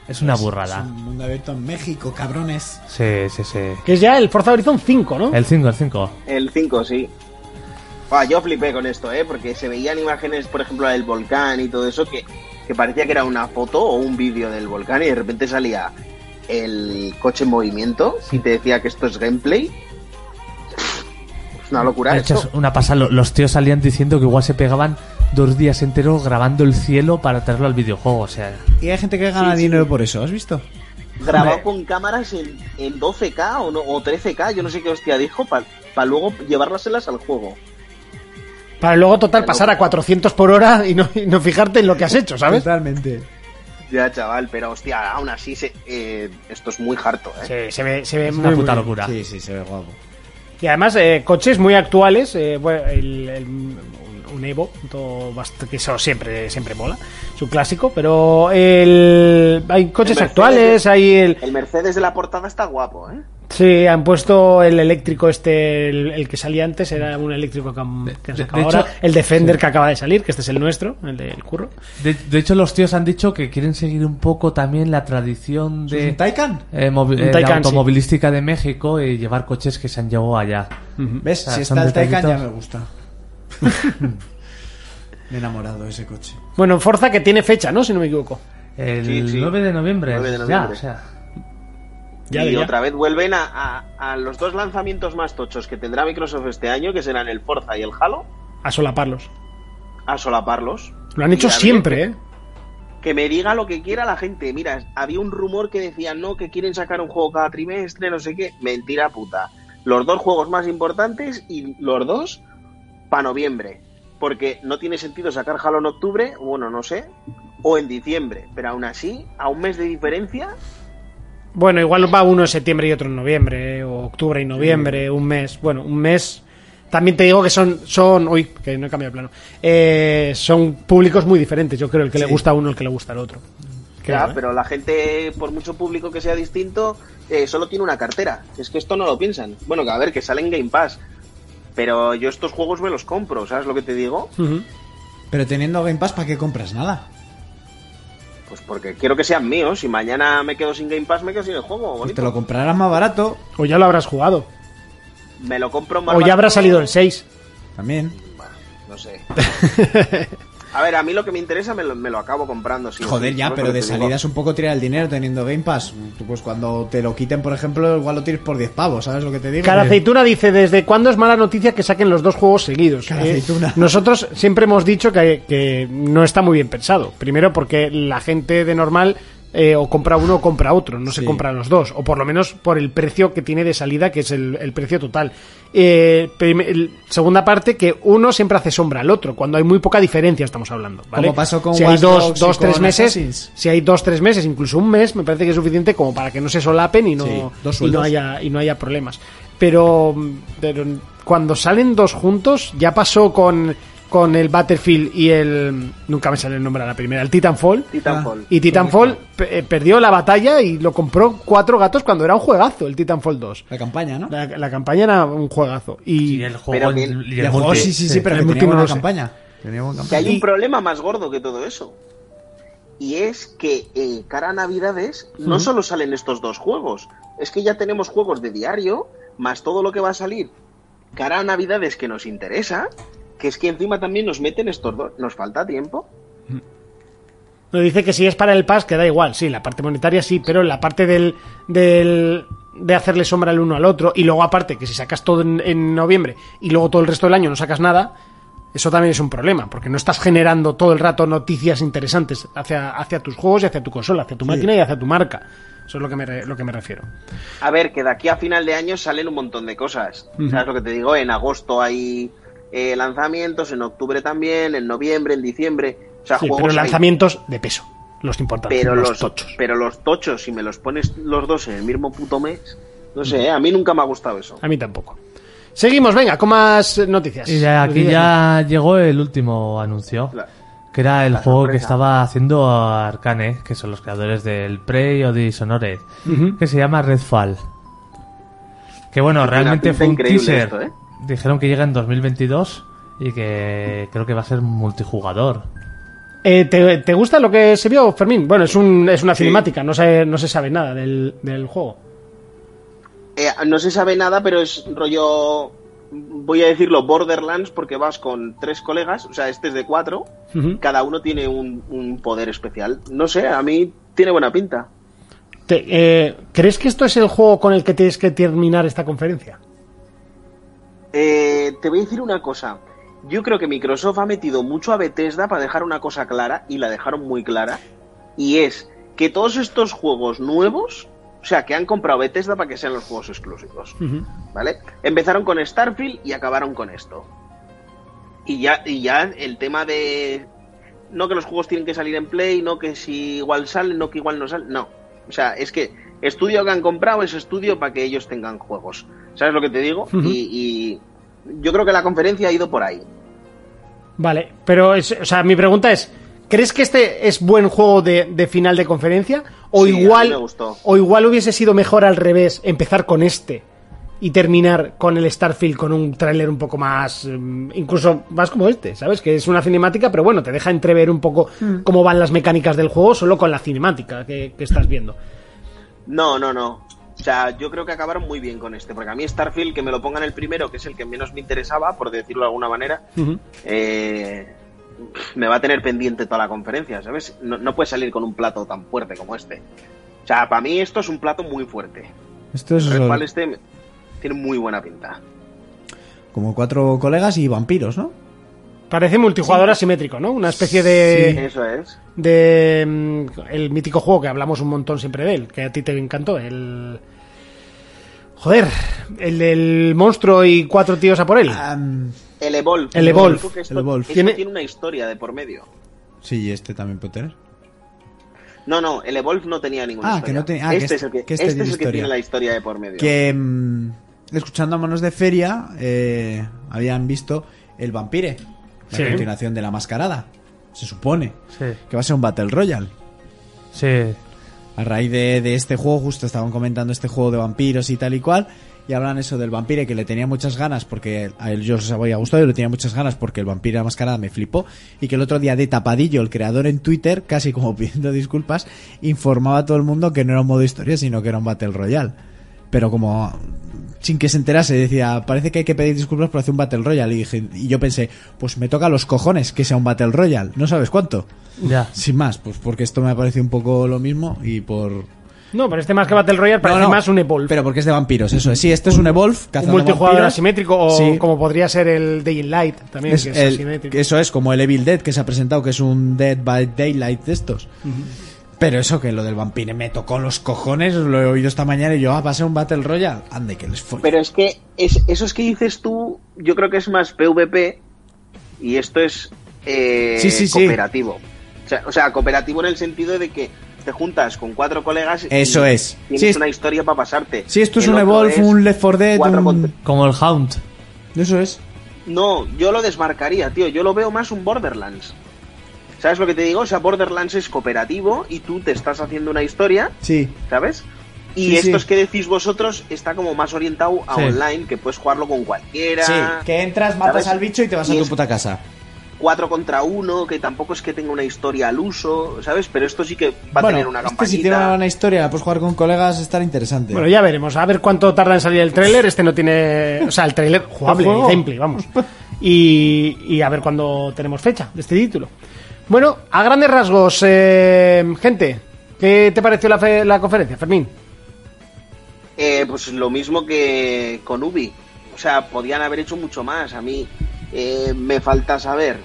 Es una burrada.
Es un mundo abierto en México, cabrones.
Sí, sí, sí.
Que es ya el Forza Horizon 5, ¿no?
El 5, el 5.
El 5, sí. Buah, yo flipé con esto, ¿eh? Porque se veían imágenes, por ejemplo, del volcán y todo eso, que, que parecía que era una foto o un vídeo del volcán y de repente salía el coche en movimiento y te decía que esto es gameplay. Es una locura
De hecho,
esto.
es una pasada. Lo- Los tíos salían diciendo que igual se pegaban dos días enteros grabando el cielo para traerlo al videojuego. O sea,
Y hay gente que gana dinero por eso, ¿has visto?
Grabado con cámaras en, en 12K o, no, o 13K, yo no sé qué hostia dijo, para luego llevárselas al juego.
Para luego, total, pasar a 400 por hora y no, y no fijarte en lo que has hecho, ¿sabes?
Totalmente.
Ya, chaval, pero hostia, aún así se- eh, esto es muy harto, ¿eh?
Sí, se ve, se ve
es
muy,
una
muy
puta
bien.
locura.
Sí, sí, se ve guapo.
Y además, eh, coches muy actuales. eh, bueno, el- el- un- un Evo, todo bast- que eso siempre, siempre mola. Es un clásico, pero el- hay coches
El Mercedes.
actuales, hay el.
El Mercedes de la portada está guapo, ¿eh?
Sí, han puesto el eléctrico este, el, el que salía antes, era un eléctrico que han, que han
de-
sacado
de
ahora.
hecho-
el Defender que acaba de salir, que este es el nuestro, el del curro.
De, de hecho, los tíos han dicho que quieren seguir un poco también la tradición de,
Pues ¿Un Taycan?
eh, movi- eh, de
Taycan, sí.
automovilística de México y llevar coches que se han llevado allá.
¿Ves?
Ah,
si
son
está el Taycan ya
detallitos.
me gusta. me he enamorado de ese coche.
Bueno, Forza que tiene fecha, ¿no? Si no me equivoco.
El
Sí, sí.
9 de noviembre.
9 de
ya,
noviembre.
o sea.
Ya,
y
ya.
otra vez vuelven a, a- a los dos lanzamientos más tochos que tendrá Microsoft este año, que serán el Forza y el Halo,
A solaparlos.
a solaparlos.
Lo han hecho
Y a ver
siempre, ¿eh?
Que me diga lo que quiera la gente. Mira, había un rumor que decía, no, que quieren sacar un juego cada trimestre, no sé qué. Mentira puta. Los dos juegos más importantes y los dos para noviembre. Porque no tiene sentido sacar Halo en octubre, bueno, no sé, o en diciembre. Pero aún así, a un mes de diferencia,
Bueno, igual va uno en septiembre y otro en noviembre, eh, o octubre y noviembre, un mes. Bueno, un mes. También te digo que son, son, uy, que no he cambiado de plano. Eh, son públicos muy diferentes, yo creo, el que le gusta a uno, el que le gusta al otro.
ya,
Creo, ¿eh?
pero la gente, por mucho público que sea distinto, eh, solo tiene una cartera. Es que esto no lo piensan. Bueno, que a ver, que salen Game Pass. Pero yo estos juegos me los compro, ¿sabes lo que te digo?
Ujú.
Pero teniendo Game Pass, ¿para qué compras nada?
Pues porque quiero que sean míos. Si mañana me quedo sin Game Pass, me quedo sin el juego.
Pues
bonito.
te lo comprarás más barato
O ya lo habrás jugado.
Me lo compro más
O ya habrá
barato.
salido el 6.
también.
No sé. A ver, a mí lo que me interesa me lo, me lo acabo comprando. sí o
Joder,
sí,
ya,
¿sabes
pero
lo que
de
te digo?
salida es un poco tirar el dinero teniendo Game Pass. Tú, Pues cuando te lo quiten, por ejemplo, igual lo tiras por 10 pavos, ¿sabes lo que te digo?
Cara Aceituna dice, ¿desde cuándo es mala noticia que saquen los dos juegos seguidos?
Cara
Eh,
Aceituna.
nosotros siempre hemos dicho que, que no está muy bien pensado. Primero porque la gente de normal eh, o compra uno o compra otro, no se
Sí.
compran los dos. O por lo menos por el precio que tiene de salida, que es el, el precio total. Eh, prim- el- segunda parte, que uno siempre hace sombra al otro, cuando hay muy poca diferencia estamos hablando. ¿vale?
Como pasó con
si hay
Watch
dos,
Dogs y
dos, tres
con
meses,
Assassins.
si hay dos, tres meses, incluso un mes, me parece que es suficiente como para que no se solapen y no,
Sí, dos
y no
sueldos.
haya y no haya problemas. Pero, mm, pero cuando salen dos juntos, ya pasó con, con el Battlefield y el. Nunca me sale el nombre a la primera, el Titanfall.
Titanfall.
Y Titanfall pe- eh, perdió la batalla y lo compró cuatro gatos cuando era un juegazo el Titanfall 2.
La campaña, ¿no?
La, la campaña era un juegazo. Y,
Y el
Pero
juego.
que-
en- y
Y el
el
juego,
multi.
sí, sí, sí, pero
el
que
multi
tenía
no
buena
lo sé.
campaña. Tenía buena
Que hay
campaña.
un problema más gordo que todo eso. Y es que eh, cara a Navidades no solo salen estos dos juegos. Es que ya tenemos juegos de diario, más todo lo que va a salir cara a Navidades que nos interesa. Que es que encima también nos meten estos dos. ¿Nos falta tiempo?
Nos dice que si es para el pass, que da igual, sí, la parte monetaria sí, pero la parte del, del de hacerle sombra el uno al otro, y luego aparte, que si sacas todo en, en noviembre y luego todo el resto del año no sacas nada, eso también es un problema, porque no estás generando todo el rato noticias interesantes hacia, hacia tus juegos y hacia tu consola, hacia tu máquina y hacia tu marca. Eso es lo que me, re- lo que me refiero.
A ver, que de aquí a final de año salen un montón de cosas. ¿Sabes lo que te digo? En agosto hay eh, lanzamientos, en octubre también, en noviembre, en diciembre. O sea,
Sí,
juegos
pero
hay.
lanzamientos de peso, los importantes,
pero
los,
los,
tochos.
Pero los tochos, si me los pones los dos en el mismo puto mes, no sé, ¿eh? a mí nunca me ha gustado eso.
A mí tampoco. Seguimos, venga, con más eh, noticias.
Y ya- aquí
Noticias,
ya llegó el último anuncio.
La-
Que era el juego que
sorpresa.
estaba haciendo Arcane, que son los creadores del Prey o Dishonored, que se llama Redfall. Que bueno,
Tiene una
realmente
pinta
fue un
increíble
teaser.
esto, ¿eh?
Dijeron que llega en 2022 y que creo que va a ser multijugador.
Eh, ¿te, te gusta lo que se vio, Fermín? Bueno, es, un, es una
Sí.
cinemática, no se, no se sabe nada del, del juego.
Eh, no se sabe nada, pero es rollo, voy a decirlo, Borderlands, porque vas con tres colegas, o sea, este es de cuatro,
Ujú.
cada uno tiene un, un poder especial. No sé, a mí tiene buena pinta.
Te- eh, ¿Crees que esto es el juego con el que tienes que terminar esta conferencia?
Eh, te voy a decir una cosa. Yo creo que Microsoft ha metido mucho a Bethesda para dejar una cosa clara, y la dejaron muy clara, y es que todos estos juegos nuevos, o sea, que han comprado Bethesda para que sean los juegos exclusivos, ¿vale? Empezaron con Starfield y acabaron con esto. Y ya, y ya el tema de... No que los juegos tienen que salir en Play, no que si igual salen, no que igual no salen, no. O sea, es que estudio que han comprado es estudio para que ellos tengan juegos. ¿Sabes lo que te digo? y, y yo creo que la conferencia ha ido por ahí.
Vale, pero es- o sea, mi pregunta es, ¿Crees que este es buen juego de, de final de conferencia? O
Sí, a mí
igual
me gustó.
o igual hubiese sido mejor al revés, empezar con este y terminar con el Starfield con un tráiler un poco más mm, incluso más como este, ¿sabes? Que es una cinemática, pero bueno, te deja entrever un poco cómo van las mecánicas del juego solo con la cinemática que, que estás viendo.
No, no, no. O sea, yo creo que acabaron muy bien con este, porque a mí Starfield, que me lo pongan el primero, que es el que menos me interesaba, por decirlo de alguna manera, eh, me va a tener pendiente toda la conferencia, ¿sabes? No, no puede salir con un plato tan fuerte como este. O sea, para mí esto es un plato muy fuerte.
Esto es
El cual este me- tiene muy buena pinta.
como cuatro colegas y vampiros, ¿no?
Parece multijugador asimétrico, ¿no? Una especie de
Eso es.
de mm, el mítico juego que hablamos un montón siempre de él, que a ti te encantó, el joder, el del monstruo y cuatro tíos a por él.
Am,
El Evolve.
El Evolve.
Creo que Esto,
El Evolve.
esto
Tiene-
tiene... una historia de por medio.
sí, y este también puede tener.
No, no, el Evolve no tenía ninguna
Ah, que
historia.
no tenía- ah, que
este
este-
es el que,
que este
este
tiene
es el que
historia.
tiene la historia de por medio.
Que mm, escuchando a Manos de Feria eh, habían visto El Vampire, la
Sí.
continuación de La Mascarada, se supone.
Sí,
Que va a ser un Battle Royale.
sí.
A raíz de, de este juego, justo estaban comentando este juego de vampiros y tal y cual. Y hablan eso del vampire que le tenía muchas ganas porque a él yo os había gustado, yo le tenía muchas ganas porque el vampiro de la mascarada me flipó. Y que el otro día de tapadillo, el creador en Twitter, casi como pidiendo disculpas, informaba a todo el mundo que no era un modo historia, sino que era un Battle Royale. Pero como sin que se enterase, decía, parece que hay que pedir disculpas por hacer un Battle Royale. Y, dije- y yo pensé, pues me toca los cojones que sea un Battle Royale, no sabes cuánto.
Ya.
Sin más, pues porque esto me ha parecido un poco lo mismo y por...
No, pero este más que Battle Royale parece
No, no,
más un Evolve.
Pero porque es de vampiros, eso es. Sí, este es un Evolve,
un
cazando
multijugador
vampiros.
asimétrico o
Sí.
como podría ser el Daylight Light también,
Es
que es
el-
asimétrico.
que eso es, como el Evil Dead que se ha presentado, que es un Dead by Daylight de estos. Pero eso que lo del vampiro me tocó los cojones, lo he oído esta mañana y yo, ah, va a ser un Battle Royale. Ande, que les fue.
Pero es que es, esos que dices tú, yo creo que es más PvP y esto es eh,
Sí, sí, sí.
cooperativo. O, sea, o sea, cooperativo en el sentido de que te juntas con cuatro colegas
Eso
y
es.
tienes
Sí, es-
una historia para pasarte.
Sí, esto es
El
un
otro
Evolve,
es
un Left 4 Dead,
cuatro
un-
contra-
Como el Hound.
Eso es.
No, yo lo desmarcaría, tío. Yo lo veo más un Borderlands. ¿Sabes lo que te digo? O sea, Borderlands es cooperativo y tú te estás haciendo una historia
Sí.
¿sabes? Y
Sí,
estos
sí.
que decís vosotros está como más orientado a
Sí.
online, que puedes jugarlo con cualquiera.
Sí, que entras, matas
¿sabes?
al bicho y te vas a
Y
tu
es
puta casa.
Cuatro contra uno, que tampoco es que tenga una historia al uso, ¿sabes? Pero esto sí que va a
bueno,
tener una
este
campanita.
si tiene una buena historia, pues jugar con colegas estar interesante.
Bueno, ya veremos. A ver cuánto tarda en salir el tráiler. Este no tiene... O sea, el tráiler jugable,
El
el
juego.
gameplay, vamos. Y, y a ver cuándo tenemos fecha de este título. Bueno, a grandes rasgos, eh, gente, ¿qué te pareció la, fe- la conferencia, Fermín?
Eh, pues lo mismo que con Ubi. O sea, podían haber hecho mucho más. A mí eh, me falta saber,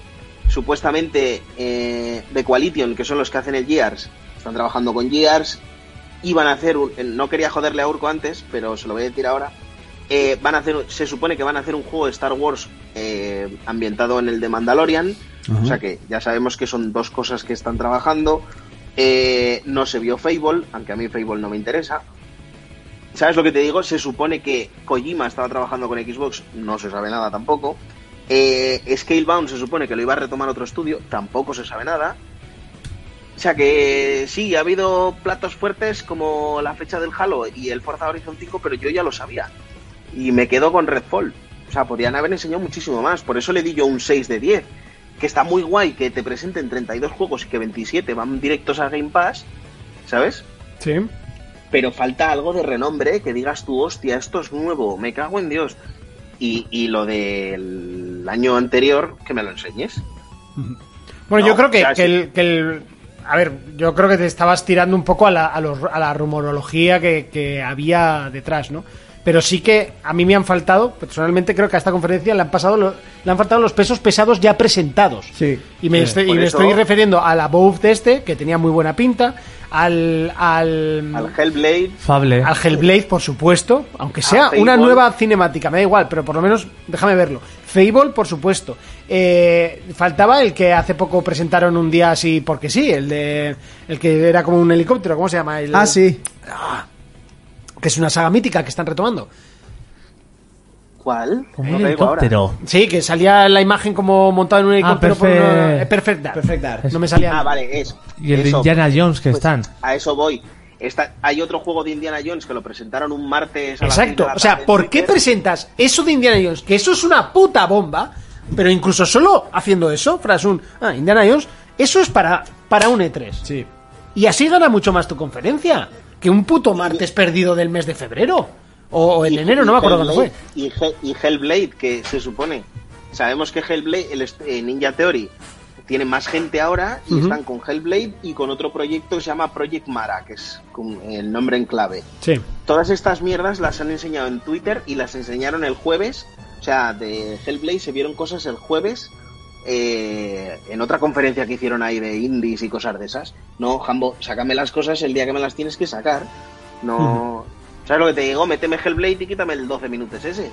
supuestamente, eh, de Coalition, que son los que hacen el Gears, están trabajando con Gears, iban a hacer un... eh, No quería joderle a Urco antes, pero se lo voy a decir ahora. Eh, van a hacer, se supone que van a hacer un juego de Star Wars eh, ambientado en el de Mandalorian. O sea que ya sabemos que son dos cosas que están trabajando. Eh, no se vio Fable, aunque a mí Fable no me interesa. ¿Sabes lo que te digo? Se supone que Kojima estaba trabajando con Xbox, no se sabe nada tampoco. Eh, Scalebound se supone que lo iba a retomar otro estudio, tampoco se sabe nada. O sea que sí, ha habido platos fuertes como la fecha del Halo y el Forza Horizon 5, pero yo ya lo sabía. Y me quedo con Redfall. O sea, podrían haber enseñado muchísimo más. Por eso le di yo un 6 de 10. Que está muy guay que te presenten 32 juegos y que 27 van directos a Game Pass, ¿sabes?
Sí.
pero falta algo de renombre que digas tú, hostia, esto es nuevo, me cago en Dios. Y, y lo del año anterior, que me lo enseñes.
Bueno, yo
No,
creo que,
o sea,
que
sí.
el, que el- A ver, yo creo que te estabas tirando un poco a la, a los- a la rumorología que, que había detrás, ¿no? Pero sí que a mí me han faltado, personalmente creo que a esta conferencia le han, pasado lo- le han faltado los pesos pesados ya presentados.
Sí.
Y me, estoy, y
por
me
eso-
estoy refiriendo al Above de este, que tenía muy buena pinta, al,
Mm.
al,
Al Hellblade,
Fable.
al Hellblade, por supuesto, aunque sea
Fable.
una nueva cinemática, me da igual, pero por lo menos déjame verlo. Fable, por supuesto. Eh, faltaba el que hace poco presentaron un día así, porque sí, el de el que era como un helicóptero, ¿cómo se llama? El-
Ah, sí.
Que es una saga mítica que están retomando.
¿Cuál?
Como
No
un
caigo ahora.
helicóptero.
Sí, que salía la imagen como montada en
Ah,
un helicóptero. por
perfect-
una- eh, Perfect Dark.
Perfect Dark.
No me salía.
Ah, vale, eso.
Y el de
Eso.
Indiana Jones que
Pues,
están.
A eso voy. Está, hay otro juego de Indiana Jones que lo presentaron un martes. A las seis de
Exacto.
la
O sea,
tarde en
¿por qué
Twitter.
presentas eso de Indiana Jones? Que eso es una puta bomba. Pero incluso solo haciendo eso, Frasun, ah, Indiana Jones, eso es para, para un E3.
Sí.
Y así gana mucho más tu conferencia que un puto martes perdido del mes de febrero. O, o en
Y-
enero,
y
no me acuerdo cuándo
Hellblade-
fue.
Y, He- y Hellblade, que se supone. Sabemos que Hellblade, el est- eh, Ninja Theory, tiene más gente ahora y están con Hellblade y con otro proyecto que se llama Project Mara, que es con el nombre en clave.
Sí.
Todas estas mierdas las han enseñado en Twitter y las enseñaron el jueves. O sea, de Hellblade se vieron cosas el jueves eh, en otra conferencia que hicieron ahí de indies y cosas de esas. No, Jambo, sácame las cosas el día que me las tienes que sacar. No. ¿Sabes lo que te digo? Méteme Hellblade y quítame el 12 minutos ese.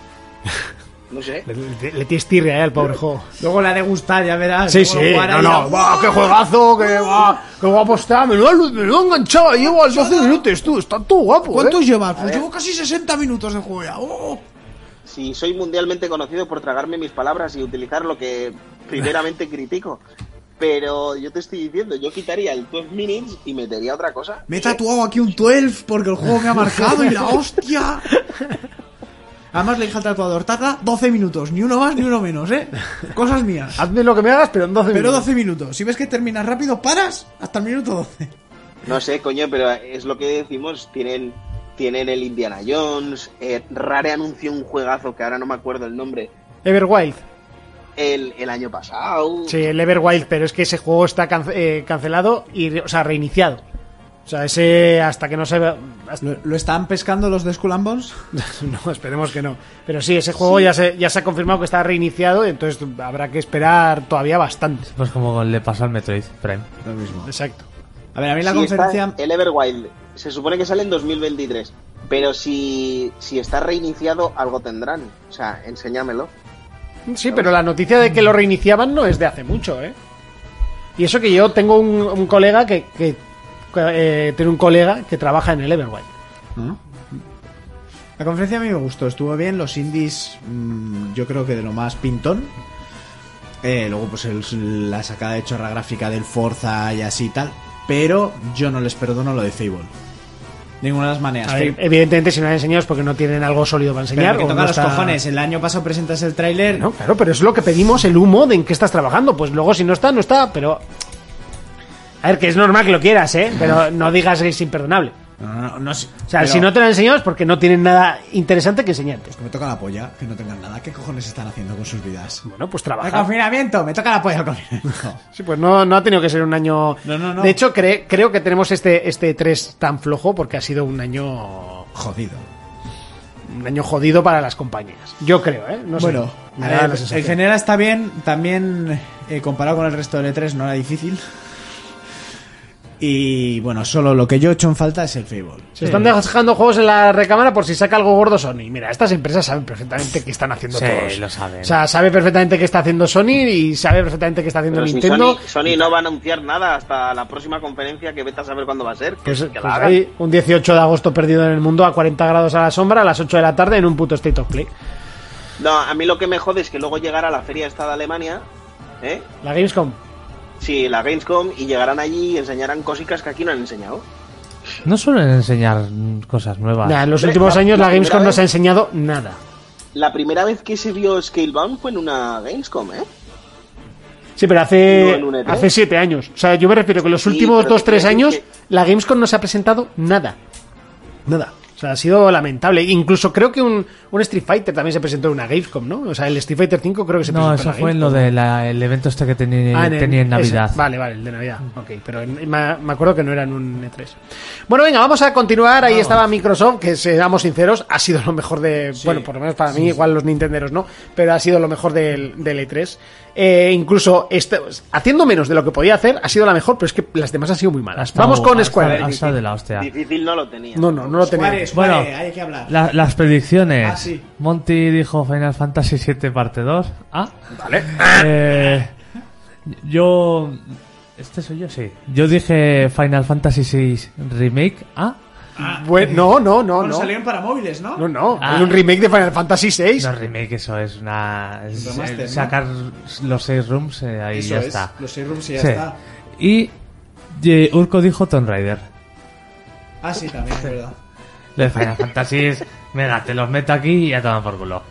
No sé.
Le, le, le tienes tirria, eh, al pobre juego.
Luego la de gustar, ya verás.
Sí, sí, no, no, ¡Buah, qué juegazo, qué, guau, qué guapo está, me lo, ha- me lo ha enganchado, llevo al 12 minutos, tú, está todo guapo,
¿Cuántos
¿eh?
llevas?
ver.
Pues llevo casi 60 minutos de juego ya. ¡Oh!
Si soy mundialmente conocido por tragarme mis palabras y utilizar lo que primeramente critico. Pero yo te estoy diciendo, yo quitaría el 12 minutes y metería otra cosa.
Me he tatuado aquí un 12 porque el juego me ha marcado y la hostia. Además le dije al tatuador, tata, 12 minutos, ni uno más ni uno menos, ¿eh? Cosas mías.
Hazme lo que me hagas, pero en 12
Pero
minutos.
12 minutos. Si ves que terminas rápido, paras hasta el minuto 12.
No sé, coño, pero es lo que decimos. Tienen, tienen el Indiana Jones. eh, Rare anunció un juegazo que ahora no me acuerdo el nombre.
Everwild,
El, el año pasado.
sí, el Everwild, pero es que ese juego está cance- eh, cancelado y, re- o sea, reiniciado. O sea, ese hasta que no se vea... hasta-
¿Lo, lo están pescando los de Skull and Bones?
no, esperemos que no. Pero sí, ese juego Ya, se, ya se ha confirmado que está reiniciado, entonces habrá que esperar todavía bastante.
Pues como le pasó al Metroid Prime.
Lo mismo.
Exacto.
A ver, a mí la
Sí, está
conferencia...
el Everwild se supone que sale en 2023. Pero si, si está reiniciado, algo tendrán. O sea, enséñamelo.
Sí, pero la noticia de que lo reiniciaban no es de hace mucho, ¿eh? Y eso que yo tengo un, un colega que, que eh, tiene un colega que trabaja en el Everwild.
La conferencia a mí me gustó, estuvo bien, los indies mm, yo creo que de lo más pintón. Eh, luego pues el- la sacada de chorra gráfica del Forza y así y tal. Pero yo no les perdono lo de Fable. De ninguna de las maneras.
A ver,
Fable-
evidentemente si no han enseñado es porque no tienen algo sólido para
pero
enseñar.
me
o no
toca los
está-
cojones. El año pasado presentas el tráiler.
No, claro, pero es lo que pedimos, el humo de en qué estás trabajando. Pues luego si no está, no está, pero... A ver, que es normal que lo quieras, ¿eh? Pero no digas que es imperdonable.
No, no, no, no, sí,
O sea,
pero
si no te lo han enseñado es porque no tienen nada interesante que enseñarte.
que Me toca la polla, que no tengan nada. ¿Qué cojones están haciendo con sus vidas?
Bueno, pues
El
trabaja.
confinamiento, me toca la polla el confinamiento.
Sí, pues no, no ha tenido que ser un año.
No, no, no.
De hecho, cre- creo que tenemos este, este 3 tan flojo porque ha sido un año.
Jodido.
Un año jodido para las compañías. Yo creo, ¿eh? No sé.
bueno,
Me
a
da
ver,
la
en
sensación.
general está bien. También eh, comparado con el resto del E3 no era difícil. Y bueno, solo lo que yo he hecho en falta es el Fable.
Se están dejando juegos en la recámara por si saca algo gordo Sony. Mira, estas empresas saben perfectamente qué están haciendo
Sí,
todos.
lo saben.
O sea, sabe perfectamente qué está haciendo Sony y sabe perfectamente qué está haciendo
Pero si
Nintendo.
Sony, Sony no va a anunciar nada hasta la próxima conferencia que vete a saber cuándo va a ser. que-
Pues,
que
pues
la hagan.
ahí, un 18 de agosto perdido en el mundo a 40 grados a la sombra a las 8 de la tarde en un puto State of Play.
No, a mí lo que me jode es que luego llegará la feria esta de Alemania. ¿Eh?
La Gamescom.
Sí, la Gamescom y llegarán allí y enseñarán cositas que aquí no han enseñado.
No suelen enseñar mm, cosas nuevas.
Nah, en los
Hombre,
últimos
la-
años la
la primera
Gamescom no
vez-
se ha enseñado nada.
La primera vez que se vio Scalebound fue en una Gamescom, ¿eh?
Sí, pero hace,
No en un E3.
hace siete años. O sea, yo me refiero que los
Sí,
últimos
pero
dos,
te
tres
quiero
años
decir
la Gamescom no se ha presentado nada. Nada. O sea, ha sido lamentable. Incluso creo que un, un Street Fighter también se presentó en una Gamescom, ¿no? O sea, el Street Fighter 5 creo que se
no,
presentó en
eso
la
fue en
Gamescom.
lo del evento este que tenía,
Ah,
en,
el-
tenía en
ese.
Navidad.
Vale, vale, el de Navidad. Ok, pero en- me, me acuerdo que no era en un E3. Bueno, venga, vamos a continuar. Ahí estaba Microsoft, que seamos sinceros, ha sido lo mejor de. Bueno, por lo menos para mí, igual los Nintenderos no, pero ha sido lo mejor del, del E3. Eh, incluso este- haciendo menos de lo que podía hacer, ha sido la mejor, pero es que las demás han sido muy malas.
Hasta-
vamos con
hasta-
Square.
hasta
Enix.
de la hostia.
Difícil no lo tenía.
No, no, no lo tenía.
Suárez,
Bueno.
Suárez, hay que hablar.
La- las predicciones.
Ah, sí.
Monty dijo Final Fantasy VII parte 2. Ah,
Vale.
Eh, yo. Este soy yo, sí. Yo dije Final Fantasy VI Remake. Ah.
Buen- no, no, no,
Bueno,
no.
salieron para móviles, ¿no?
No, no.
Ah.
Hay un remake de Final Fantasy VI.
No remake, eso es una. es-
Un remaster,
eh,
¿no?
sacar los seis rooms, eh, ahí
Eso
ya
es,
está.
Los seis rooms y ya
Sí.
está.
Y eh, Urco dijo Tomb Raider.
Ah, sí, también, es verdad.
Lo de Final Fantasy es, venga, te los meto aquí y ya toman por culo.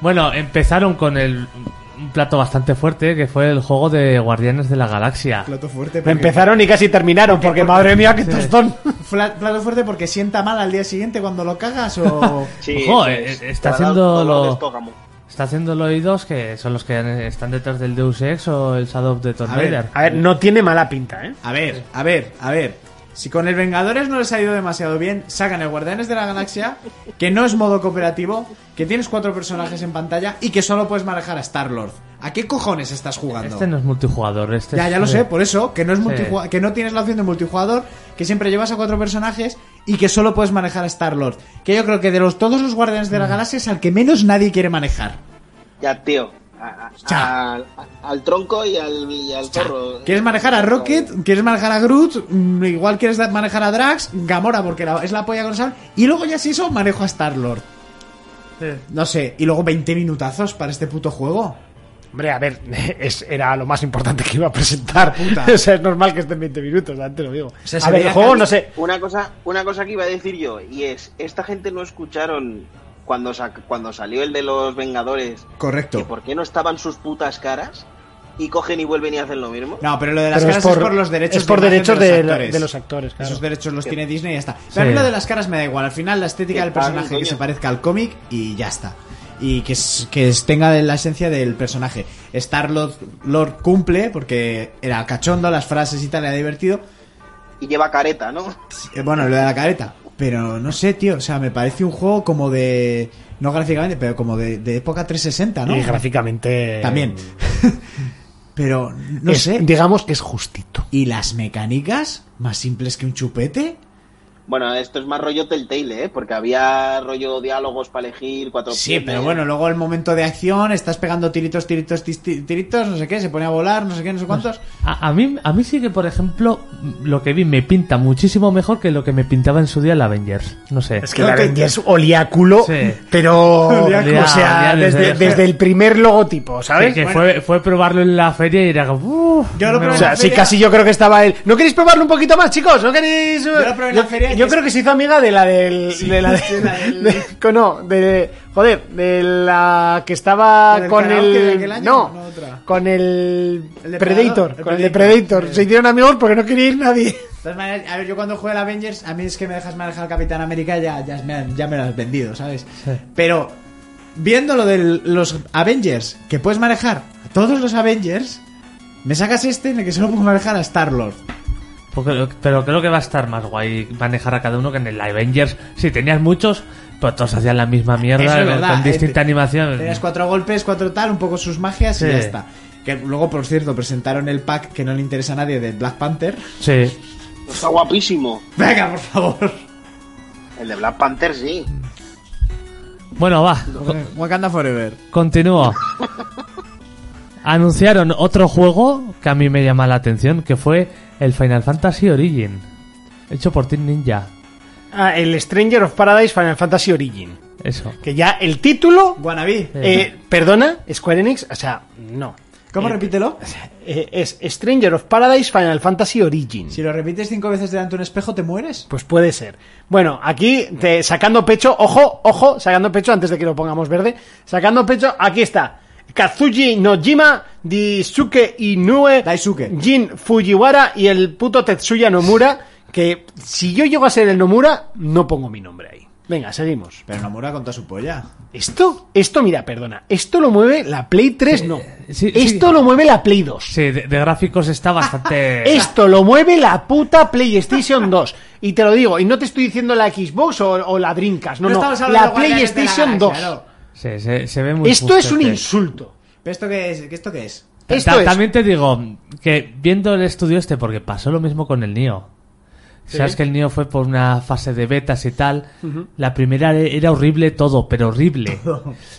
Bueno, empezaron con el, un plato bastante fuerte que fue el juego de Guardianes de la Galaxia.
Plato fuerte. porque-
Empezaron y casi terminaron, porque madre mía, qué tostón.
Fla- Plato fuerte porque sienta mal al día siguiente cuando lo cagas o.
Sí,
Ojo,
eso
eh,
es.
está
Te va a dar
haciendo
dolor de
lo-
estómago.
Está haciendo los I2 que son los que han- están detrás del Deus Ex o el Shadow of the Tomb
A ver, ah,
Raider.
A ver, no tiene mala pinta, ¿eh?
A ver, a ver, a ver. Si con el Vengadores no les ha ido demasiado bien, sacan el Guardianes de la Galaxia, que no es modo cooperativo, que tienes cuatro personajes en pantalla y que solo puedes manejar a Star-Lord. ¿A qué cojones estás jugando?
Este no es multijugador, este
Ya,
es-
ya lo sé, pues. por eso, que no, es
Sí.
multijua- que no tienes la opción de multijugador, que siempre llevas a cuatro personajes y que solo puedes manejar a Star-Lord. Que yo creo que de los todos los Guardianes
Mm.
de la Galaxia es al que menos nadie quiere manejar.
Ya, tío. A- a-
Cha.
al- al tronco y al, y al Oh, zorro.
¿Quieres manejar a Rocket? ¿Quieres manejar a Groot? Mm, Igual quieres da- manejar a Drax, Gamora, porque la- es la polla con sal. Y luego ya si eso, manejo a Star-Lord. No sé, y luego 20 minutazos para este puto juego.
Hombre, a ver, es- era lo más importante que iba a presentar.
Puta.
O sea, es normal que estén 20 minutos, antes lo digo.
sea,
a
se
ver, el
Oh,
veía
juego,
que-
no sé.
Una cosa, una cosa que iba a decir yo, y es, esta gente no escucharon cuando, sa- cuando salió el de los Vengadores, que
Correcto.
por qué no estaban sus putas caras, y cogen y vuelven y hacen lo mismo.
No, pero lo de las
Pero
caras es por, los derechos
es por
imagen
derechos
de
de,
los actores.
de los actores, claro.
Esos derechos los tiene Disney y ya está. Pero a mí lo de las caras me da igual. Al final, la estética
Que
del
paguen,
personaje que
coño.
se parezca al cómic y ya está. Y que, es- que es- tenga la esencia del personaje. Star-Lord Lord cumple porque era cachondo, las frases y tal, era divertido.
Y lleva careta, ¿no?
Eh, Bueno, lo de la careta. Pero no sé, tío. O sea, me parece un juego como de. No gráficamente, pero como de, de época 360, ¿no?
Y gráficamente.
También. pero no
es-
sé.
Digamos que es justito.
¿Y las mecánicas? ¿Más simples que un chupete?
Bueno, esto es más rollo Telltale, ¿eh? Porque había rollo diálogos para elegir, cuatro
Sí,
opciones.
pero bueno, luego el momento de acción, estás pegando tiritos, tiritos, tis- ti- tiritos, no sé qué, se pone a volar, no sé qué, no sé cuántos.
A, a mí, a mí sí que, por ejemplo, lo que vi me pinta muchísimo mejor que lo que me pintaba en su día el Avengers. No sé.
Es que la vendías oliáculo,
Sí.
pero.
Olía-
o sea,
olía desde-
desde, desde el primer logotipo, ¿sabes?
Sí, que fue, fue probarlo en la feria y era como... "Uf,
Yo lo
O
me
probé en
gusta".
sea,
la
sí,
feria-
casi yo creo que estaba él. ¿No queréis probarlo un poquito más, chicos? ¿No queréis.? eh?
lo probé en la feria y
yo
es-
creo que se hizo amiga de la del. de la de- de- con- no, de. Joder, de la que
¿La
estaba
del
con
karaoke de aquel
el.
año?
No,
No, otra.
con el.
El
Predator.
depredador, el
con el de
Predator.
Predator. Se hicieron amigos porque no quería ir nadie.
De todas maneras, a ver, yo cuando juego el Avengers, a mí es que me dejas manejar al Capitán América, ya, ya, me, han- ya me lo has vendido, ¿sabes? Pero viendo lo de los Avengers, que puedes manejar a todos los Avengers, me sacas este en el que solo puedo manejar a Star-Lord.
Porque- pero creo que va a estar más guay manejar a cada uno que en el Avengers. Si tenías muchos, pues todos hacían la misma mierda
Eso es
con-
verdad,
con
eh,
distinta
te-
animación.
Tenías cuatro golpes, cuatro tal, un poco sus magias
Sí.
y ya está. Que luego, por cierto, presentaron el pack que no le interesa a nadie de Black Panther.
Sí.
Está guapísimo.
Venga, por favor.
El de Black Panther, sí.
Bueno, va.
Wakanda Forever.
Continúo. Anunciaron otro juego que a mí me llama la atención, que fue el Final Fantasy Origin, hecho por Team Ninja.
Ah, el Stranger of Paradise Final Fantasy Origin.
Eso.
Que ya el título.
Wannabe.
eh, perdona, Square Enix, o sea, no.
¿Cómo
Eh,
repítelo?
eh, es Stranger of Paradise Final Fantasy Origin.
Si lo repites cinco veces delante de un espejo, te mueres.
Pues puede ser. Bueno, aquí te- sacando pecho, ojo, ojo, sacando pecho antes de que lo pongamos verde, sacando pecho, aquí está. Kazuji Nojima, Disuke Inoue,
Daisuke.
Jin Fujiwara y el puto Tetsuya Nomura, que si yo llego a ser el Nomura, no pongo mi nombre ahí. Venga, seguimos.
Pero Nomura con toda su polla.
Esto, esto, mira, perdona, esto lo mueve la Play 3, no.
sí,
esto
sí.
lo mueve la Play 2.
Sí, de, de gráficos está
Ah,
bastante...
Esto lo mueve la puta PlayStation 2. Y te lo digo, y no te estoy diciendo la Xbox o, o la Dreamcast, no, no, la
Guardianes de la
PlayStation 2.
Galaxia, no.
Sí, se, se ve muy
Esto es un
justete.
insulto.
¿Pero esto qué es? ¿Qué ¿Esto qué es?
Ta-
Esto
ta-
es-
También te digo que viendo el estudio este, porque pasó lo mismo con el Nio. Sabes que el Nio fue por una fase de betas y tal. La primera e- era horrible todo, pero horrible.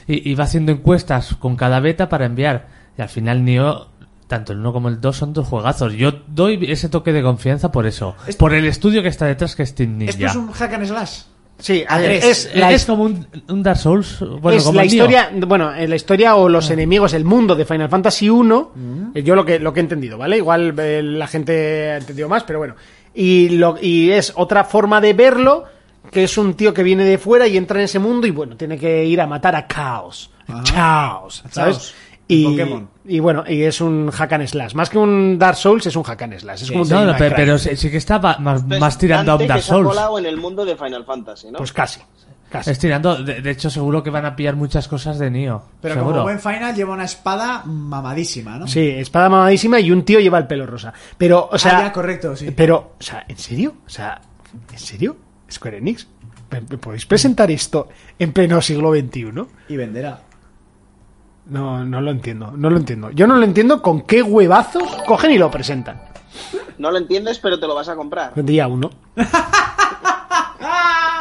Y iba haciendo encuestas con cada beta para enviar. Y al final Nio Tanto el 1 como el 2 son dos juegazos. Yo doy ese toque de confianza por eso. Por el estudio que está detrás, que es Team Ninja.
Esto es un hack and slash.
Sí, a ver,
Es,
es la,
es como un, un Dark Souls. Bueno,
es
como
la
el mío. Ah.
historia, bueno, eh, la historia o los enemigos, el mundo de Final Fantasy 1,
Mm.
yo lo que lo que he entendido, ¿vale? Igual eh, la gente ha entendido más, pero bueno. Y lo y es otra forma de verlo que es un tío que viene de fuera y entra en ese mundo y bueno, tiene que ir a matar a Chaos.
Ah,
A Chaos, ¿sabes?
Chaos,
Y,
Pokémon.
y bueno, y es un hack and slash. Más que un Dark Souls, es un hack and slash. Es como un
No, no,
Devil May
pero,
Cry.
pero sí, sí que está va- más,
Entonces,
más tirando a un
Dante
Dark
que se ha
Souls.
colado en el mundo de Final Fantasy, ¿no?
Pues casi. casi.
Es tirando, de, de hecho, seguro que van a pillar muchas cosas de Nio.
Pero
seguro.
como buen final lleva una espada mamadísima, ¿no?
Sí, espada mamadísima y un tío lleva el pelo rosa. Pero, o sea.
Ah, ya, correcto, sí.
Pero, o sea, ¿en serio? O sea, ¿en serio? Square Enix, ¿me- me ¿podéis presentar esto en pleno siglo XXI?
Y venderá.
No, no lo entiendo, no lo entiendo. Yo no lo entiendo con qué huevazos cogen y lo presentan.
No lo entiendes, pero te lo vas a comprar.
Pues
Día uno.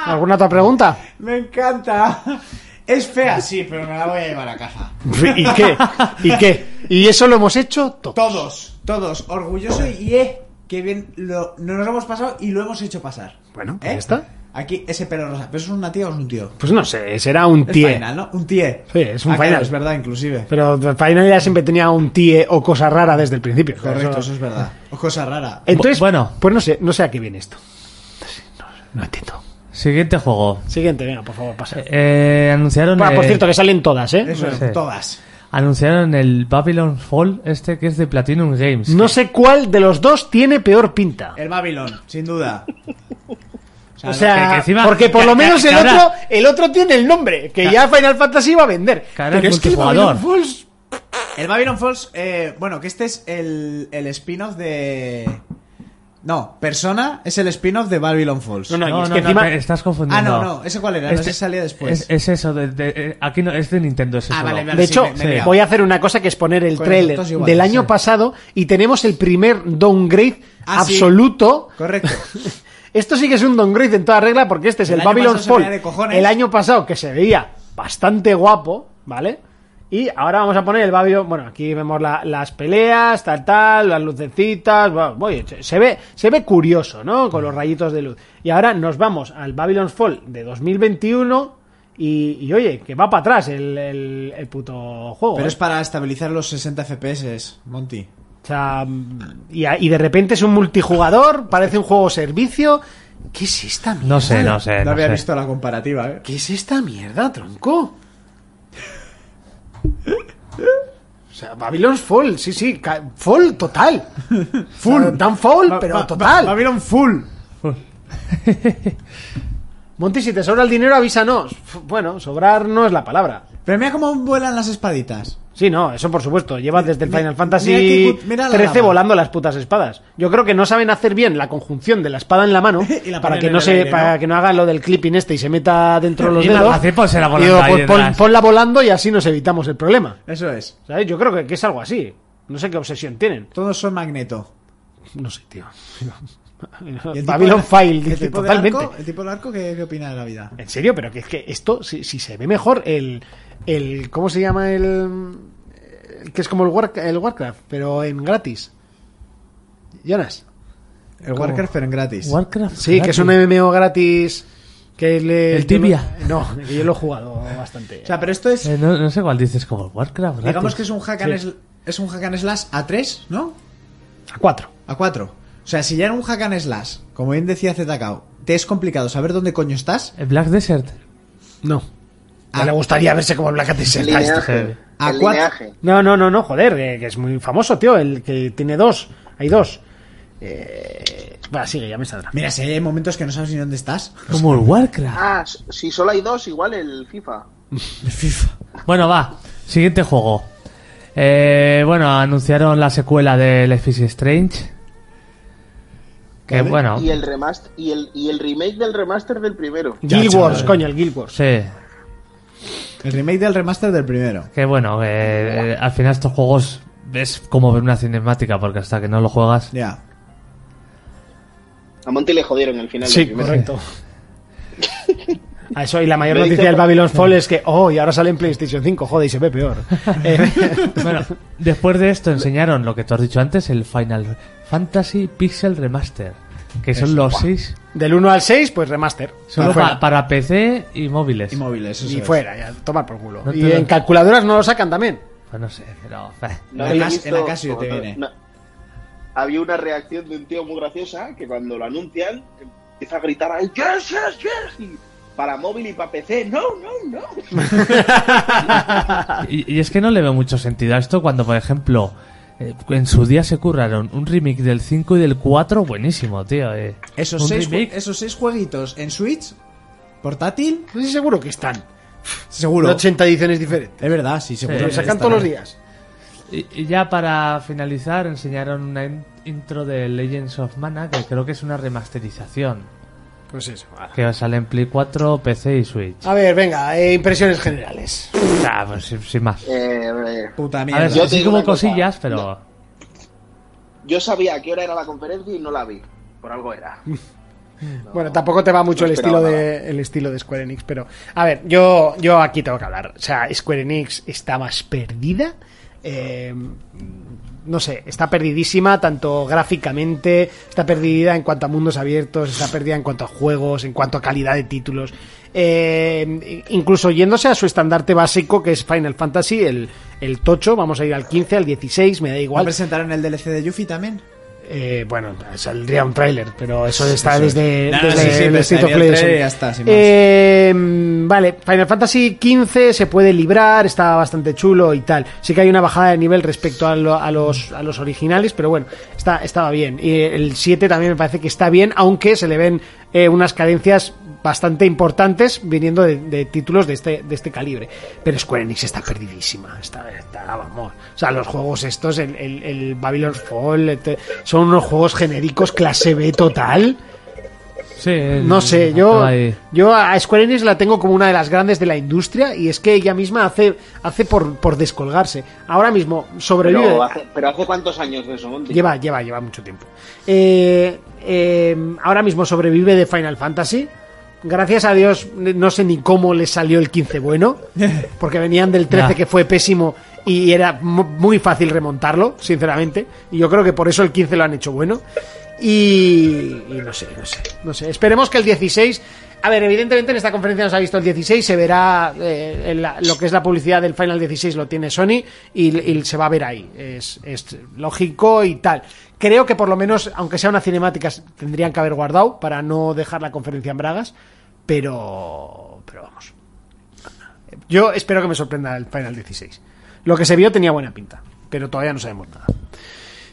¿Alguna otra pregunta?
Me encanta. Es fea, sí, pero me la voy a llevar a casa.
¿Y qué? ¿Y qué? ¿Y eso lo hemos hecho todo?
Todos, todos, orgulloso y eh, qué bien lo, nos lo hemos pasado y lo hemos hecho pasar.
Bueno, pues
¿Eh?
ya está.
Aquí ese pelo rosa, pero eso es una tía o es un tío.
Pues no sé, será un
Es
tie.
final, ¿no? Un tie.
Sí, es un
Ah, claro,
final.
es verdad, inclusive.
Pero Final ya siempre tenía un tie o cosa rara desde el principio.
Correcto, eso es verdad. O cosa rara.
Entonces,
Bu- bueno.
pues no sé, no sé a qué viene esto. No, no entiendo.
Siguiente juego.
Siguiente, venga, por favor, pasa.
Eh, anunciaron,
Bueno, Ah, por
el-
cierto, que salen todas, ¿eh?
Eso es,
Sí.
todas.
anunciaron el Babylon Fall, este que es de Platinum Games.
No sé cuál de los dos tiene peor pinta.
El Babylon, sin duda.
O sea,
que- que encima-
porque por
que-
lo
que-
menos
que
el
ahora-
otro, el otro tiene el nombre, que
Que-
ya Final Fantasy va a vender.
que ahora es
el
multijugador.
Babylon Falls-
El Babylon Falls, eh, bueno, que este es el, el spin-off de... No, Persona es el spin-off de Babylon Falls.
No, no, y
No,
es
no,
que
no,
encima-
te estás
ah,
confundiendo.
no, no, ¿ese cuál era? No,
Este-
ese salía después.
Es, es eso, de, de- eh, aquí no, es de Nintendo ese
Ah,
juego.
vale, vale.
De
sí,
hecho,
me- me he liado.
voy a hacer una cosa que es poner el
Con
trailer
efectos iguales,
del año
sí.
pasado y tenemos el primer downgrade
Ah, sí.
absoluto.
Correcto.
Esto sí que es un downgrade en toda regla porque este es
El
el,
año
Babylon
pasado se veía
Fall.
de cojones.
El año pasado que se veía bastante guapo, ¿vale? Y ahora vamos a poner el Babylon. Bueno, aquí vemos la- las peleas, tal, tal, las lucecitas. bueno, oye, se- se ve, se ve curioso, ¿no? Con los rayitos de luz. Y ahora nos vamos al Babylon Fall de 2021. Y, y, oye, que va para atrás el, el- el puto juego.
Pero
¿eh?
es para estabilizar los 60 FPS, Monty.
O sea, mm, y, a- y de repente es un multijugador, parece un juego servicio. ¿Qué es esta mierda?
No sé, no sé.
no
no
Ah, había
sé.
visto la comparativa, ¿eh?
¿Qué es esta mierda, tronco? O sea, Babylon's Fall, sí, sí, ca- Fall total. Full, tan Fall, pero total.
Babylon Full.
Monty, si te sobra el dinero, avísanos. F- Bueno, sobrar no es la palabra.
Pero mira cómo vuelan las espaditas.
Sí, no, eso por supuesto. Llevas desde el
Mira-
Final
mira qué
Fantasy
cut- mira la
13
lava.
volando las putas espadas. Yo creo que no saben hacer bien la conjunción de la espada en la mano
Y la
para
ponen
que
en
no
el
se,
aire, ¿no?
para que no haga lo del clipping este y se meta dentro los
Y más
dedos.
fácil, pónsela
Y
volando
digo,
ahí
pon- pon-
detrás.
ponla volando y así nos evitamos el problema.
Eso es.
¿Sabes? Yo creo que, que es algo así. No sé qué obsesión tienen.
Todos son magneto.
No sé, tío.
Y el tipo
Babylon
de-
File,
el
dice,
tipo del
totalmente.
arco- el tipo del arco, ¿qué, qué opina de la vida?
Eh,
En serio, pero que es que esto, si, si se ve mejor, el, el. ¿Cómo se llama el. el que es como el, War- el Warcraft, pero en gratis? Jonas.
El Warcraft, pero en gratis.
Warcraft.
Sí, que es un MMO gratis. Que le,
¿El Tibia?
yo lo- no, que yo lo he jugado bastante.
O sea, pero esto es.
Eh, no, no sé cuál dices, como el Warcraft. gratis.
digamos que es un hack and,
Sí.
sl- es un hack and slash a 3, ¿no?
a cuatro.
A 4. O sea, si ya en un hack and slash, como bien decía ZKO, te es complicado saber dónde coño estás.
El Eh, Black Desert.
No.
Ah.
le gustaría verse como el Black Desert.
El lineaje.
este heavy.
A
El
cuatro-
lineaje.
Ah, No, no, no, no, joder, eh, que es muy famoso, tío, el que tiene dos, hay dos. Eh, va, sigue, ya me saldrá.
Mira, si hay momentos que no sabes ni dónde estás.
Como el Warcraft.
Ah, s- si solo hay dos, igual el FIFA.
Bueno, va. Siguiente juego. Eh, bueno, anunciaron la secuela de Life is Strange. Que bueno.
Y el remaster y el, y el remake del remaster del primero.
Guild Wars, coño, el Guild Wars.
Sí.
El remake del remaster del primero.
Que bueno, eh, eh, al final estos juegos es como ver una cinemática, porque hasta que no lo juegas.
Ya.
A Monty le jodieron al final del
Sí,
primero.
correcto. A Ah, eso y la mayor
Lo
noticia
dice-
del Babylon Fall es que, oh, y ahora sale en PlayStation 5, joder, y se ve peor. Eh,
Bueno, después de esto enseñaron lo que tú has dicho antes, el Final Fantasy Pixel Remaster, que son los seis
del 1 al 6, pues remaster.
solo
Y fuera.
pa- para PC y móviles.
Y móviles,
y
eso es.
fuera, ya, tomar por culo.
No te
y
lo-
en calculadoras no lo sacan también.
Pues no sé, pero eh,
No
En
habéis
la cas- en la Casio
como
te
no-
viene.
no- había una reacción de un tío muy graciosa que cuando lo anuncian empieza a gritar ahí, yes, yes, yes", y para móvil y para PC, no, no, no.
Y, y es que no le veo mucho sentido a esto cuando, por ejemplo, eh, en su día se curraron un remake del 5 y del 4 buenísimo, tío. eh.
Esos
Un
seis, ju-
remake.
esos seis jueguitos en Switch, portátil,
No sé seguro que están.
seguro.
80 ediciones diferentes.
Es verdad, sí, seguro.
Sí.
Lo
que
sacan
está.
todos los días.
Y, y ya para finalizar enseñaron una in- intro de Legends of Mana que creo que es una remasterización
Pues eso.
que sale en Play 4, PC y Switch.
A ver, venga, eh, impresiones generales.
Ah, pues sin, sin más.
Eh, eh,
Puta
A
mierda.
ver,
Yo te
así
digo
como
una cosa.
cosillas, pero
yo sabía a qué hora era la conferencia y no la vi. Por algo era.
Bueno, tampoco te va mucho el
esperaba
estilo de el estilo de Square Enix, pero a ver, yo yo aquí tengo que hablar. O sea, Square Enix está más perdida. eh, no sé, está perdidísima tanto gráficamente, está perdida en cuanto a mundos abiertos, está perdida en cuanto a juegos, en cuanto a calidad de títulos. Eh, incluso yéndose a su estandarte básico que es Final Fantasy, el, el tocho, vamos a ir al 15, al 16, me da
¿No
igual.
presentaron el DLC de Yuffie también?
Eh, bueno, saldría un tráiler, pero eso está desde,
No, no,
desde
sí, sí,
el
pero
State of
estaría
Play.
el tráiler
sí.
y ya está, sin más.
Eh, mm, vale, Final Fantasy XV se puede librar, está bastante chulo y tal. Sí que hay una bajada de nivel respecto a, lo- a los, a los originales, pero bueno, está, estaba bien. Y el 7 también me parece que está bien, aunque se le ven eh, unas carencias bastante importantes viniendo de, de títulos de este, de este calibre. Pero Square Enix está perdidísima. Está, está, vamos. O sea, los juegos estos, el, el, el Babylon's Fall, este, son unos juegos genéricos clase B total.
sí, el-
No sé, yo,
ahí.
yo a Square Enix la tengo como una de las grandes de la industria y es que ella misma hace, hace por, por descolgarse. Ahora mismo sobrevive. ah,
Pero hace, pero hace cuántos años de eso, Monty.
Lleva, lleva, lleva mucho tiempo. Eh, eh, ahora mismo sobrevive de Final Fantasy. Gracias a Dios, no sé ni cómo le salió el 15 bueno, porque venían del 13
Ya.
que fue pésimo y era mu- muy fácil remontarlo, sinceramente. Y yo creo que por eso el 15 lo han hecho bueno. Y, y no sé, no sé, no sé. Esperemos que el 16. A ver, evidentemente en esta conferencia nos ha visto el 16, se verá eh, en la- lo que es la publicidad del Final 16 lo tiene Sony y, y se va a ver ahí. Es, es lógico y tal. Creo que por lo menos, aunque sea una cinemática, tendrían que haber guardado para no dejar la conferencia en bragas. Pero, pero vamos. Yo espero que me sorprenda el Final 16. Lo que se vio tenía buena pinta, pero todavía no sabemos nada.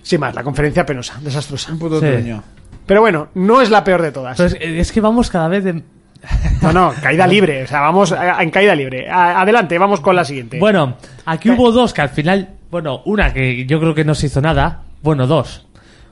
Sin más, la conferencia penosa, desastrosa.
Un puto
Sí.
truño.
Pero bueno, no es la peor de todas.
Pues-
Pero es, es que vamos cada vez de...
No, no, caída libre. O sea, vamos a- en caída libre. A- adelante, vamos con la siguiente.
Bueno, aquí hubo dos que al final... Bueno, una que yo creo que no se hizo nada. Bueno, dos.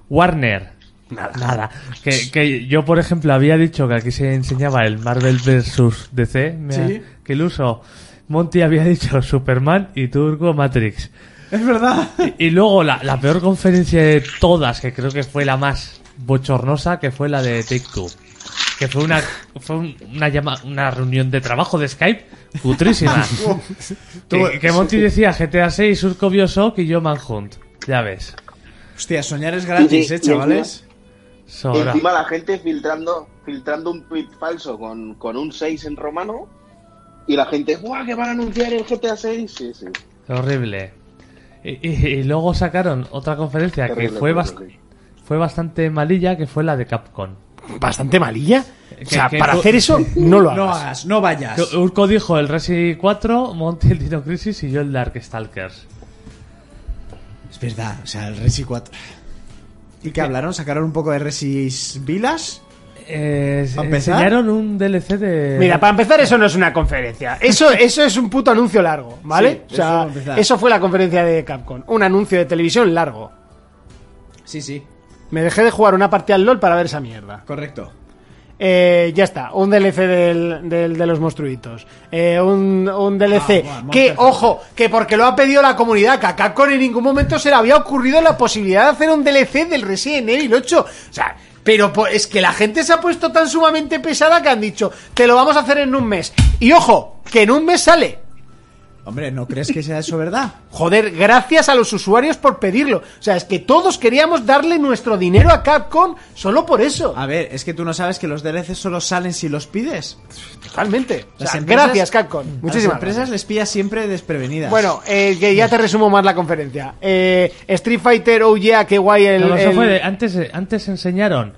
Warner. Nada. Nada. Que, que yo, por ejemplo, había dicho que aquí se enseñaba el Marvel vs. DC. me ha- Que el uso... Monty había dicho Superman y Turco Matrix.
Es verdad.
Y luego la, la peor conferencia de todas, que creo que fue la más bochornosa, que fue la de Take Two. Que fue una fue un- una, llama- una reunión de trabajo de Skype cutrísima. que, que Monty decía GTA 6, Surco Bioshock y yo Manhunt. Ya ves.
Hostia, soñar es gratis,
Sí,
eh,
sí,
chavales.
Sobra.
Encima la gente filtrando, filtrando un tweet falso con, con un 6 en romano y la gente, ¡guau! Que van a anunciar el GTA 6. Sí, sí.
Horrible. Y, y- y luego sacaron otra conferencia que
Terrible,
fue, bast-
terrible.
fue bastante malilla, que fue la de Capcom.
Bastante malilla. O sea,
que-
para
que-
hacer eso, no lo
No
hagas.
hagas, no
Ah,
vayas.
Que Urco dijo el Resi 4, Monty el Dino Crisis y yo el Dark Stalkers.
Es verdad, o sea, el Resi 4. ¿Y qué hablaron? ¿Sacaron un poco de Resis Vilas?
Eh,
¿A empezar?
enseñaron un DLC
eh.
de.
Mira, para empezar, eso no es una conferencia. Eso, eso es un puto anuncio largo, ¿vale?
Sí,
o sea,
eso para empezar.
eso fue la conferencia de Capcom. Un anuncio de televisión largo.
Sí, sí.
Me dejé de jugar una partida al LOL para ver esa mierda.
Correcto.
Eh, ya está, un DLC del, del- de los monstruitos. Eh, un, un DLC
Ah, bueno,
que,
Monster
ojo, que porque lo ha pedido la comunidad, que a Capcom en ningún momento se le había ocurrido la posibilidad de hacer un DLC del Resident Evil 8. O sea, Pero po- es que la gente se ha puesto tan sumamente pesada que han dicho, te lo vamos a hacer en un mes. Y ojo, que en un mes sale.
Hombre, ¿no crees que sea eso verdad?
Joder, gracias a los usuarios por pedirlo. O sea, es que todos queríamos darle nuestro dinero a Capcom solo por eso.
A ver, es que tú no sabes que los DLCs solo salen si los pides.
Totalmente. O
Las
sea,
empresas-
gracias, Capcom.
a
Muchísimas
Las empresas
gracias.
les pilla siempre desprevenidas.
Bueno, eh, que ya te resumo más la conferencia. Eh, Street Fighter, oh yeah, qué guay el...
Pero eso
el-
fue- antes, antes enseñaron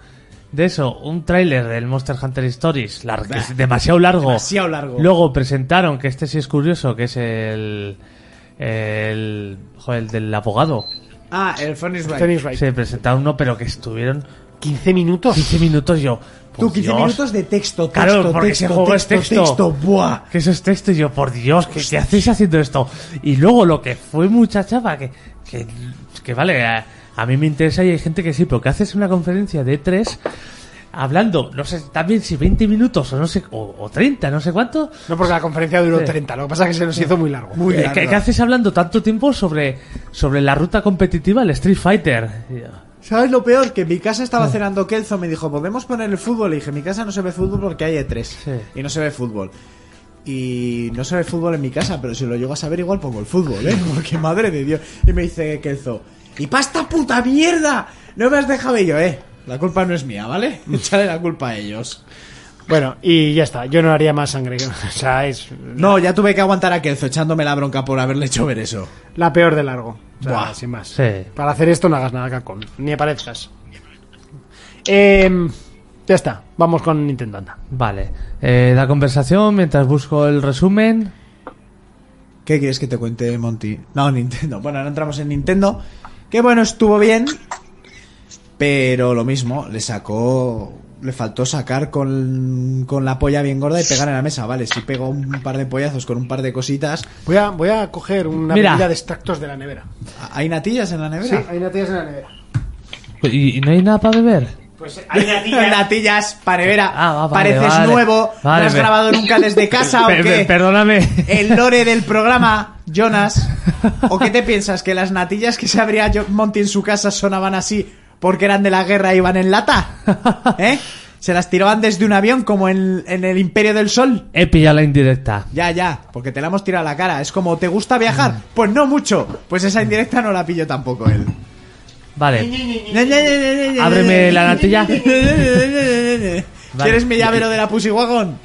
de eso un tráiler del Monster Hunter Stories lar- que es demasiado largo.
demasiado largo.
Luego presentaron que este sí es curioso, que es el el, joder, el del abogado.
Ah, el Furnace Ride.
Phoenix Wright.
Se presentaron uno, pero que estuvieron
15 minutos.
15 minutos yo.
Tú,
por
15
Dios,
minutos de texto, texto,
Claro, porque ese
texto,
juego es
texto,
texto.
texto, buah.
Que eso es texto y yo, por Dios, ¿qué, qué hacéis haciendo esto? Y luego lo que fue mucha chapa, que, que, que vale, a, a mí me interesa y hay gente que sí, pero que haces una conferencia de tres hablando, no sé, también si 20 minutos o no sé, o, o 30, no sé cuánto,
No, porque la conferencia duró
Sí.
30, lo que pasa es que se nos hizo muy largo.
Muy
eh,
largo.
¿qué, qué haces hablando tanto tiempo sobre, sobre la ruta competitiva del Street Fighter? Y yo,
¿Sabes lo peor? Que en mi casa estaba cenando Kelzo, me dijo, ¿podemos poner el fútbol? Y dije, en mi casa no se ve fútbol porque hay E3.
Sí.
Y no se ve fútbol. Y no se ve fútbol en mi casa, pero si lo llego a saber igual pongo el fútbol, ¿eh? Porque madre de Dios. Y me dice Kelzo, ¡y pa' esta puta mierda! No me has dejado y yo, ¿eh? La culpa no es mía, ¿vale? Echale la culpa a ellos.
Bueno, y ya está. Yo no haría más sangre. O sea, es
No, ya tuve que aguantar a Kelzo echándome la bronca por haberle hecho ver eso.
la peor de largo. O sea,
Buah.
sin más.
Sí.
Para hacer esto no hagas nada, Capcom. Ni aparezcas. Eh, ya está. Vamos con Nintendo anda.
Vale, Eh, la conversación mientras busco el resumen.
¿Qué quieres que te cuente, Monty? No, Nintendo. Bueno, ahora entramos en Nintendo. Que bueno, estuvo bien. Pero lo mismo, le sacó. Le faltó sacar con, con la polla bien gorda y pegar en la mesa. Vale, sí pegó un par de pollazos con un par de cositas.
Voy a, voy a coger una
Mira.
medida de extractos de la nevera.
¿Hay natillas en la
Sí,
nevera?
hay natillas en la nevera.
¿Y, y no hay nada para beber?
Pues hay
natillas para nevera.
Ah, va, vale,
Pareces
vale.
nuevo.
Vale,
no has
pe-
grabado nunca desde casa o
Pe- pe-
qué.
perdóname.
el lore del programa, Jonas. ¿O qué te piensas? ¿Que las natillas que se abría Jo- Monty en su casa sonaban así porque eran de la guerra y iban en lata? ¿Eh? Se las tiraban desde un avión como en, en el Imperio del Sol.
He pillado la indirecta.
Ya, ya, porque te la hemos tirado a la cara. Es como, ¿te gusta
Mm.
viajar? Pues no mucho. Pues esa indirecta no la pillo tampoco él.
Vale.
Ábreme
Ábreme la natilla.
¿Quieres mi llavero de la Pussy Wagon?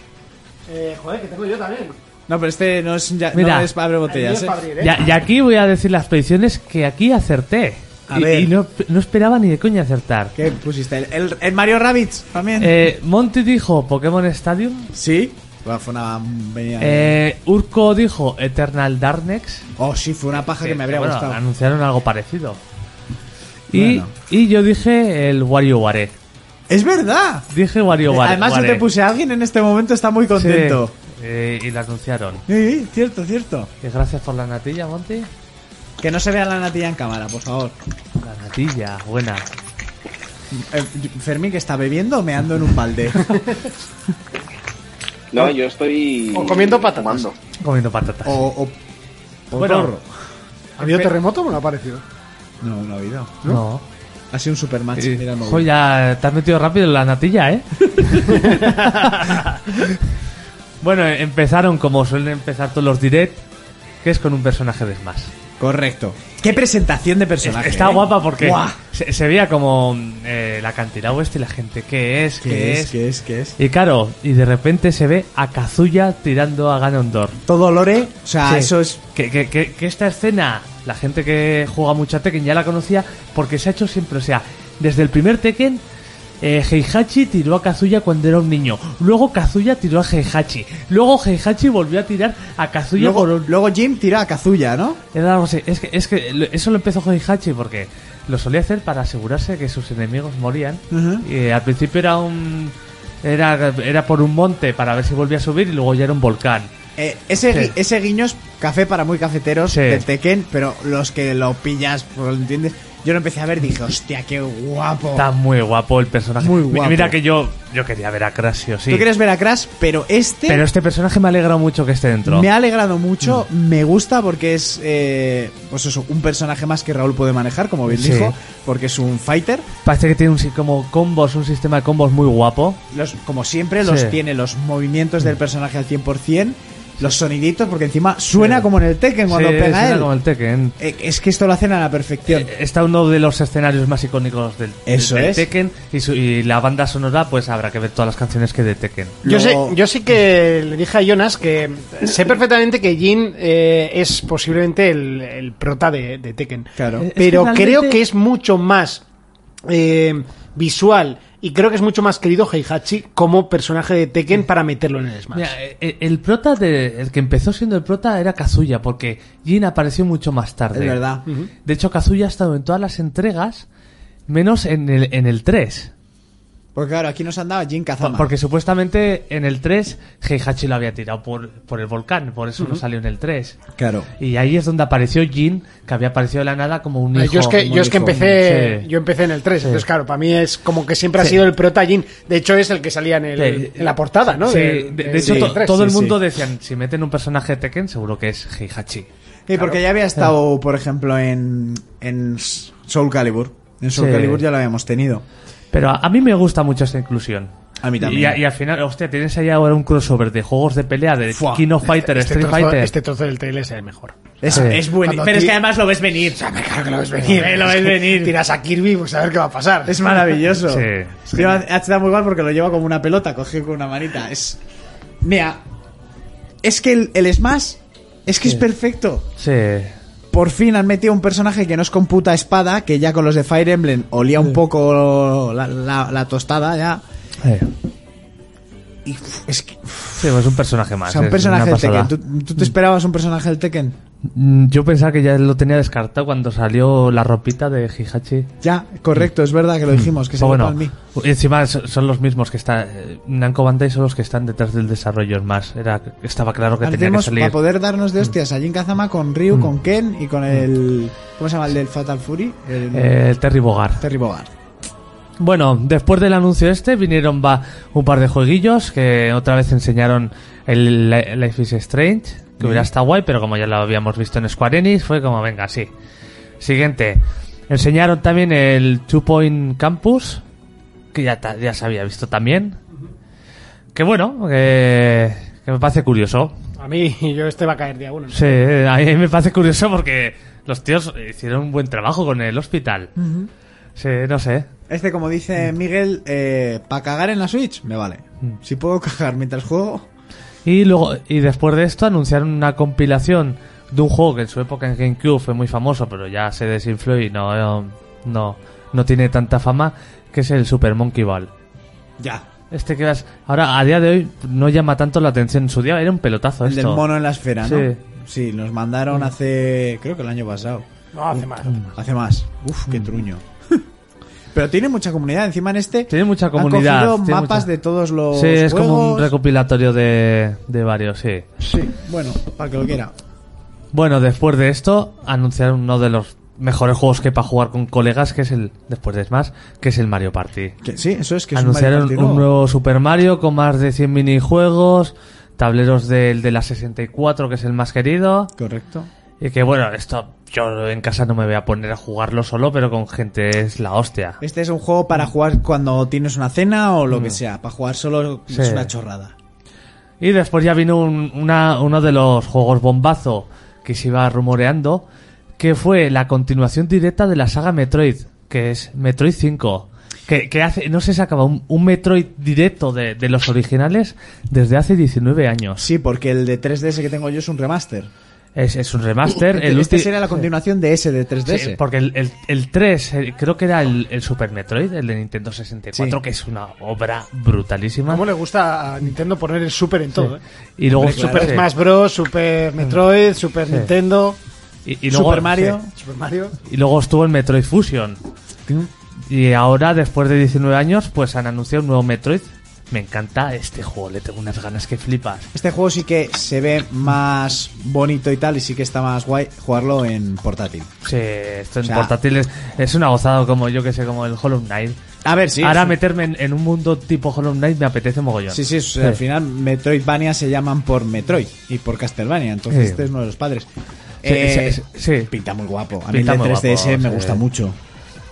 Eh, joder, que tengo yo también.
No, pero este no es, ya,
Mira.
no es para abrir
Hay
botellas.
mío
¿eh?
para abrir, ¿eh?
Ya- Y, aquí voy a decir las predicciones que aquí acerté.
A
y
ver.
y no, no esperaba ni de coña acertar.
¿Qué pusiste? ¿El, el- el Mario Rabbids también?
Eh, Monty dijo Pokémon Stadium.
sí. Bueno, fue una venida de-
Eh, Urco dijo Eternal Darknex.
Oh, sí, fue una paja que me habría
bueno,
gustado.
Anunciaron algo parecido. Y,
Bueno.
y yo dije el WarioWare.
¡Es verdad!
Dije WarioWare.
Además, yo
Ware.
te puse a alguien en este momento, está muy
Sí.
contento.
Eh, y lo anunciaron.
Sí, sí, cierto, cierto.
Que gracias por la natilla, Monty.
Que no se vea la natilla en cámara, por favor.
La natilla, buena.
Eh, Fermín, que está bebiendo, me ando en un balde.
No, yo estoy.
O comiendo patatas.
fumando.
Comiendo patatas.
o, o, o
Bueno.
porro.
¿Ha habido terremoto o no ha parecido?
No, no ha habido.
no.
Ha sido un supermatch.
Sí.
mira el móvil.
Jo, ya te has metido rápido en la natilla, ¿eh? bueno, empezaron como suelen empezar todos los direct, que es con un personaje de Smash.
Correcto. ¡Qué presentación de personaje!
Está
eh!
guapa porque
Guau.
se, se veía como eh, la cantidad oeste y la gente, ¿qué es? ¿Qué,
¿Qué
es?
es? ¿Qué es? ¿Qué es?
Y claro, y de repente se ve a Kazuya tirando a Ganondorf.
Todo lore, o sea,
Sí.
eso es
Ah, Que, que- que- que esta escena, la gente que juega mucho a Tekken ya la conocía porque se ha hecho siempre. O sea, desde el primer Tekken, eh, Heihachi tiró a Kazuya cuando era un niño. Luego Kazuya tiró a Heihachi. Luego Heihachi volvió a tirar a Kazuya
Luego,
por un-
luego Jim tira a Kazuya, ¿no?
Era algo así. Es que, es que lo- eso lo empezó Heihachi porque lo solía hacer para asegurarse que sus enemigos morían.
Ujú.
Y, eh, al principio era un. Era, era por un monte para ver si volvía a subir y luego ya era un volcán.
Eh, ese, gui-
Sí.
ese guiño es café para muy cafeteros
Sí.
del Tekken, pero los que lo pillas, pues lo entiendes. Yo lo empecé a ver y dije, hostia, qué guapo.
Está muy guapo el personaje.
Muy
Mi-
guapo.
Mira que yo, yo quería ver a Crash, sí o sí.
Tú quieres ver a Crash, pero este
Pero este personaje me alegra mucho que esté dentro.
me ha alegrado mucho,
Mm.
me gusta porque es, eh, pues eso, un personaje más que Raúl puede manejar, como bien
Sí.
dijo, porque es un fighter.
Parece que tiene un si- como combos, un sistema de combos muy guapo.
Los, como siempre, los
Sí. Mm.
tiene los movimientos del personaje al 100%, los soniditos, porque encima suena
Sí.
como en el Tekken cuando
Sí,
pega
suena
él.
como el Eh, Tekken.
Eh, Es que esto lo hacen a la perfección.
Está uno de los escenarios más icónicos del,
Eso
del
es.
Tekken y, su- y la banda sonora pues habrá que ver todas las canciones que de Tekken.
Yo, sé,
Luego-
yo sí que le dije a Jonas que sé perfectamente que Jin eh, es posiblemente el, el prota de, de Tekken.
Claro.
Eh,
Pero
Es que
creo
realmente-
que es mucho más eh, visual y creo que es mucho más querido Heihachi como personaje de Tekken para meterlo en el Smash.
Mira, eh, eh, el prota de, el que empezó siendo el prota era Kazuya porque Jin apareció mucho más tarde.
Es verdad.
De hecho Kazuya ha estado en todas las entregas menos en el en el 3.
Porque claro, aquí nos andaba Jin Kazama.
Porque supuestamente en el 3 Heihachi lo había tirado por, por el volcán, por eso no salió en el 3.
Claro.
Y ahí es donde apareció Jin, que había aparecido de la nada como un
Eh,
hijo.
yo es que, yo
como un
es que
hijo.
empecé
Sí.
yo empecé en el 3, entonces claro, para mí es como que siempre ha
Sí.
sido el prota Jin. De hecho es el que salía en, el-
Sí.
en la portada, ¿no?
Sí, de,
Del-
de
del
hecho,
sí,
to-
tres.
todo el
sí,
mundo
sí.
decían, si meten un personaje de Tekken, seguro que es Heihachi.
Sí, porque ya había estado, por ejemplo, en, en Soul Calibur. En Soul
Sí.
Calibur ya lo habíamos tenido.
Pero a, a mí me gusta mucho esta inclusión.
A mí también.
Y, a- y al final, hostia, tienes ahí ahora un crossover de juegos de pelea, de
Fua,
King of Fighter,
este
Street
trozo,
Fighter.
este trozo del trailer es el mejor.
Es,
Sí.
es bueno.
Cuando
Pero es
ti-
que además lo ves venir.
Claro que lo ves venir.
Hombre, lo ves
Es que
venir.
Tiras a Kirby, pues a ver qué va a pasar.
Es maravilloso.
Sí.
Lleva- está muy mal porque lo lleva como una pelota, cogido con una manita. Es. Mira. Es que el, el Smash. Es que es perfecto.
Sí.
Por fin han metido un personaje que no es con puta espada, que ya con los de Fire Emblem olía un poco la, la- la tostada ya.
Sí.
Y uf, es que, uf,
Sí, es un personaje
o
más.
sea, un
es
personaje
una
del Tekken.
pasada.
¿Tú, tú te esperabas un personaje del Tekken?
Mm, Yo pensaba que ya lo tenía descartado cuando salió la ropita de Heihachi.
Ya, correcto, es verdad que lo dijimos, que se
Pero
bueno.
Mm. Pues bueno, y encima so- son los mismos que están. Namco Bandai son los que están detrás del desarrollo en más. Era, estaba claro que tenía
Ahora
que
tenemos para
salir. Mm.
poder darnos de hostias a Jin Kazama con Ryu, con Ken y con el... ¿Cómo se llama el del Fatal Fury? El
Eh, Terry Bogard.
Terry Bogard.
Bueno, después del anuncio este vinieron va un par de jueguillos que otra vez enseñaron el Li- Life is Strange, que hubiera estado guay, pero como ya lo habíamos visto en Square Enix, fue como venga, sí. Siguiente. Enseñaron también el Two Point Campus, que ya, ta- ya se había visto también. Que bueno, que- que me parece curioso.
A mí, yo este va a caer día uno.
Sí, a mí me parece curioso porque los tíos hicieron un buen trabajo con el hospital. Sí, no sé.
Este, como
Mm.
dice Miguel, para cagar en la Switch, me vale. Si puedo cagar mientras juego...
Y luego y después de esto anunciaron una compilación de un juego que en su época en GameCube fue muy famoso, pero ya se desinfló y no no eh, no, no tiene tanta fama, que es el Super Monkey Ball.
Ya.
Este que vas ahora a día de hoy no llama tanto la atención en su día, era un pelotazo
El
esto.
del mono en la esfera, ¿no?
Sí. Mm.
Sí. nos mandaron hace... creo que el año pasado.
No hace más.
Hace más. Uf,
Mm.
qué truño. Pero tiene mucha comunidad. Encima en este...
Tiene mucha
han
comunidad,
cogido
tiene
mapas
mucha-
de todos los
Sí, es como un
juegos.
recopilatorio de, de varios, sí.
Sí, bueno, para que lo quiera.
Bueno, después de esto, anunciaron uno de los mejores juegos que para jugar con colegas, que es el, después de Smash, que es el Mario Party.
Que sí, eso es que es un
anunciaron
Mario
un,
Party
nuevo Super Mario con más de 100 minijuegos, tableros del de la 64, que es el más querido.
Correcto.
Y que bueno, esto yo en casa no me voy a poner a jugarlo solo, pero con gente es la hostia.
Este es un juego para jugar cuando tienes una cena o lo que sea. Para jugar solo
Mm. Sí.
es una chorrada.
Y después ya vino un- una- uno de los juegos bombazo que se iba rumoreando, que fue la continuación directa de la saga Metroid, que es Metroid 5. Que, que hace, no se sacaba un, un Metroid directo de, de los originales desde hace 19 años.
Sí, porque el de 3DS que tengo yo es un remaster.
Es, es un remaster.
Este-
el
este
ulti-
sería la continuación de ese de 3DS.
Sí, porque el, el, el 3, eh, creo que era el, el Super Metroid, el de Nintendo 64,
Sí.
que es una obra brutalísima.
¿Cómo le gusta a Nintendo poner el Super en todo? eh?
Y luego
Super
sí.
Smash Bros, Super Metroid, Super Nintendo,
Y- y luego-
Super Mario.
sí.
Super Mario.
Y luego estuvo el Metroid Fusion. Y ahora, después de 19 años, pues han anunciado un nuevo Metroid me encanta este juego, le tengo unas ganas que flipas.
Este juego sí que se ve más bonito y tal, y sí que está más guay jugarlo en portátil.
Sí, esto en
O sea-
portátil es, es una gozada como yo que sé, como el Hollow Knight.
A ver, sí.
Ahora
sí.
meterme en, en un mundo tipo Hollow Knight me apetece mogollón.
Sí, sí, o sea, al final Metroidvania se llaman por Metroid y por Castlevania, entonces
Sí.
este es uno de los padres.
Eh. Sí,
Eh,
sí, sí.
Pinta muy guapo. A mí
Pinta
el de
muy
3DS
guapo,
me
sí.
gusta mucho.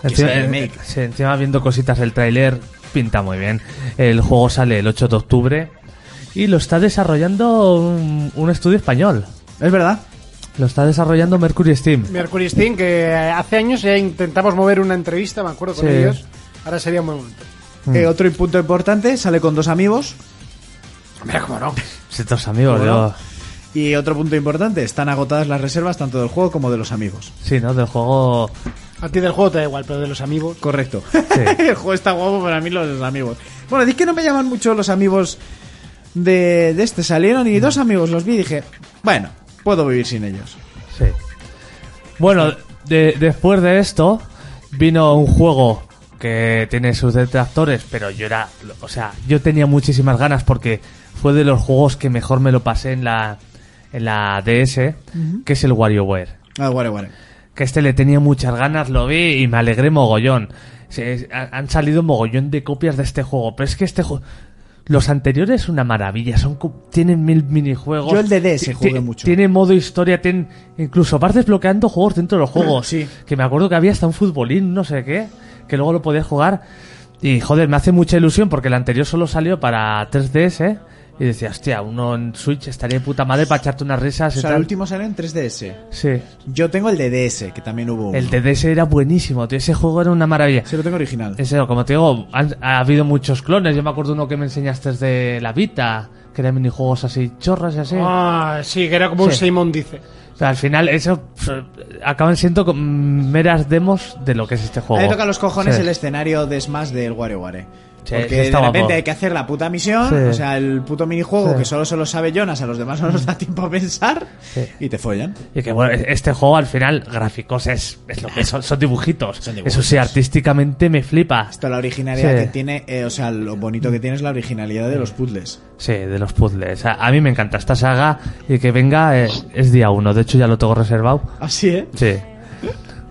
Que
Encima,
es el
eh,
remake.
sí, encima viendo cositas del tráiler, pinta muy bien. El juego sale el 8 de octubre y lo está desarrollando un, un estudio español.
Es verdad.
Lo está desarrollando Mercury Steam.
Mercury Steam, que hace años ya intentamos mover una entrevista, me acuerdo con
Sí.
ellos. Ahora sería un buen momento.
Eh,
Mm.
otro punto importante, sale con dos amigos.
Estos amigos, yo-
Bueno. Y otro punto importante, están agotadas las reservas tanto del juego como de los amigos.
Sí, ¿no? Del juego...
A ti del juego te da igual, pero de los amigos.
Correcto. el juego está guapo para mí los amigos. Bueno, es que no me llaman mucho los amigos de, de este. Salieron y
Mm.
dos amigos los vi y dije, bueno, puedo vivir sin ellos.
Sí. Bueno, de- después de esto vino un juego que tiene sus detractores, pero yo era, o sea, yo tenía muchísimas ganas porque fue de los juegos que mejor me lo pasé en la en la DS, que es el WarioWare.
Ah, guare, guare.
Que este le tenía muchas ganas, lo vi y me alegré mogollón. Se- es- ha- han salido mogollón de copias de este juego, pero es que este juego los anteriores una maravilla, son co- tienen mil minijuegos.
Yo el de DS
Ti-
jugué
ti-
mucho.
Tiene modo historia, tienen incluso vas desbloqueando juegos dentro de los juegos.
Sí.
Que me acuerdo que había hasta un futbolín, no sé qué, que luego lo podías jugar. Y joder, me hace mucha ilusión porque el anterior solo salió para 3DS ¿eh? y decía, hostia, uno en Switch estaría de puta madre para echarte unas risas
O
y
sea,
tal.
el último salió en 3DS.
Sí.
Yo tengo el de DS, que también hubo. uno.
El DDS era buenísimo, tío. Ese juego era una maravilla.
Sí, lo tengo original.
En serio, como te digo, han- ha habido muchos clones. Yo me acuerdo uno que me enseñaste de la Vita, que eran minijuegos así chorras y así.
Ah, sí, que era como un
Sí.
Simon dice.
Pero al final, eso pf, acaban siendo co- meras demos de lo que es este
A
juego.
mí me toca los cojones
Sí.
el escenario de Smash del WarioWare.
Sí, sí,
Porque de
está
repente
guapo.
hay que hacer la puta misión,
Sí.
o sea, el puto minijuego
Sí.
que solo se lo sabe Jonas, a los demás no nos da tiempo a pensar,
Sí.
y te follan.
Y que bueno, este juego al final, gráficos es, es lo que son, son dibujitos.
dibujitos.
Eso sí, artísticamente me flipa.
Esto, la originalidad
Sí.
que tiene, eh, o sea, lo bonito que tiene es la originalidad de los puzzles.
Sí, de los puzzles. A, a mí me encanta esta saga y que venga eh, es día uno. De hecho, ya lo tengo reservado.
Así, ¿eh?
Sí.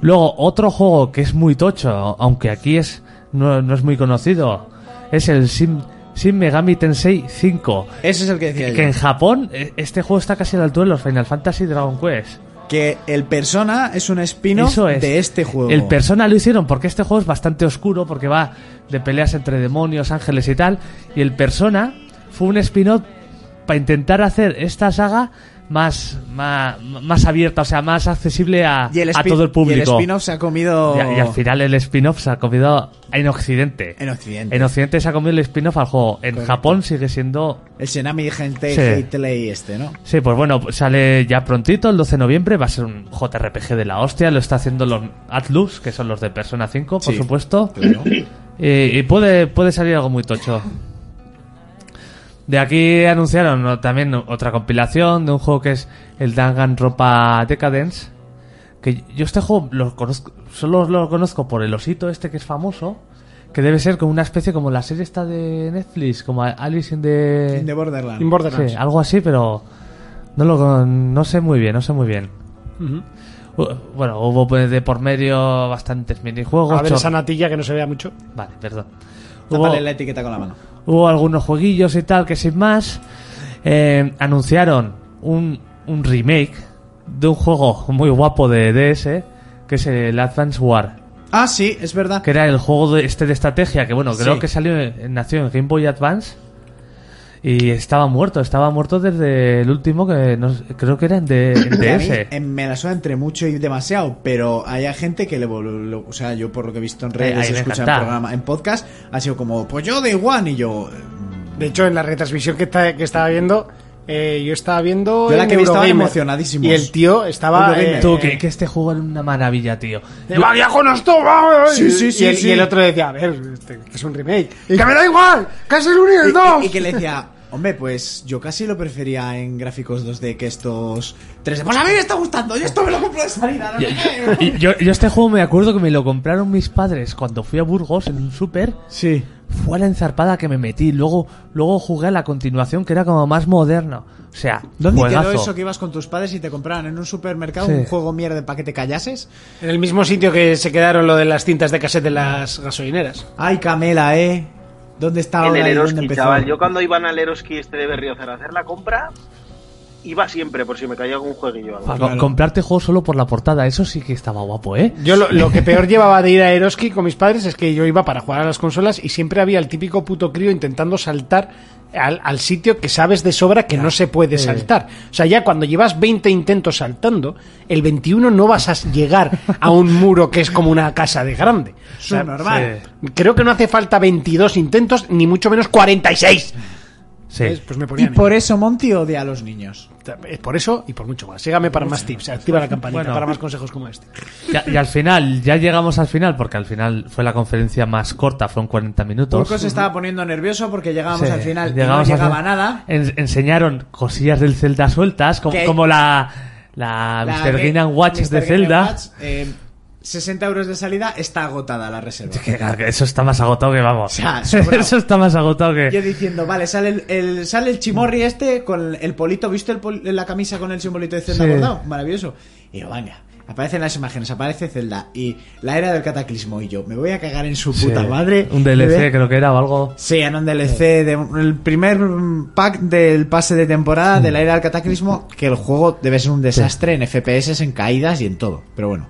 Luego, otro juego que es muy tocho, aunque aquí es no, no es muy conocido, es el Shin, Shin Megami Tensei 5.
Ese es el que decía
Que en
yo.
Japón eh, este juego está casi a la altura de los Final Fantasy y Dragon Quest.
Que el Persona es un espino
Eso es.
de este juego.
El Persona lo hicieron porque este juego es bastante oscuro, porque va de peleas entre demonios, ángeles y tal. Y el Persona fue un spin-off para intentar hacer esta saga más, más, más abierta, o sea, más accesible a,
Y el
a
spin-
todo el público.
Y el spin-off se ha comido...
Y, y al final el spin-off se ha comido en Occidente.
En Occidente.
En Occidente se ha comido el spin-off al juego. En Japón sigue siendo...
El Senami Gentei
Sí.
Heitelei este, ¿no?
Sí, pues bueno, sale ya prontito, el 12 de noviembre, va a ser un JRPG de la hostia, lo está haciendo los Atlus, que son los de Persona 5, por
Sí,
supuesto. Eh,
claro.
Y, y puede, puede salir algo muy tocho. De aquí anunciaron ¿no? también otra compilación de un juego que es el Danganronpa Decadence. Que yo este juego lo conozco, solo lo conozco por el osito este que es famoso. Que debe ser como una especie como la serie esta de Netflix, como Alice in the...
In the Borderland.
In Borderlands.
Sí, algo así, pero no lo no sé muy bien, no sé muy bien. U- Bueno, hubo pues, de por medio bastantes minijuegos.
A ver
cho-
esa natilla que no se vea mucho.
Vale, perdón. Hubo,
Tápale la etiqueta con la mano.
hubo algunos jueguillos y tal que sin más eh, anunciaron un, un remake de un juego muy guapo de DS que es el Advance War.
Ah, sí, es verdad.
que era el juego de este de estrategia que bueno creo
Sí.
que salió eh, nació en Game Boy Advance y estaba muerto estaba muerto desde el último que no sé, creo que era en, de, en
Que a mí,
DS
eh, me la suena entre mucho y demasiado, pero hay gente que le... vol- lo- o sea, yo por lo que he visto en
Ay,
redes,
ay, Eh, me
escucha en
encanta.
programa, en podcast, ha sido como, pues yo de One y yo... eh,
De hecho, en la retransmisión que, está- que estaba viendo, eh, yo estaba viendo.
Yo la
en
que vi estaba
Eurogamer.
emocionadísimos.
Y el tío estaba.
Eurogamer.
eh,
Tú, que, que este juego era una maravilla tío
¡De María con esto! vamos!
Sí, sí,
Y-
sí,
y, el,
sí.
y el otro decía, a ver, este, que es un remake. Y que me da igual, que es el uno y
y-
el
y-
dos.
Y, que le decía, hombre, pues yo casi lo prefería en gráficos 2D que estos 3D. Pues a mí me está gustando, yo esto me lo compro de salida. no sé qué".
Y yo, yo este juego me acuerdo que me lo compraron mis padres cuando fui a Burgos en un super
Sí.
fue la enzarpada que me metí. Luego, luego jugué a la continuación que era como más moderna. O sea,
¿Dónde
juegazo.
quedó eso que ibas con tus padres y te compraban en un supermercado
Sí.
un juego mierda para que te callases?
En el mismo sitio que se quedaron lo de las cintas de cassette de las gasolineras.
Ay, Camela, eh. ¿Dónde
Ah,
está
En
ahora y
el
dónde
Eroski,
empezó?
chaval. Yo cuando iban al Eroski este de Berriozar a hacer la compra, iba siempre por si me caía algún jueguillo. o algo.
Pa- Comprarte juegos solo por la portada, eso sí que estaba guapo, ¿eh?
Yo lo, lo que peor llevaba de ir a Eroski con mis padres es que yo iba para jugar a las consolas y siempre había el típico puto crío intentando saltar al, al sitio que sabes de sobra que no se puede saltar. O sea, ya cuando llevas 20 intentos saltando, el 21 no vas a llegar a un muro que es como una casa de grande. O sea,
Subnormal.
Creo que no hace falta 22 intentos, ni mucho menos 46.
Sí.
¿Ves? Pues me
Y
ponían
por eso Monty odia a los niños.
ahí. por eso y por mucho más. Sígame para más tips, activa la campanita
Bueno.
para más consejos como este.
Y, a- y al final, ya llegamos al final, porque al final fue la conferencia más corta, fueron 40 minutos.
Turco se estaba poniendo nervioso porque llegábamos
Sí,
al final
llegamos
y
al
no llegaba
final.
nada.
En- enseñaron cosillas del Zelda sueltas, como,
¿Qué?
como la, la,
La
Mr.
que-
Game and Watch
Mr.
de
Game
Zelda.
and Watch, eh, 60 euros de salida, está agotada la reserva.
Que- que Eso está más agotado que vamos.
sea, sobrado.
Eso está más agotado
Yo
que.
diciendo, vale, sale el, el- sale el chimorri este con el polito, ¿viste el pol- la camisa con el simbolito de Zelda
Sí.
bordado? Maravilloso. Y yo, venga, aparecen las imágenes, aparece Zelda y la era del cataclismo y yo, me voy a cagar en su puta
Sí.
madre.
Un
Me
DLC
ve-
creo que era o algo.
Sí, en un DLC, de, el primer mm, pack del pase de temporada de la era del cataclismo, que el juego debe ser un desastre en FPS, en caídas y en todo. Pero bueno.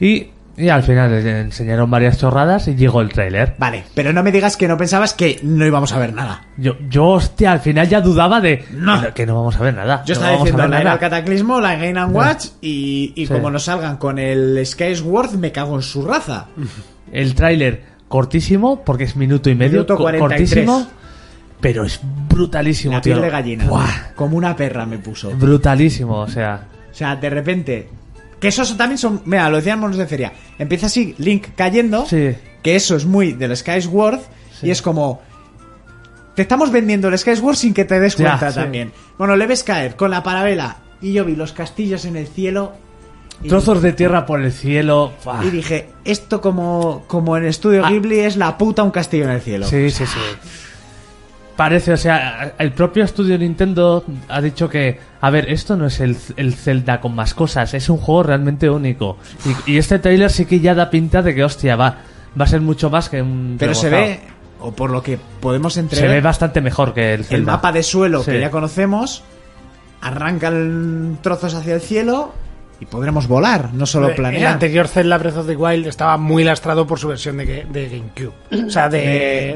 Y, y al final eh, enseñaron varias chorradas y llegó el tráiler.
Vale, pero no me digas que no pensabas que no íbamos a ver nada.
Yo, yo, hostia, al final ya dudaba de
No.
que no vamos a ver nada.
Yo
no
estaba
vamos a
diciendo
ver
la era
nada.
del cataclismo, la Game and Watch y, y como nos salgan con el Skyward me cago en su raza.
El tráiler cortísimo, porque es minuto y medio,
Minuto
co-
43.
cortísimo, pero es brutalísimo,
La
tío.
piel de gallina.
Buah,
Como una perra me puso. O
brutalísimo, o sea.
sea, de repente... Que esos también son... Mira, lo decíamos de feria. Empieza así Link cayendo.
Sí.
Que eso es muy del Skyward. Y es como... Te estamos vendiendo el Skyward sin que te des
Ya,
cuenta
sí.
también. Bueno, le ves caer con la parabela. Y yo vi los castillos en el cielo. y-
Trozos de tierra por el cielo. buah.
Y dije, esto como, como en Estudio
Ah.
Ghibli es la puta un castillo en el cielo.
Sí, sí, sí. Parece, o sea, el propio estudio Nintendo ha dicho que, a ver, esto no es el, el Zelda con más cosas, es un juego realmente único. Y, y este tráiler sí que ya da pinta de que, hostia, va, va a ser mucho más que un...
Pero se
rebozado.
ve, o por lo que podemos
Se ve
entrever,
bastante mejor que el
el
Zelda.
mapa de suelo
Sí.
que ya conocemos, arrancan trozos hacia el cielo y podremos volar, no solo
El
planear.
anterior Zelda Breath of the Wild estaba muy lastrado por su versión de, Ga- de GameCube. O sea, de,
De- de-
de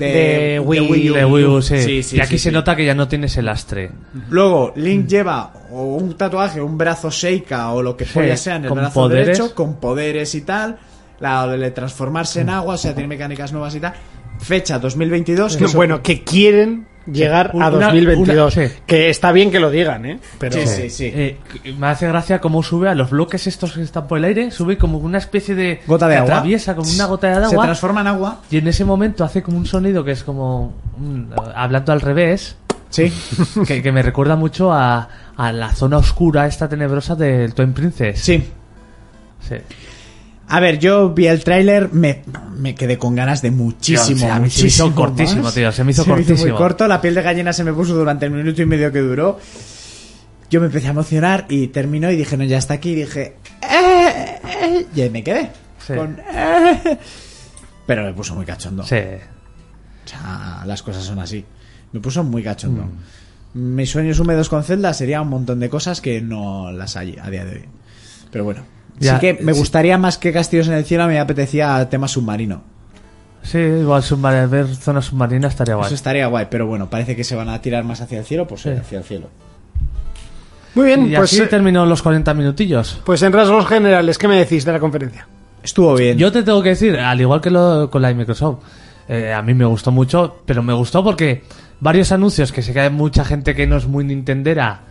Eh, de
Wii,
Wii
De Wii U, sí.
Sí, sí,
y aquí
sí,
se
sí.
nota que ya no tienes el astre.
Luego, Link lleva o un tatuaje, un brazo Sheikah o lo que
Sí,
polla sea en el
con
brazo
poderes.
derecho, con poderes y tal. La de transformarse en agua, o sea, tiene mecánicas nuevas y tal. Fecha 2022. que
No,
eso-
bueno, que quieren llegar
Una-
a 2022.
una- sí.
Que está bien que lo digan, ¿eh? Pero
Sí, sí, sí.
Eh, me hace gracia cómo sube a los bloques estos que están por el aire, sube como una especie de...
Gota de
que
agua.
Atraviesa como una gota de agua.
Se transforma en agua.
Y en ese momento hace como un sonido que es como mm, hablando al revés,
Sí.
que, que me recuerda mucho a, a la zona oscura, esta tenebrosa del Twin Princess.
Sí.
Sí.
A ver, yo vi el tráiler, me, me quedé con ganas de muchísimo,
Tío, o sea, a mí se me hizo
muchísimo
cortísimo,
más.
tío, se me hizo cortísimo.
muy corto, la piel de gallina se me puso durante el minuto y medio que duró. Yo me empecé a emocionar y terminó y dije, no, ya está aquí. Y dije, "Eh, eh", y ahí me quedé.
Sí.
Con, "Eh". Pero me puso muy cachondo.
Sí.
O sea, las cosas son así. Me puso muy cachondo.
Mm.
Mis sueños húmedos con Zelda sería un montón de cosas que no las hay a día de hoy. Pero bueno.
Ya,
sí que me
sí.
gustaría más que castillos en el cielo, me apetecía tema submarino.
Sí, igual submar- ver zonas submarinas estaría guay.
Eso estaría guay, pero bueno, parece que se van a tirar más hacia el cielo, pues eh, hacia el cielo.
Muy bien,
Y
pues,
así
eh,
terminó los 40 minutillos.
pues en rasgos generales, ¿qué me decís de la conferencia?
Estuvo bien.
Yo te tengo que decir, al igual que lo, con la de Microsoft, eh, a mí me gustó mucho, pero me gustó porque varios anuncios que se cae mucha gente que no es muy Nintendera.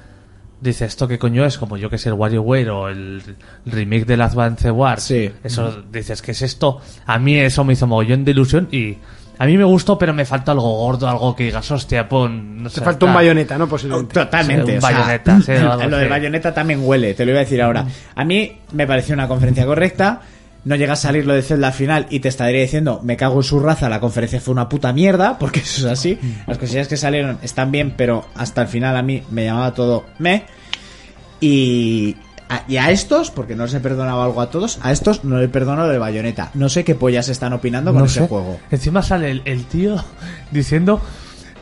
Dice, ¿esto qué coño es? Como yo que sé, el WarioWare o el remake del Advance War.
Sí.
Eso, dices, ¿qué es esto? A mí eso me hizo mogollón de ilusión y a mí me gustó, pero me falta algo gordo, algo que digas, hostia, pon... No
Te faltó un bayoneta, ¿no? Posiblemente.
Pues, Totalmente.
Sí, un
o sea,
bayoneta, sí, algo
lo
así.
del bayoneta también huele, te lo iba a decir ahora. A mí me pareció una conferencia correcta. no llega a salir lo de Zelda al final y te estaría diciendo, me cago en su raza, la conferencia fue una puta mierda, porque eso es así. Las cosillas que salieron están bien, pero hasta el final a mí me llamaba todo me. Y a, y a estos, porque no les he perdonado algo a todos, a estos no le perdono lo de Bayonetta. No sé qué pollas están opinando con
No
ese
sé.
juego.
Encima sale el, el tío diciendo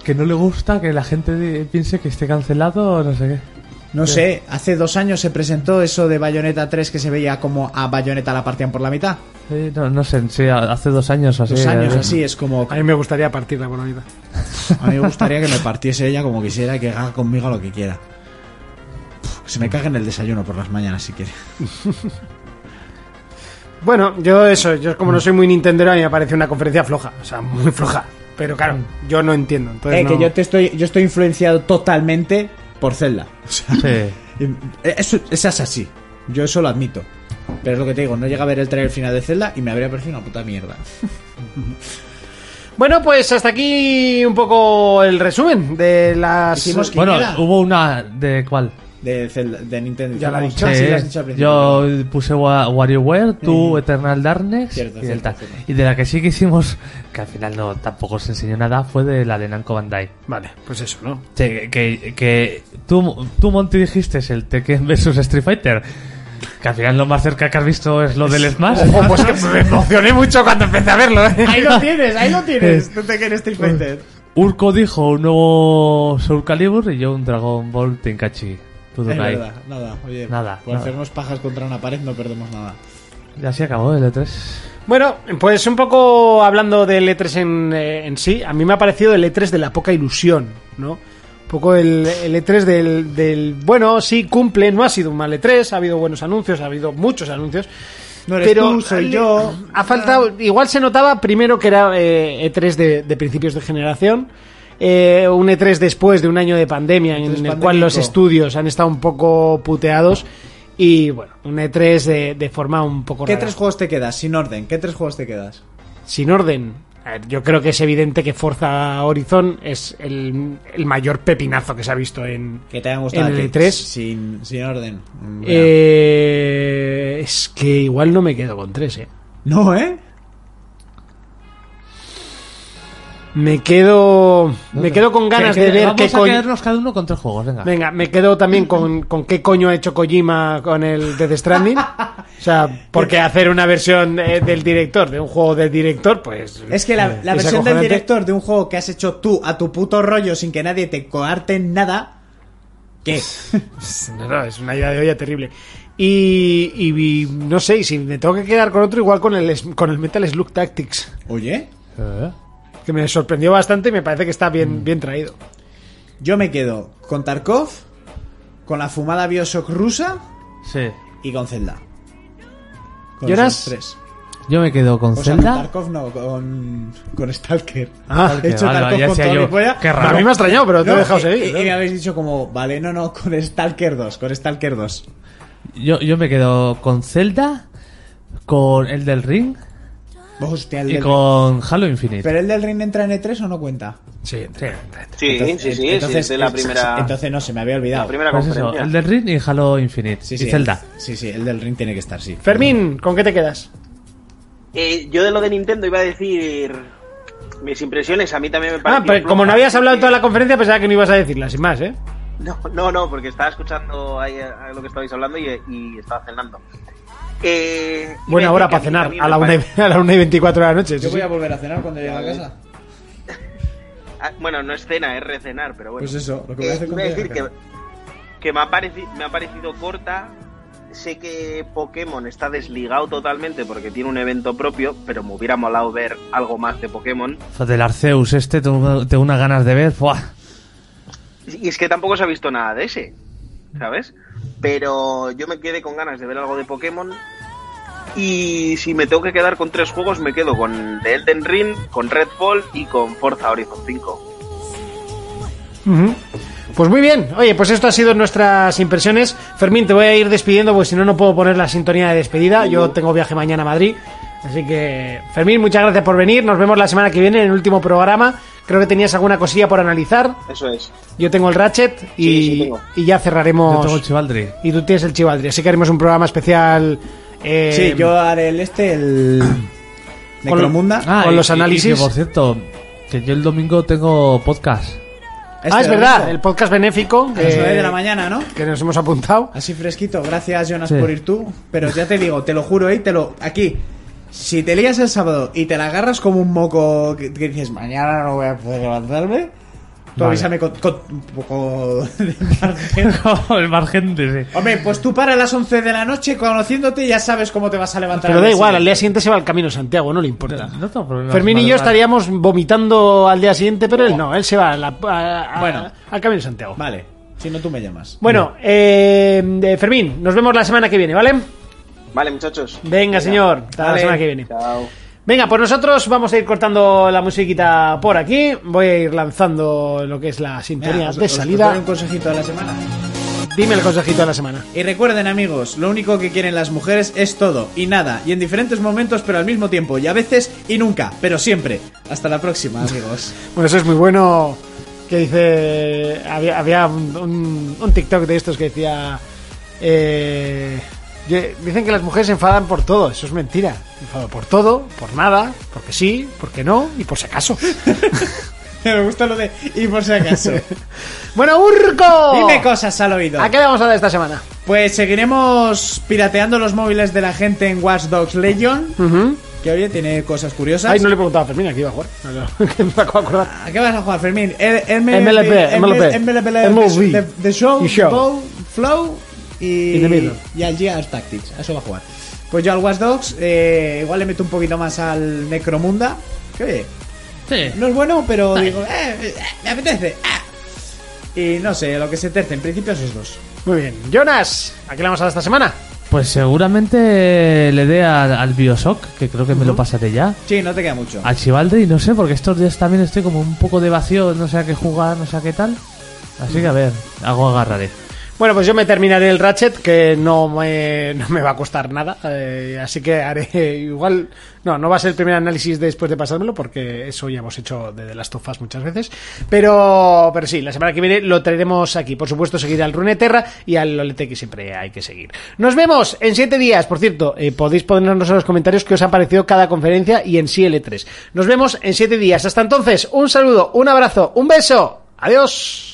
que no le gusta que la gente de- piense que esté cancelado o no sé qué.
No sé, hace dos años se presentó eso de Bayonetta 3 que se veía como a Bayonetta la partían por la mitad.
Sí, no, no sé, sí, hace dos años o así.
Dos años
eh,
así, es como...
A mí me gustaría partirla por la mitad.
A mí me gustaría que me partiese ella como quisiera y que haga conmigo lo que quiera. Puf, que se me cague en el desayuno por las mañanas si quiere.
Bueno, yo eso, yo como
Mm.
no soy muy nintendero, a mí me parece una conferencia floja, o sea, muy floja. Pero claro,
Mm.
yo no entiendo. Entonces
Eh, que
no-
yo te estoy, yo estoy influenciado totalmente por Zelda. O sea,
Sí.
eh, eso, esa es así. Yo eso lo admito. Pero es lo que te digo, no llega a ver el trailer final de Zelda y me habría parecido una puta mierda.
Bueno, pues hasta aquí un poco el resumen de las...
Hicimos
Bueno,
quiniela
hubo una de cuál.
de Zelda, de Nintendo. eh,
Ya la he dicho.
Sí,
Sí,
la has dicho al principio.
yo puse Wa- WarioWare, tú Eternal Darkness
Cierto,
y el
cierto,
tal.
cierto.
Y de la que sí que hicimos, que al final no tampoco os enseñó nada, fue de la de Namco Bandai.
Vale, pues eso, ¿no?
Sí, que, que- que tú, tú, Monty, dijiste el Tekken versus Street Fighter. Que al final lo más cerca que has visto es lo del Smash.
Ojo, pues que me emocioné mucho cuando empecé a verlo, ¿eh?
Ahí lo tienes, ahí lo
Este,
tienes. No te quieres
este
Street Fighter.
Urco dijo un nuevo Soul Calibur y yo un Dragon Ball Tenkachi. Tú
Es
Dunai.
verdad, nada, oye.
Nada,
Por
nada.
hacernos pajas contra una pared no perdemos nada.
Y así acabó el E E3.
Bueno, pues un poco hablando del E3 en, eh, en sí, a mí me ha parecido el E3 de la poca ilusión, ¿no? Un poco el, el E3 del, del, bueno, sí, cumple, no ha sido un mal E3, ha habido buenos anuncios, ha habido muchos anuncios.
No eres tú, soy
le-
yo.
Ha faltado, igual se notaba primero que era eh, E3 de, de principios de generación, eh, un E3 después de un año de pandemia en el
Entonces,
cual los
E pandémico.
estudios han estado un poco puteados y bueno, un E3 de, de forma un poco
¿Qué
rara.
tres juegos te quedas? Sin orden, ¿qué tres juegos te quedas?
sin orden. A ver, Yo creo que es evidente que Forza Horizon es el, el mayor pepinazo que se ha visto en,
Que te hayan gustado
en
a ti.
el E E3.
Sin, sin orden. Mm, mira.
Eh, es que igual no me quedo con tres, eh.
No, ¿eh?
Me quedo, me quedo con ganas
Que- que
de ver
vamos
qué
a
coño.
quedarnos cada uno con tres juegos, venga.
Venga, me quedo también con, con qué coño ha hecho Kojima con el Death Stranding. O sea, porque hacer una versión eh, del director, de un juego del director, pues.
Es que la, la
es
versión del
acojonante.
director de un juego que has hecho tú a tu puto rollo sin que nadie te coarte en nada. ¿Qué?
No, no, es una idea de olla terrible. Y, y- y no sé, y si me tengo que quedar con otro, igual con el, es- con el Metal Slug Tactics,
Oye,
Eh,
que me sorprendió bastante y me parece que está bien, bien traído.
yo me quedo con Tarkov, con la fumada Bioshock rusa
Sí.
y con Zelda. Con
¿Jonas?
esos tres.
Yo me quedo con
O sea, con
Zelda.
Pues Tarkov no, con, con Stalker.
Ah,
He hecho
vale,
Tarkov
ya
con
decía
todo
yo,
mi polla.
qué raro.
A mí me ha extrañado, pero te
No, eh,
he dejado
y-
seguir. ¿eh?
y- y me habéis dicho como, vale, no, no, con Stalker 2, con Stalker 2.
Yo, yo me quedo con Zelda, con el del Ring
Hostia, el
y
del-
con Halo Infinite.
¿Pero el del Ring entra en E3 o no cuenta?
Sí,
Sí, sí, sí,
entonces,
sí, es la primera,
Entonces no, se me había olvidado.
ah,
la primera
Pues eso,
conferencia.
el del Ring y Halo Infinite.
Sí,
y
sí,
Zelda.
el- sí, sí, el del Ring tiene que estar, sí.
Fermín, ¿con qué te quedas?
Eh, yo de lo de Nintendo iba a decir mis impresiones, a mí también me
Ah,
parecen...
pero como no habías hablado en toda la conferencia, pensaba que no ibas a decirla, sin más, ¿eh?
No, no, no, porque estaba escuchando ahí a- a lo que estabais hablando y, eh, y estaba cenando. Eh, iba
Buena
a decir
hora
que
para
mí
cenar,
también
a
me
la, una y,
parece-
a la una y 24 de la noche. sí,
Yo voy
sí.
a volver a cenar cuando llegue a casa.
Ah, Bueno, no es cena, es recenar, pero bueno.
Pues eso, lo que voy a
Eh,
hacer
iba
cuando
a
llegue a
decir que,
casa.
que me, ha pareci- me ha parecido corta. Sé que Pokémon está desligado totalmente porque tiene un evento propio, pero me hubiera molado ver algo más de Pokémon.
Joder, Del Arceus este tengo, tengo unas ganas de ver. ¡buah!
Y es que tampoco se ha visto nada de ese, ¿sabes? Pero yo me quedé con ganas de ver algo de Pokémon. Y si me tengo que quedar con tres juegos, me quedo con The Elden Ring, con Redfall y con Forza Horizon 5.
Ujú. Pues muy bien, oye, pues esto ha sido nuestras impresiones. Fermín, te voy a ir despidiendo, porque si no, no puedo poner la sintonía de despedida. Yo tengo viaje mañana a Madrid. Así que, Fermín, muchas gracias por venir. Nos vemos la semana que viene en el último programa. Creo que tenías alguna cosilla por analizar.
Eso es.
Yo tengo el Ratchet y,
Sí, sí, tengo.
y ya cerraremos.
Yo tengo el Chivaldry.
y tú tienes el Chivaldri. Así que haremos un programa especial eh,
sí, yo haré el este, el. Necromunda.
Ah,
Con los
y- y que,
análisis.
por cierto, que yo el domingo tengo podcast.
Este
ah, es
de
verdad,
agosto,
el podcast benéfico
A las
eh,
9 de la mañana, ¿no?
que nos hemos apuntado.
Así fresquito, gracias Jonas
Sí.
por ir tú. Pero ya te digo, te lo juro, ¿eh? Te lo, aquí, si te lías el sábado y te la agarras como un moco que, que dices, mañana no voy a poder levantarme, tú
Vale.
avísame con, con un poco de margen.
el margen de...
Hombre, pues tú para las 11 de la noche, conociéndote, ya sabes cómo te vas a levantar.
Pero
al
da
día
igual, al
siguiente.
día siguiente se va al camino de Santiago, no le importa.
No tengo problema.
Fermín y yo
Vale, vale.
estaríamos vomitando al día siguiente, pero él no, él se va a la- a- a-
Bueno.
al camino de Santiago.
Vale, si no tú me llamas.
Bueno, eh, eh, Fermín, nos vemos la semana que viene, ¿vale?
Vale, muchachos.
Venga, señor, hasta la
Vale.
semana que viene.
Chao.
Venga, pues nosotros vamos a ir cortando la musiquita por aquí. Voy a ir lanzando lo que es la
Mira,
sintonía
os-
de
os- os doy
salida.
un consejito a la semana.
Dime el consejito de la semana.
Y recuerden amigos, lo único que quieren las mujeres es todo y nada, y en diferentes momentos pero al mismo tiempo, y a veces y nunca, pero siempre. Hasta la próxima amigos.
Bueno, eso es muy bueno. Que dice. Había, había un, un- un TikTok de estos que decía. eh, ye- dicen que las mujeres se enfadan por todo. Eso es mentira. Me enfado por todo, por nada, porque sí, porque no y por si acaso.
Me gusta lo de y por si acaso.
bueno, Urco.
Dime cosas al oído.
¿A qué le vamos a dar esta semana?
Pues seguiremos pirateando los móviles de la gente en Watch Dogs Legion, que oye, tiene cosas curiosas.
Ay, no le he preguntado a Fermín aquí iba a jugar. No, no, que me acabo de acordar.
¿A qué vas a jugar, Fermín? El- el-
MLB,
el-
MLB,
MLB,
MLB,
The- The Show,
y Show.
Bow, Flow y,
Y The Middle.
y al Gears Tactics. A eso va a jugar. Pues yo al Watch Dogs, eh, igual le meto un poquito más al Necromunda. Que oye,
Sí.
no es bueno, pero digo, eh, eh, me apetece. ah. Y no sé, lo que se terce, en principio esos dos.
Muy bien. Jonas, ¿a qué le vamos a dar esta semana?
Pues seguramente le dé a- al Bioshock, que creo que me lo pasaré ya.
Sí, no te queda mucho.
Al Chivalry, no sé, porque estos días también estoy como un poco de vacío, no sé a qué jugar, no sé a qué tal. Así que a ver, algo agarraré.
Bueno, pues yo me terminaré el Ratchet, que no me, no me va a costar nada, eh, así que haré igual... No, no va a ser el primer análisis después de pasármelo, porque eso ya hemos hecho de The Last of Us muchas veces, pero, pero sí, la semana que viene lo traeremos aquí. Por supuesto, seguir al Runeterra y al Lolete, que siempre hay que seguir. Nos vemos en siete días, por cierto, eh, podéis ponernos en los comentarios qué os ha parecido cada conferencia y en sí E L3. Nos vemos en siete días. Hasta entonces, un saludo, un abrazo, un beso. Adiós.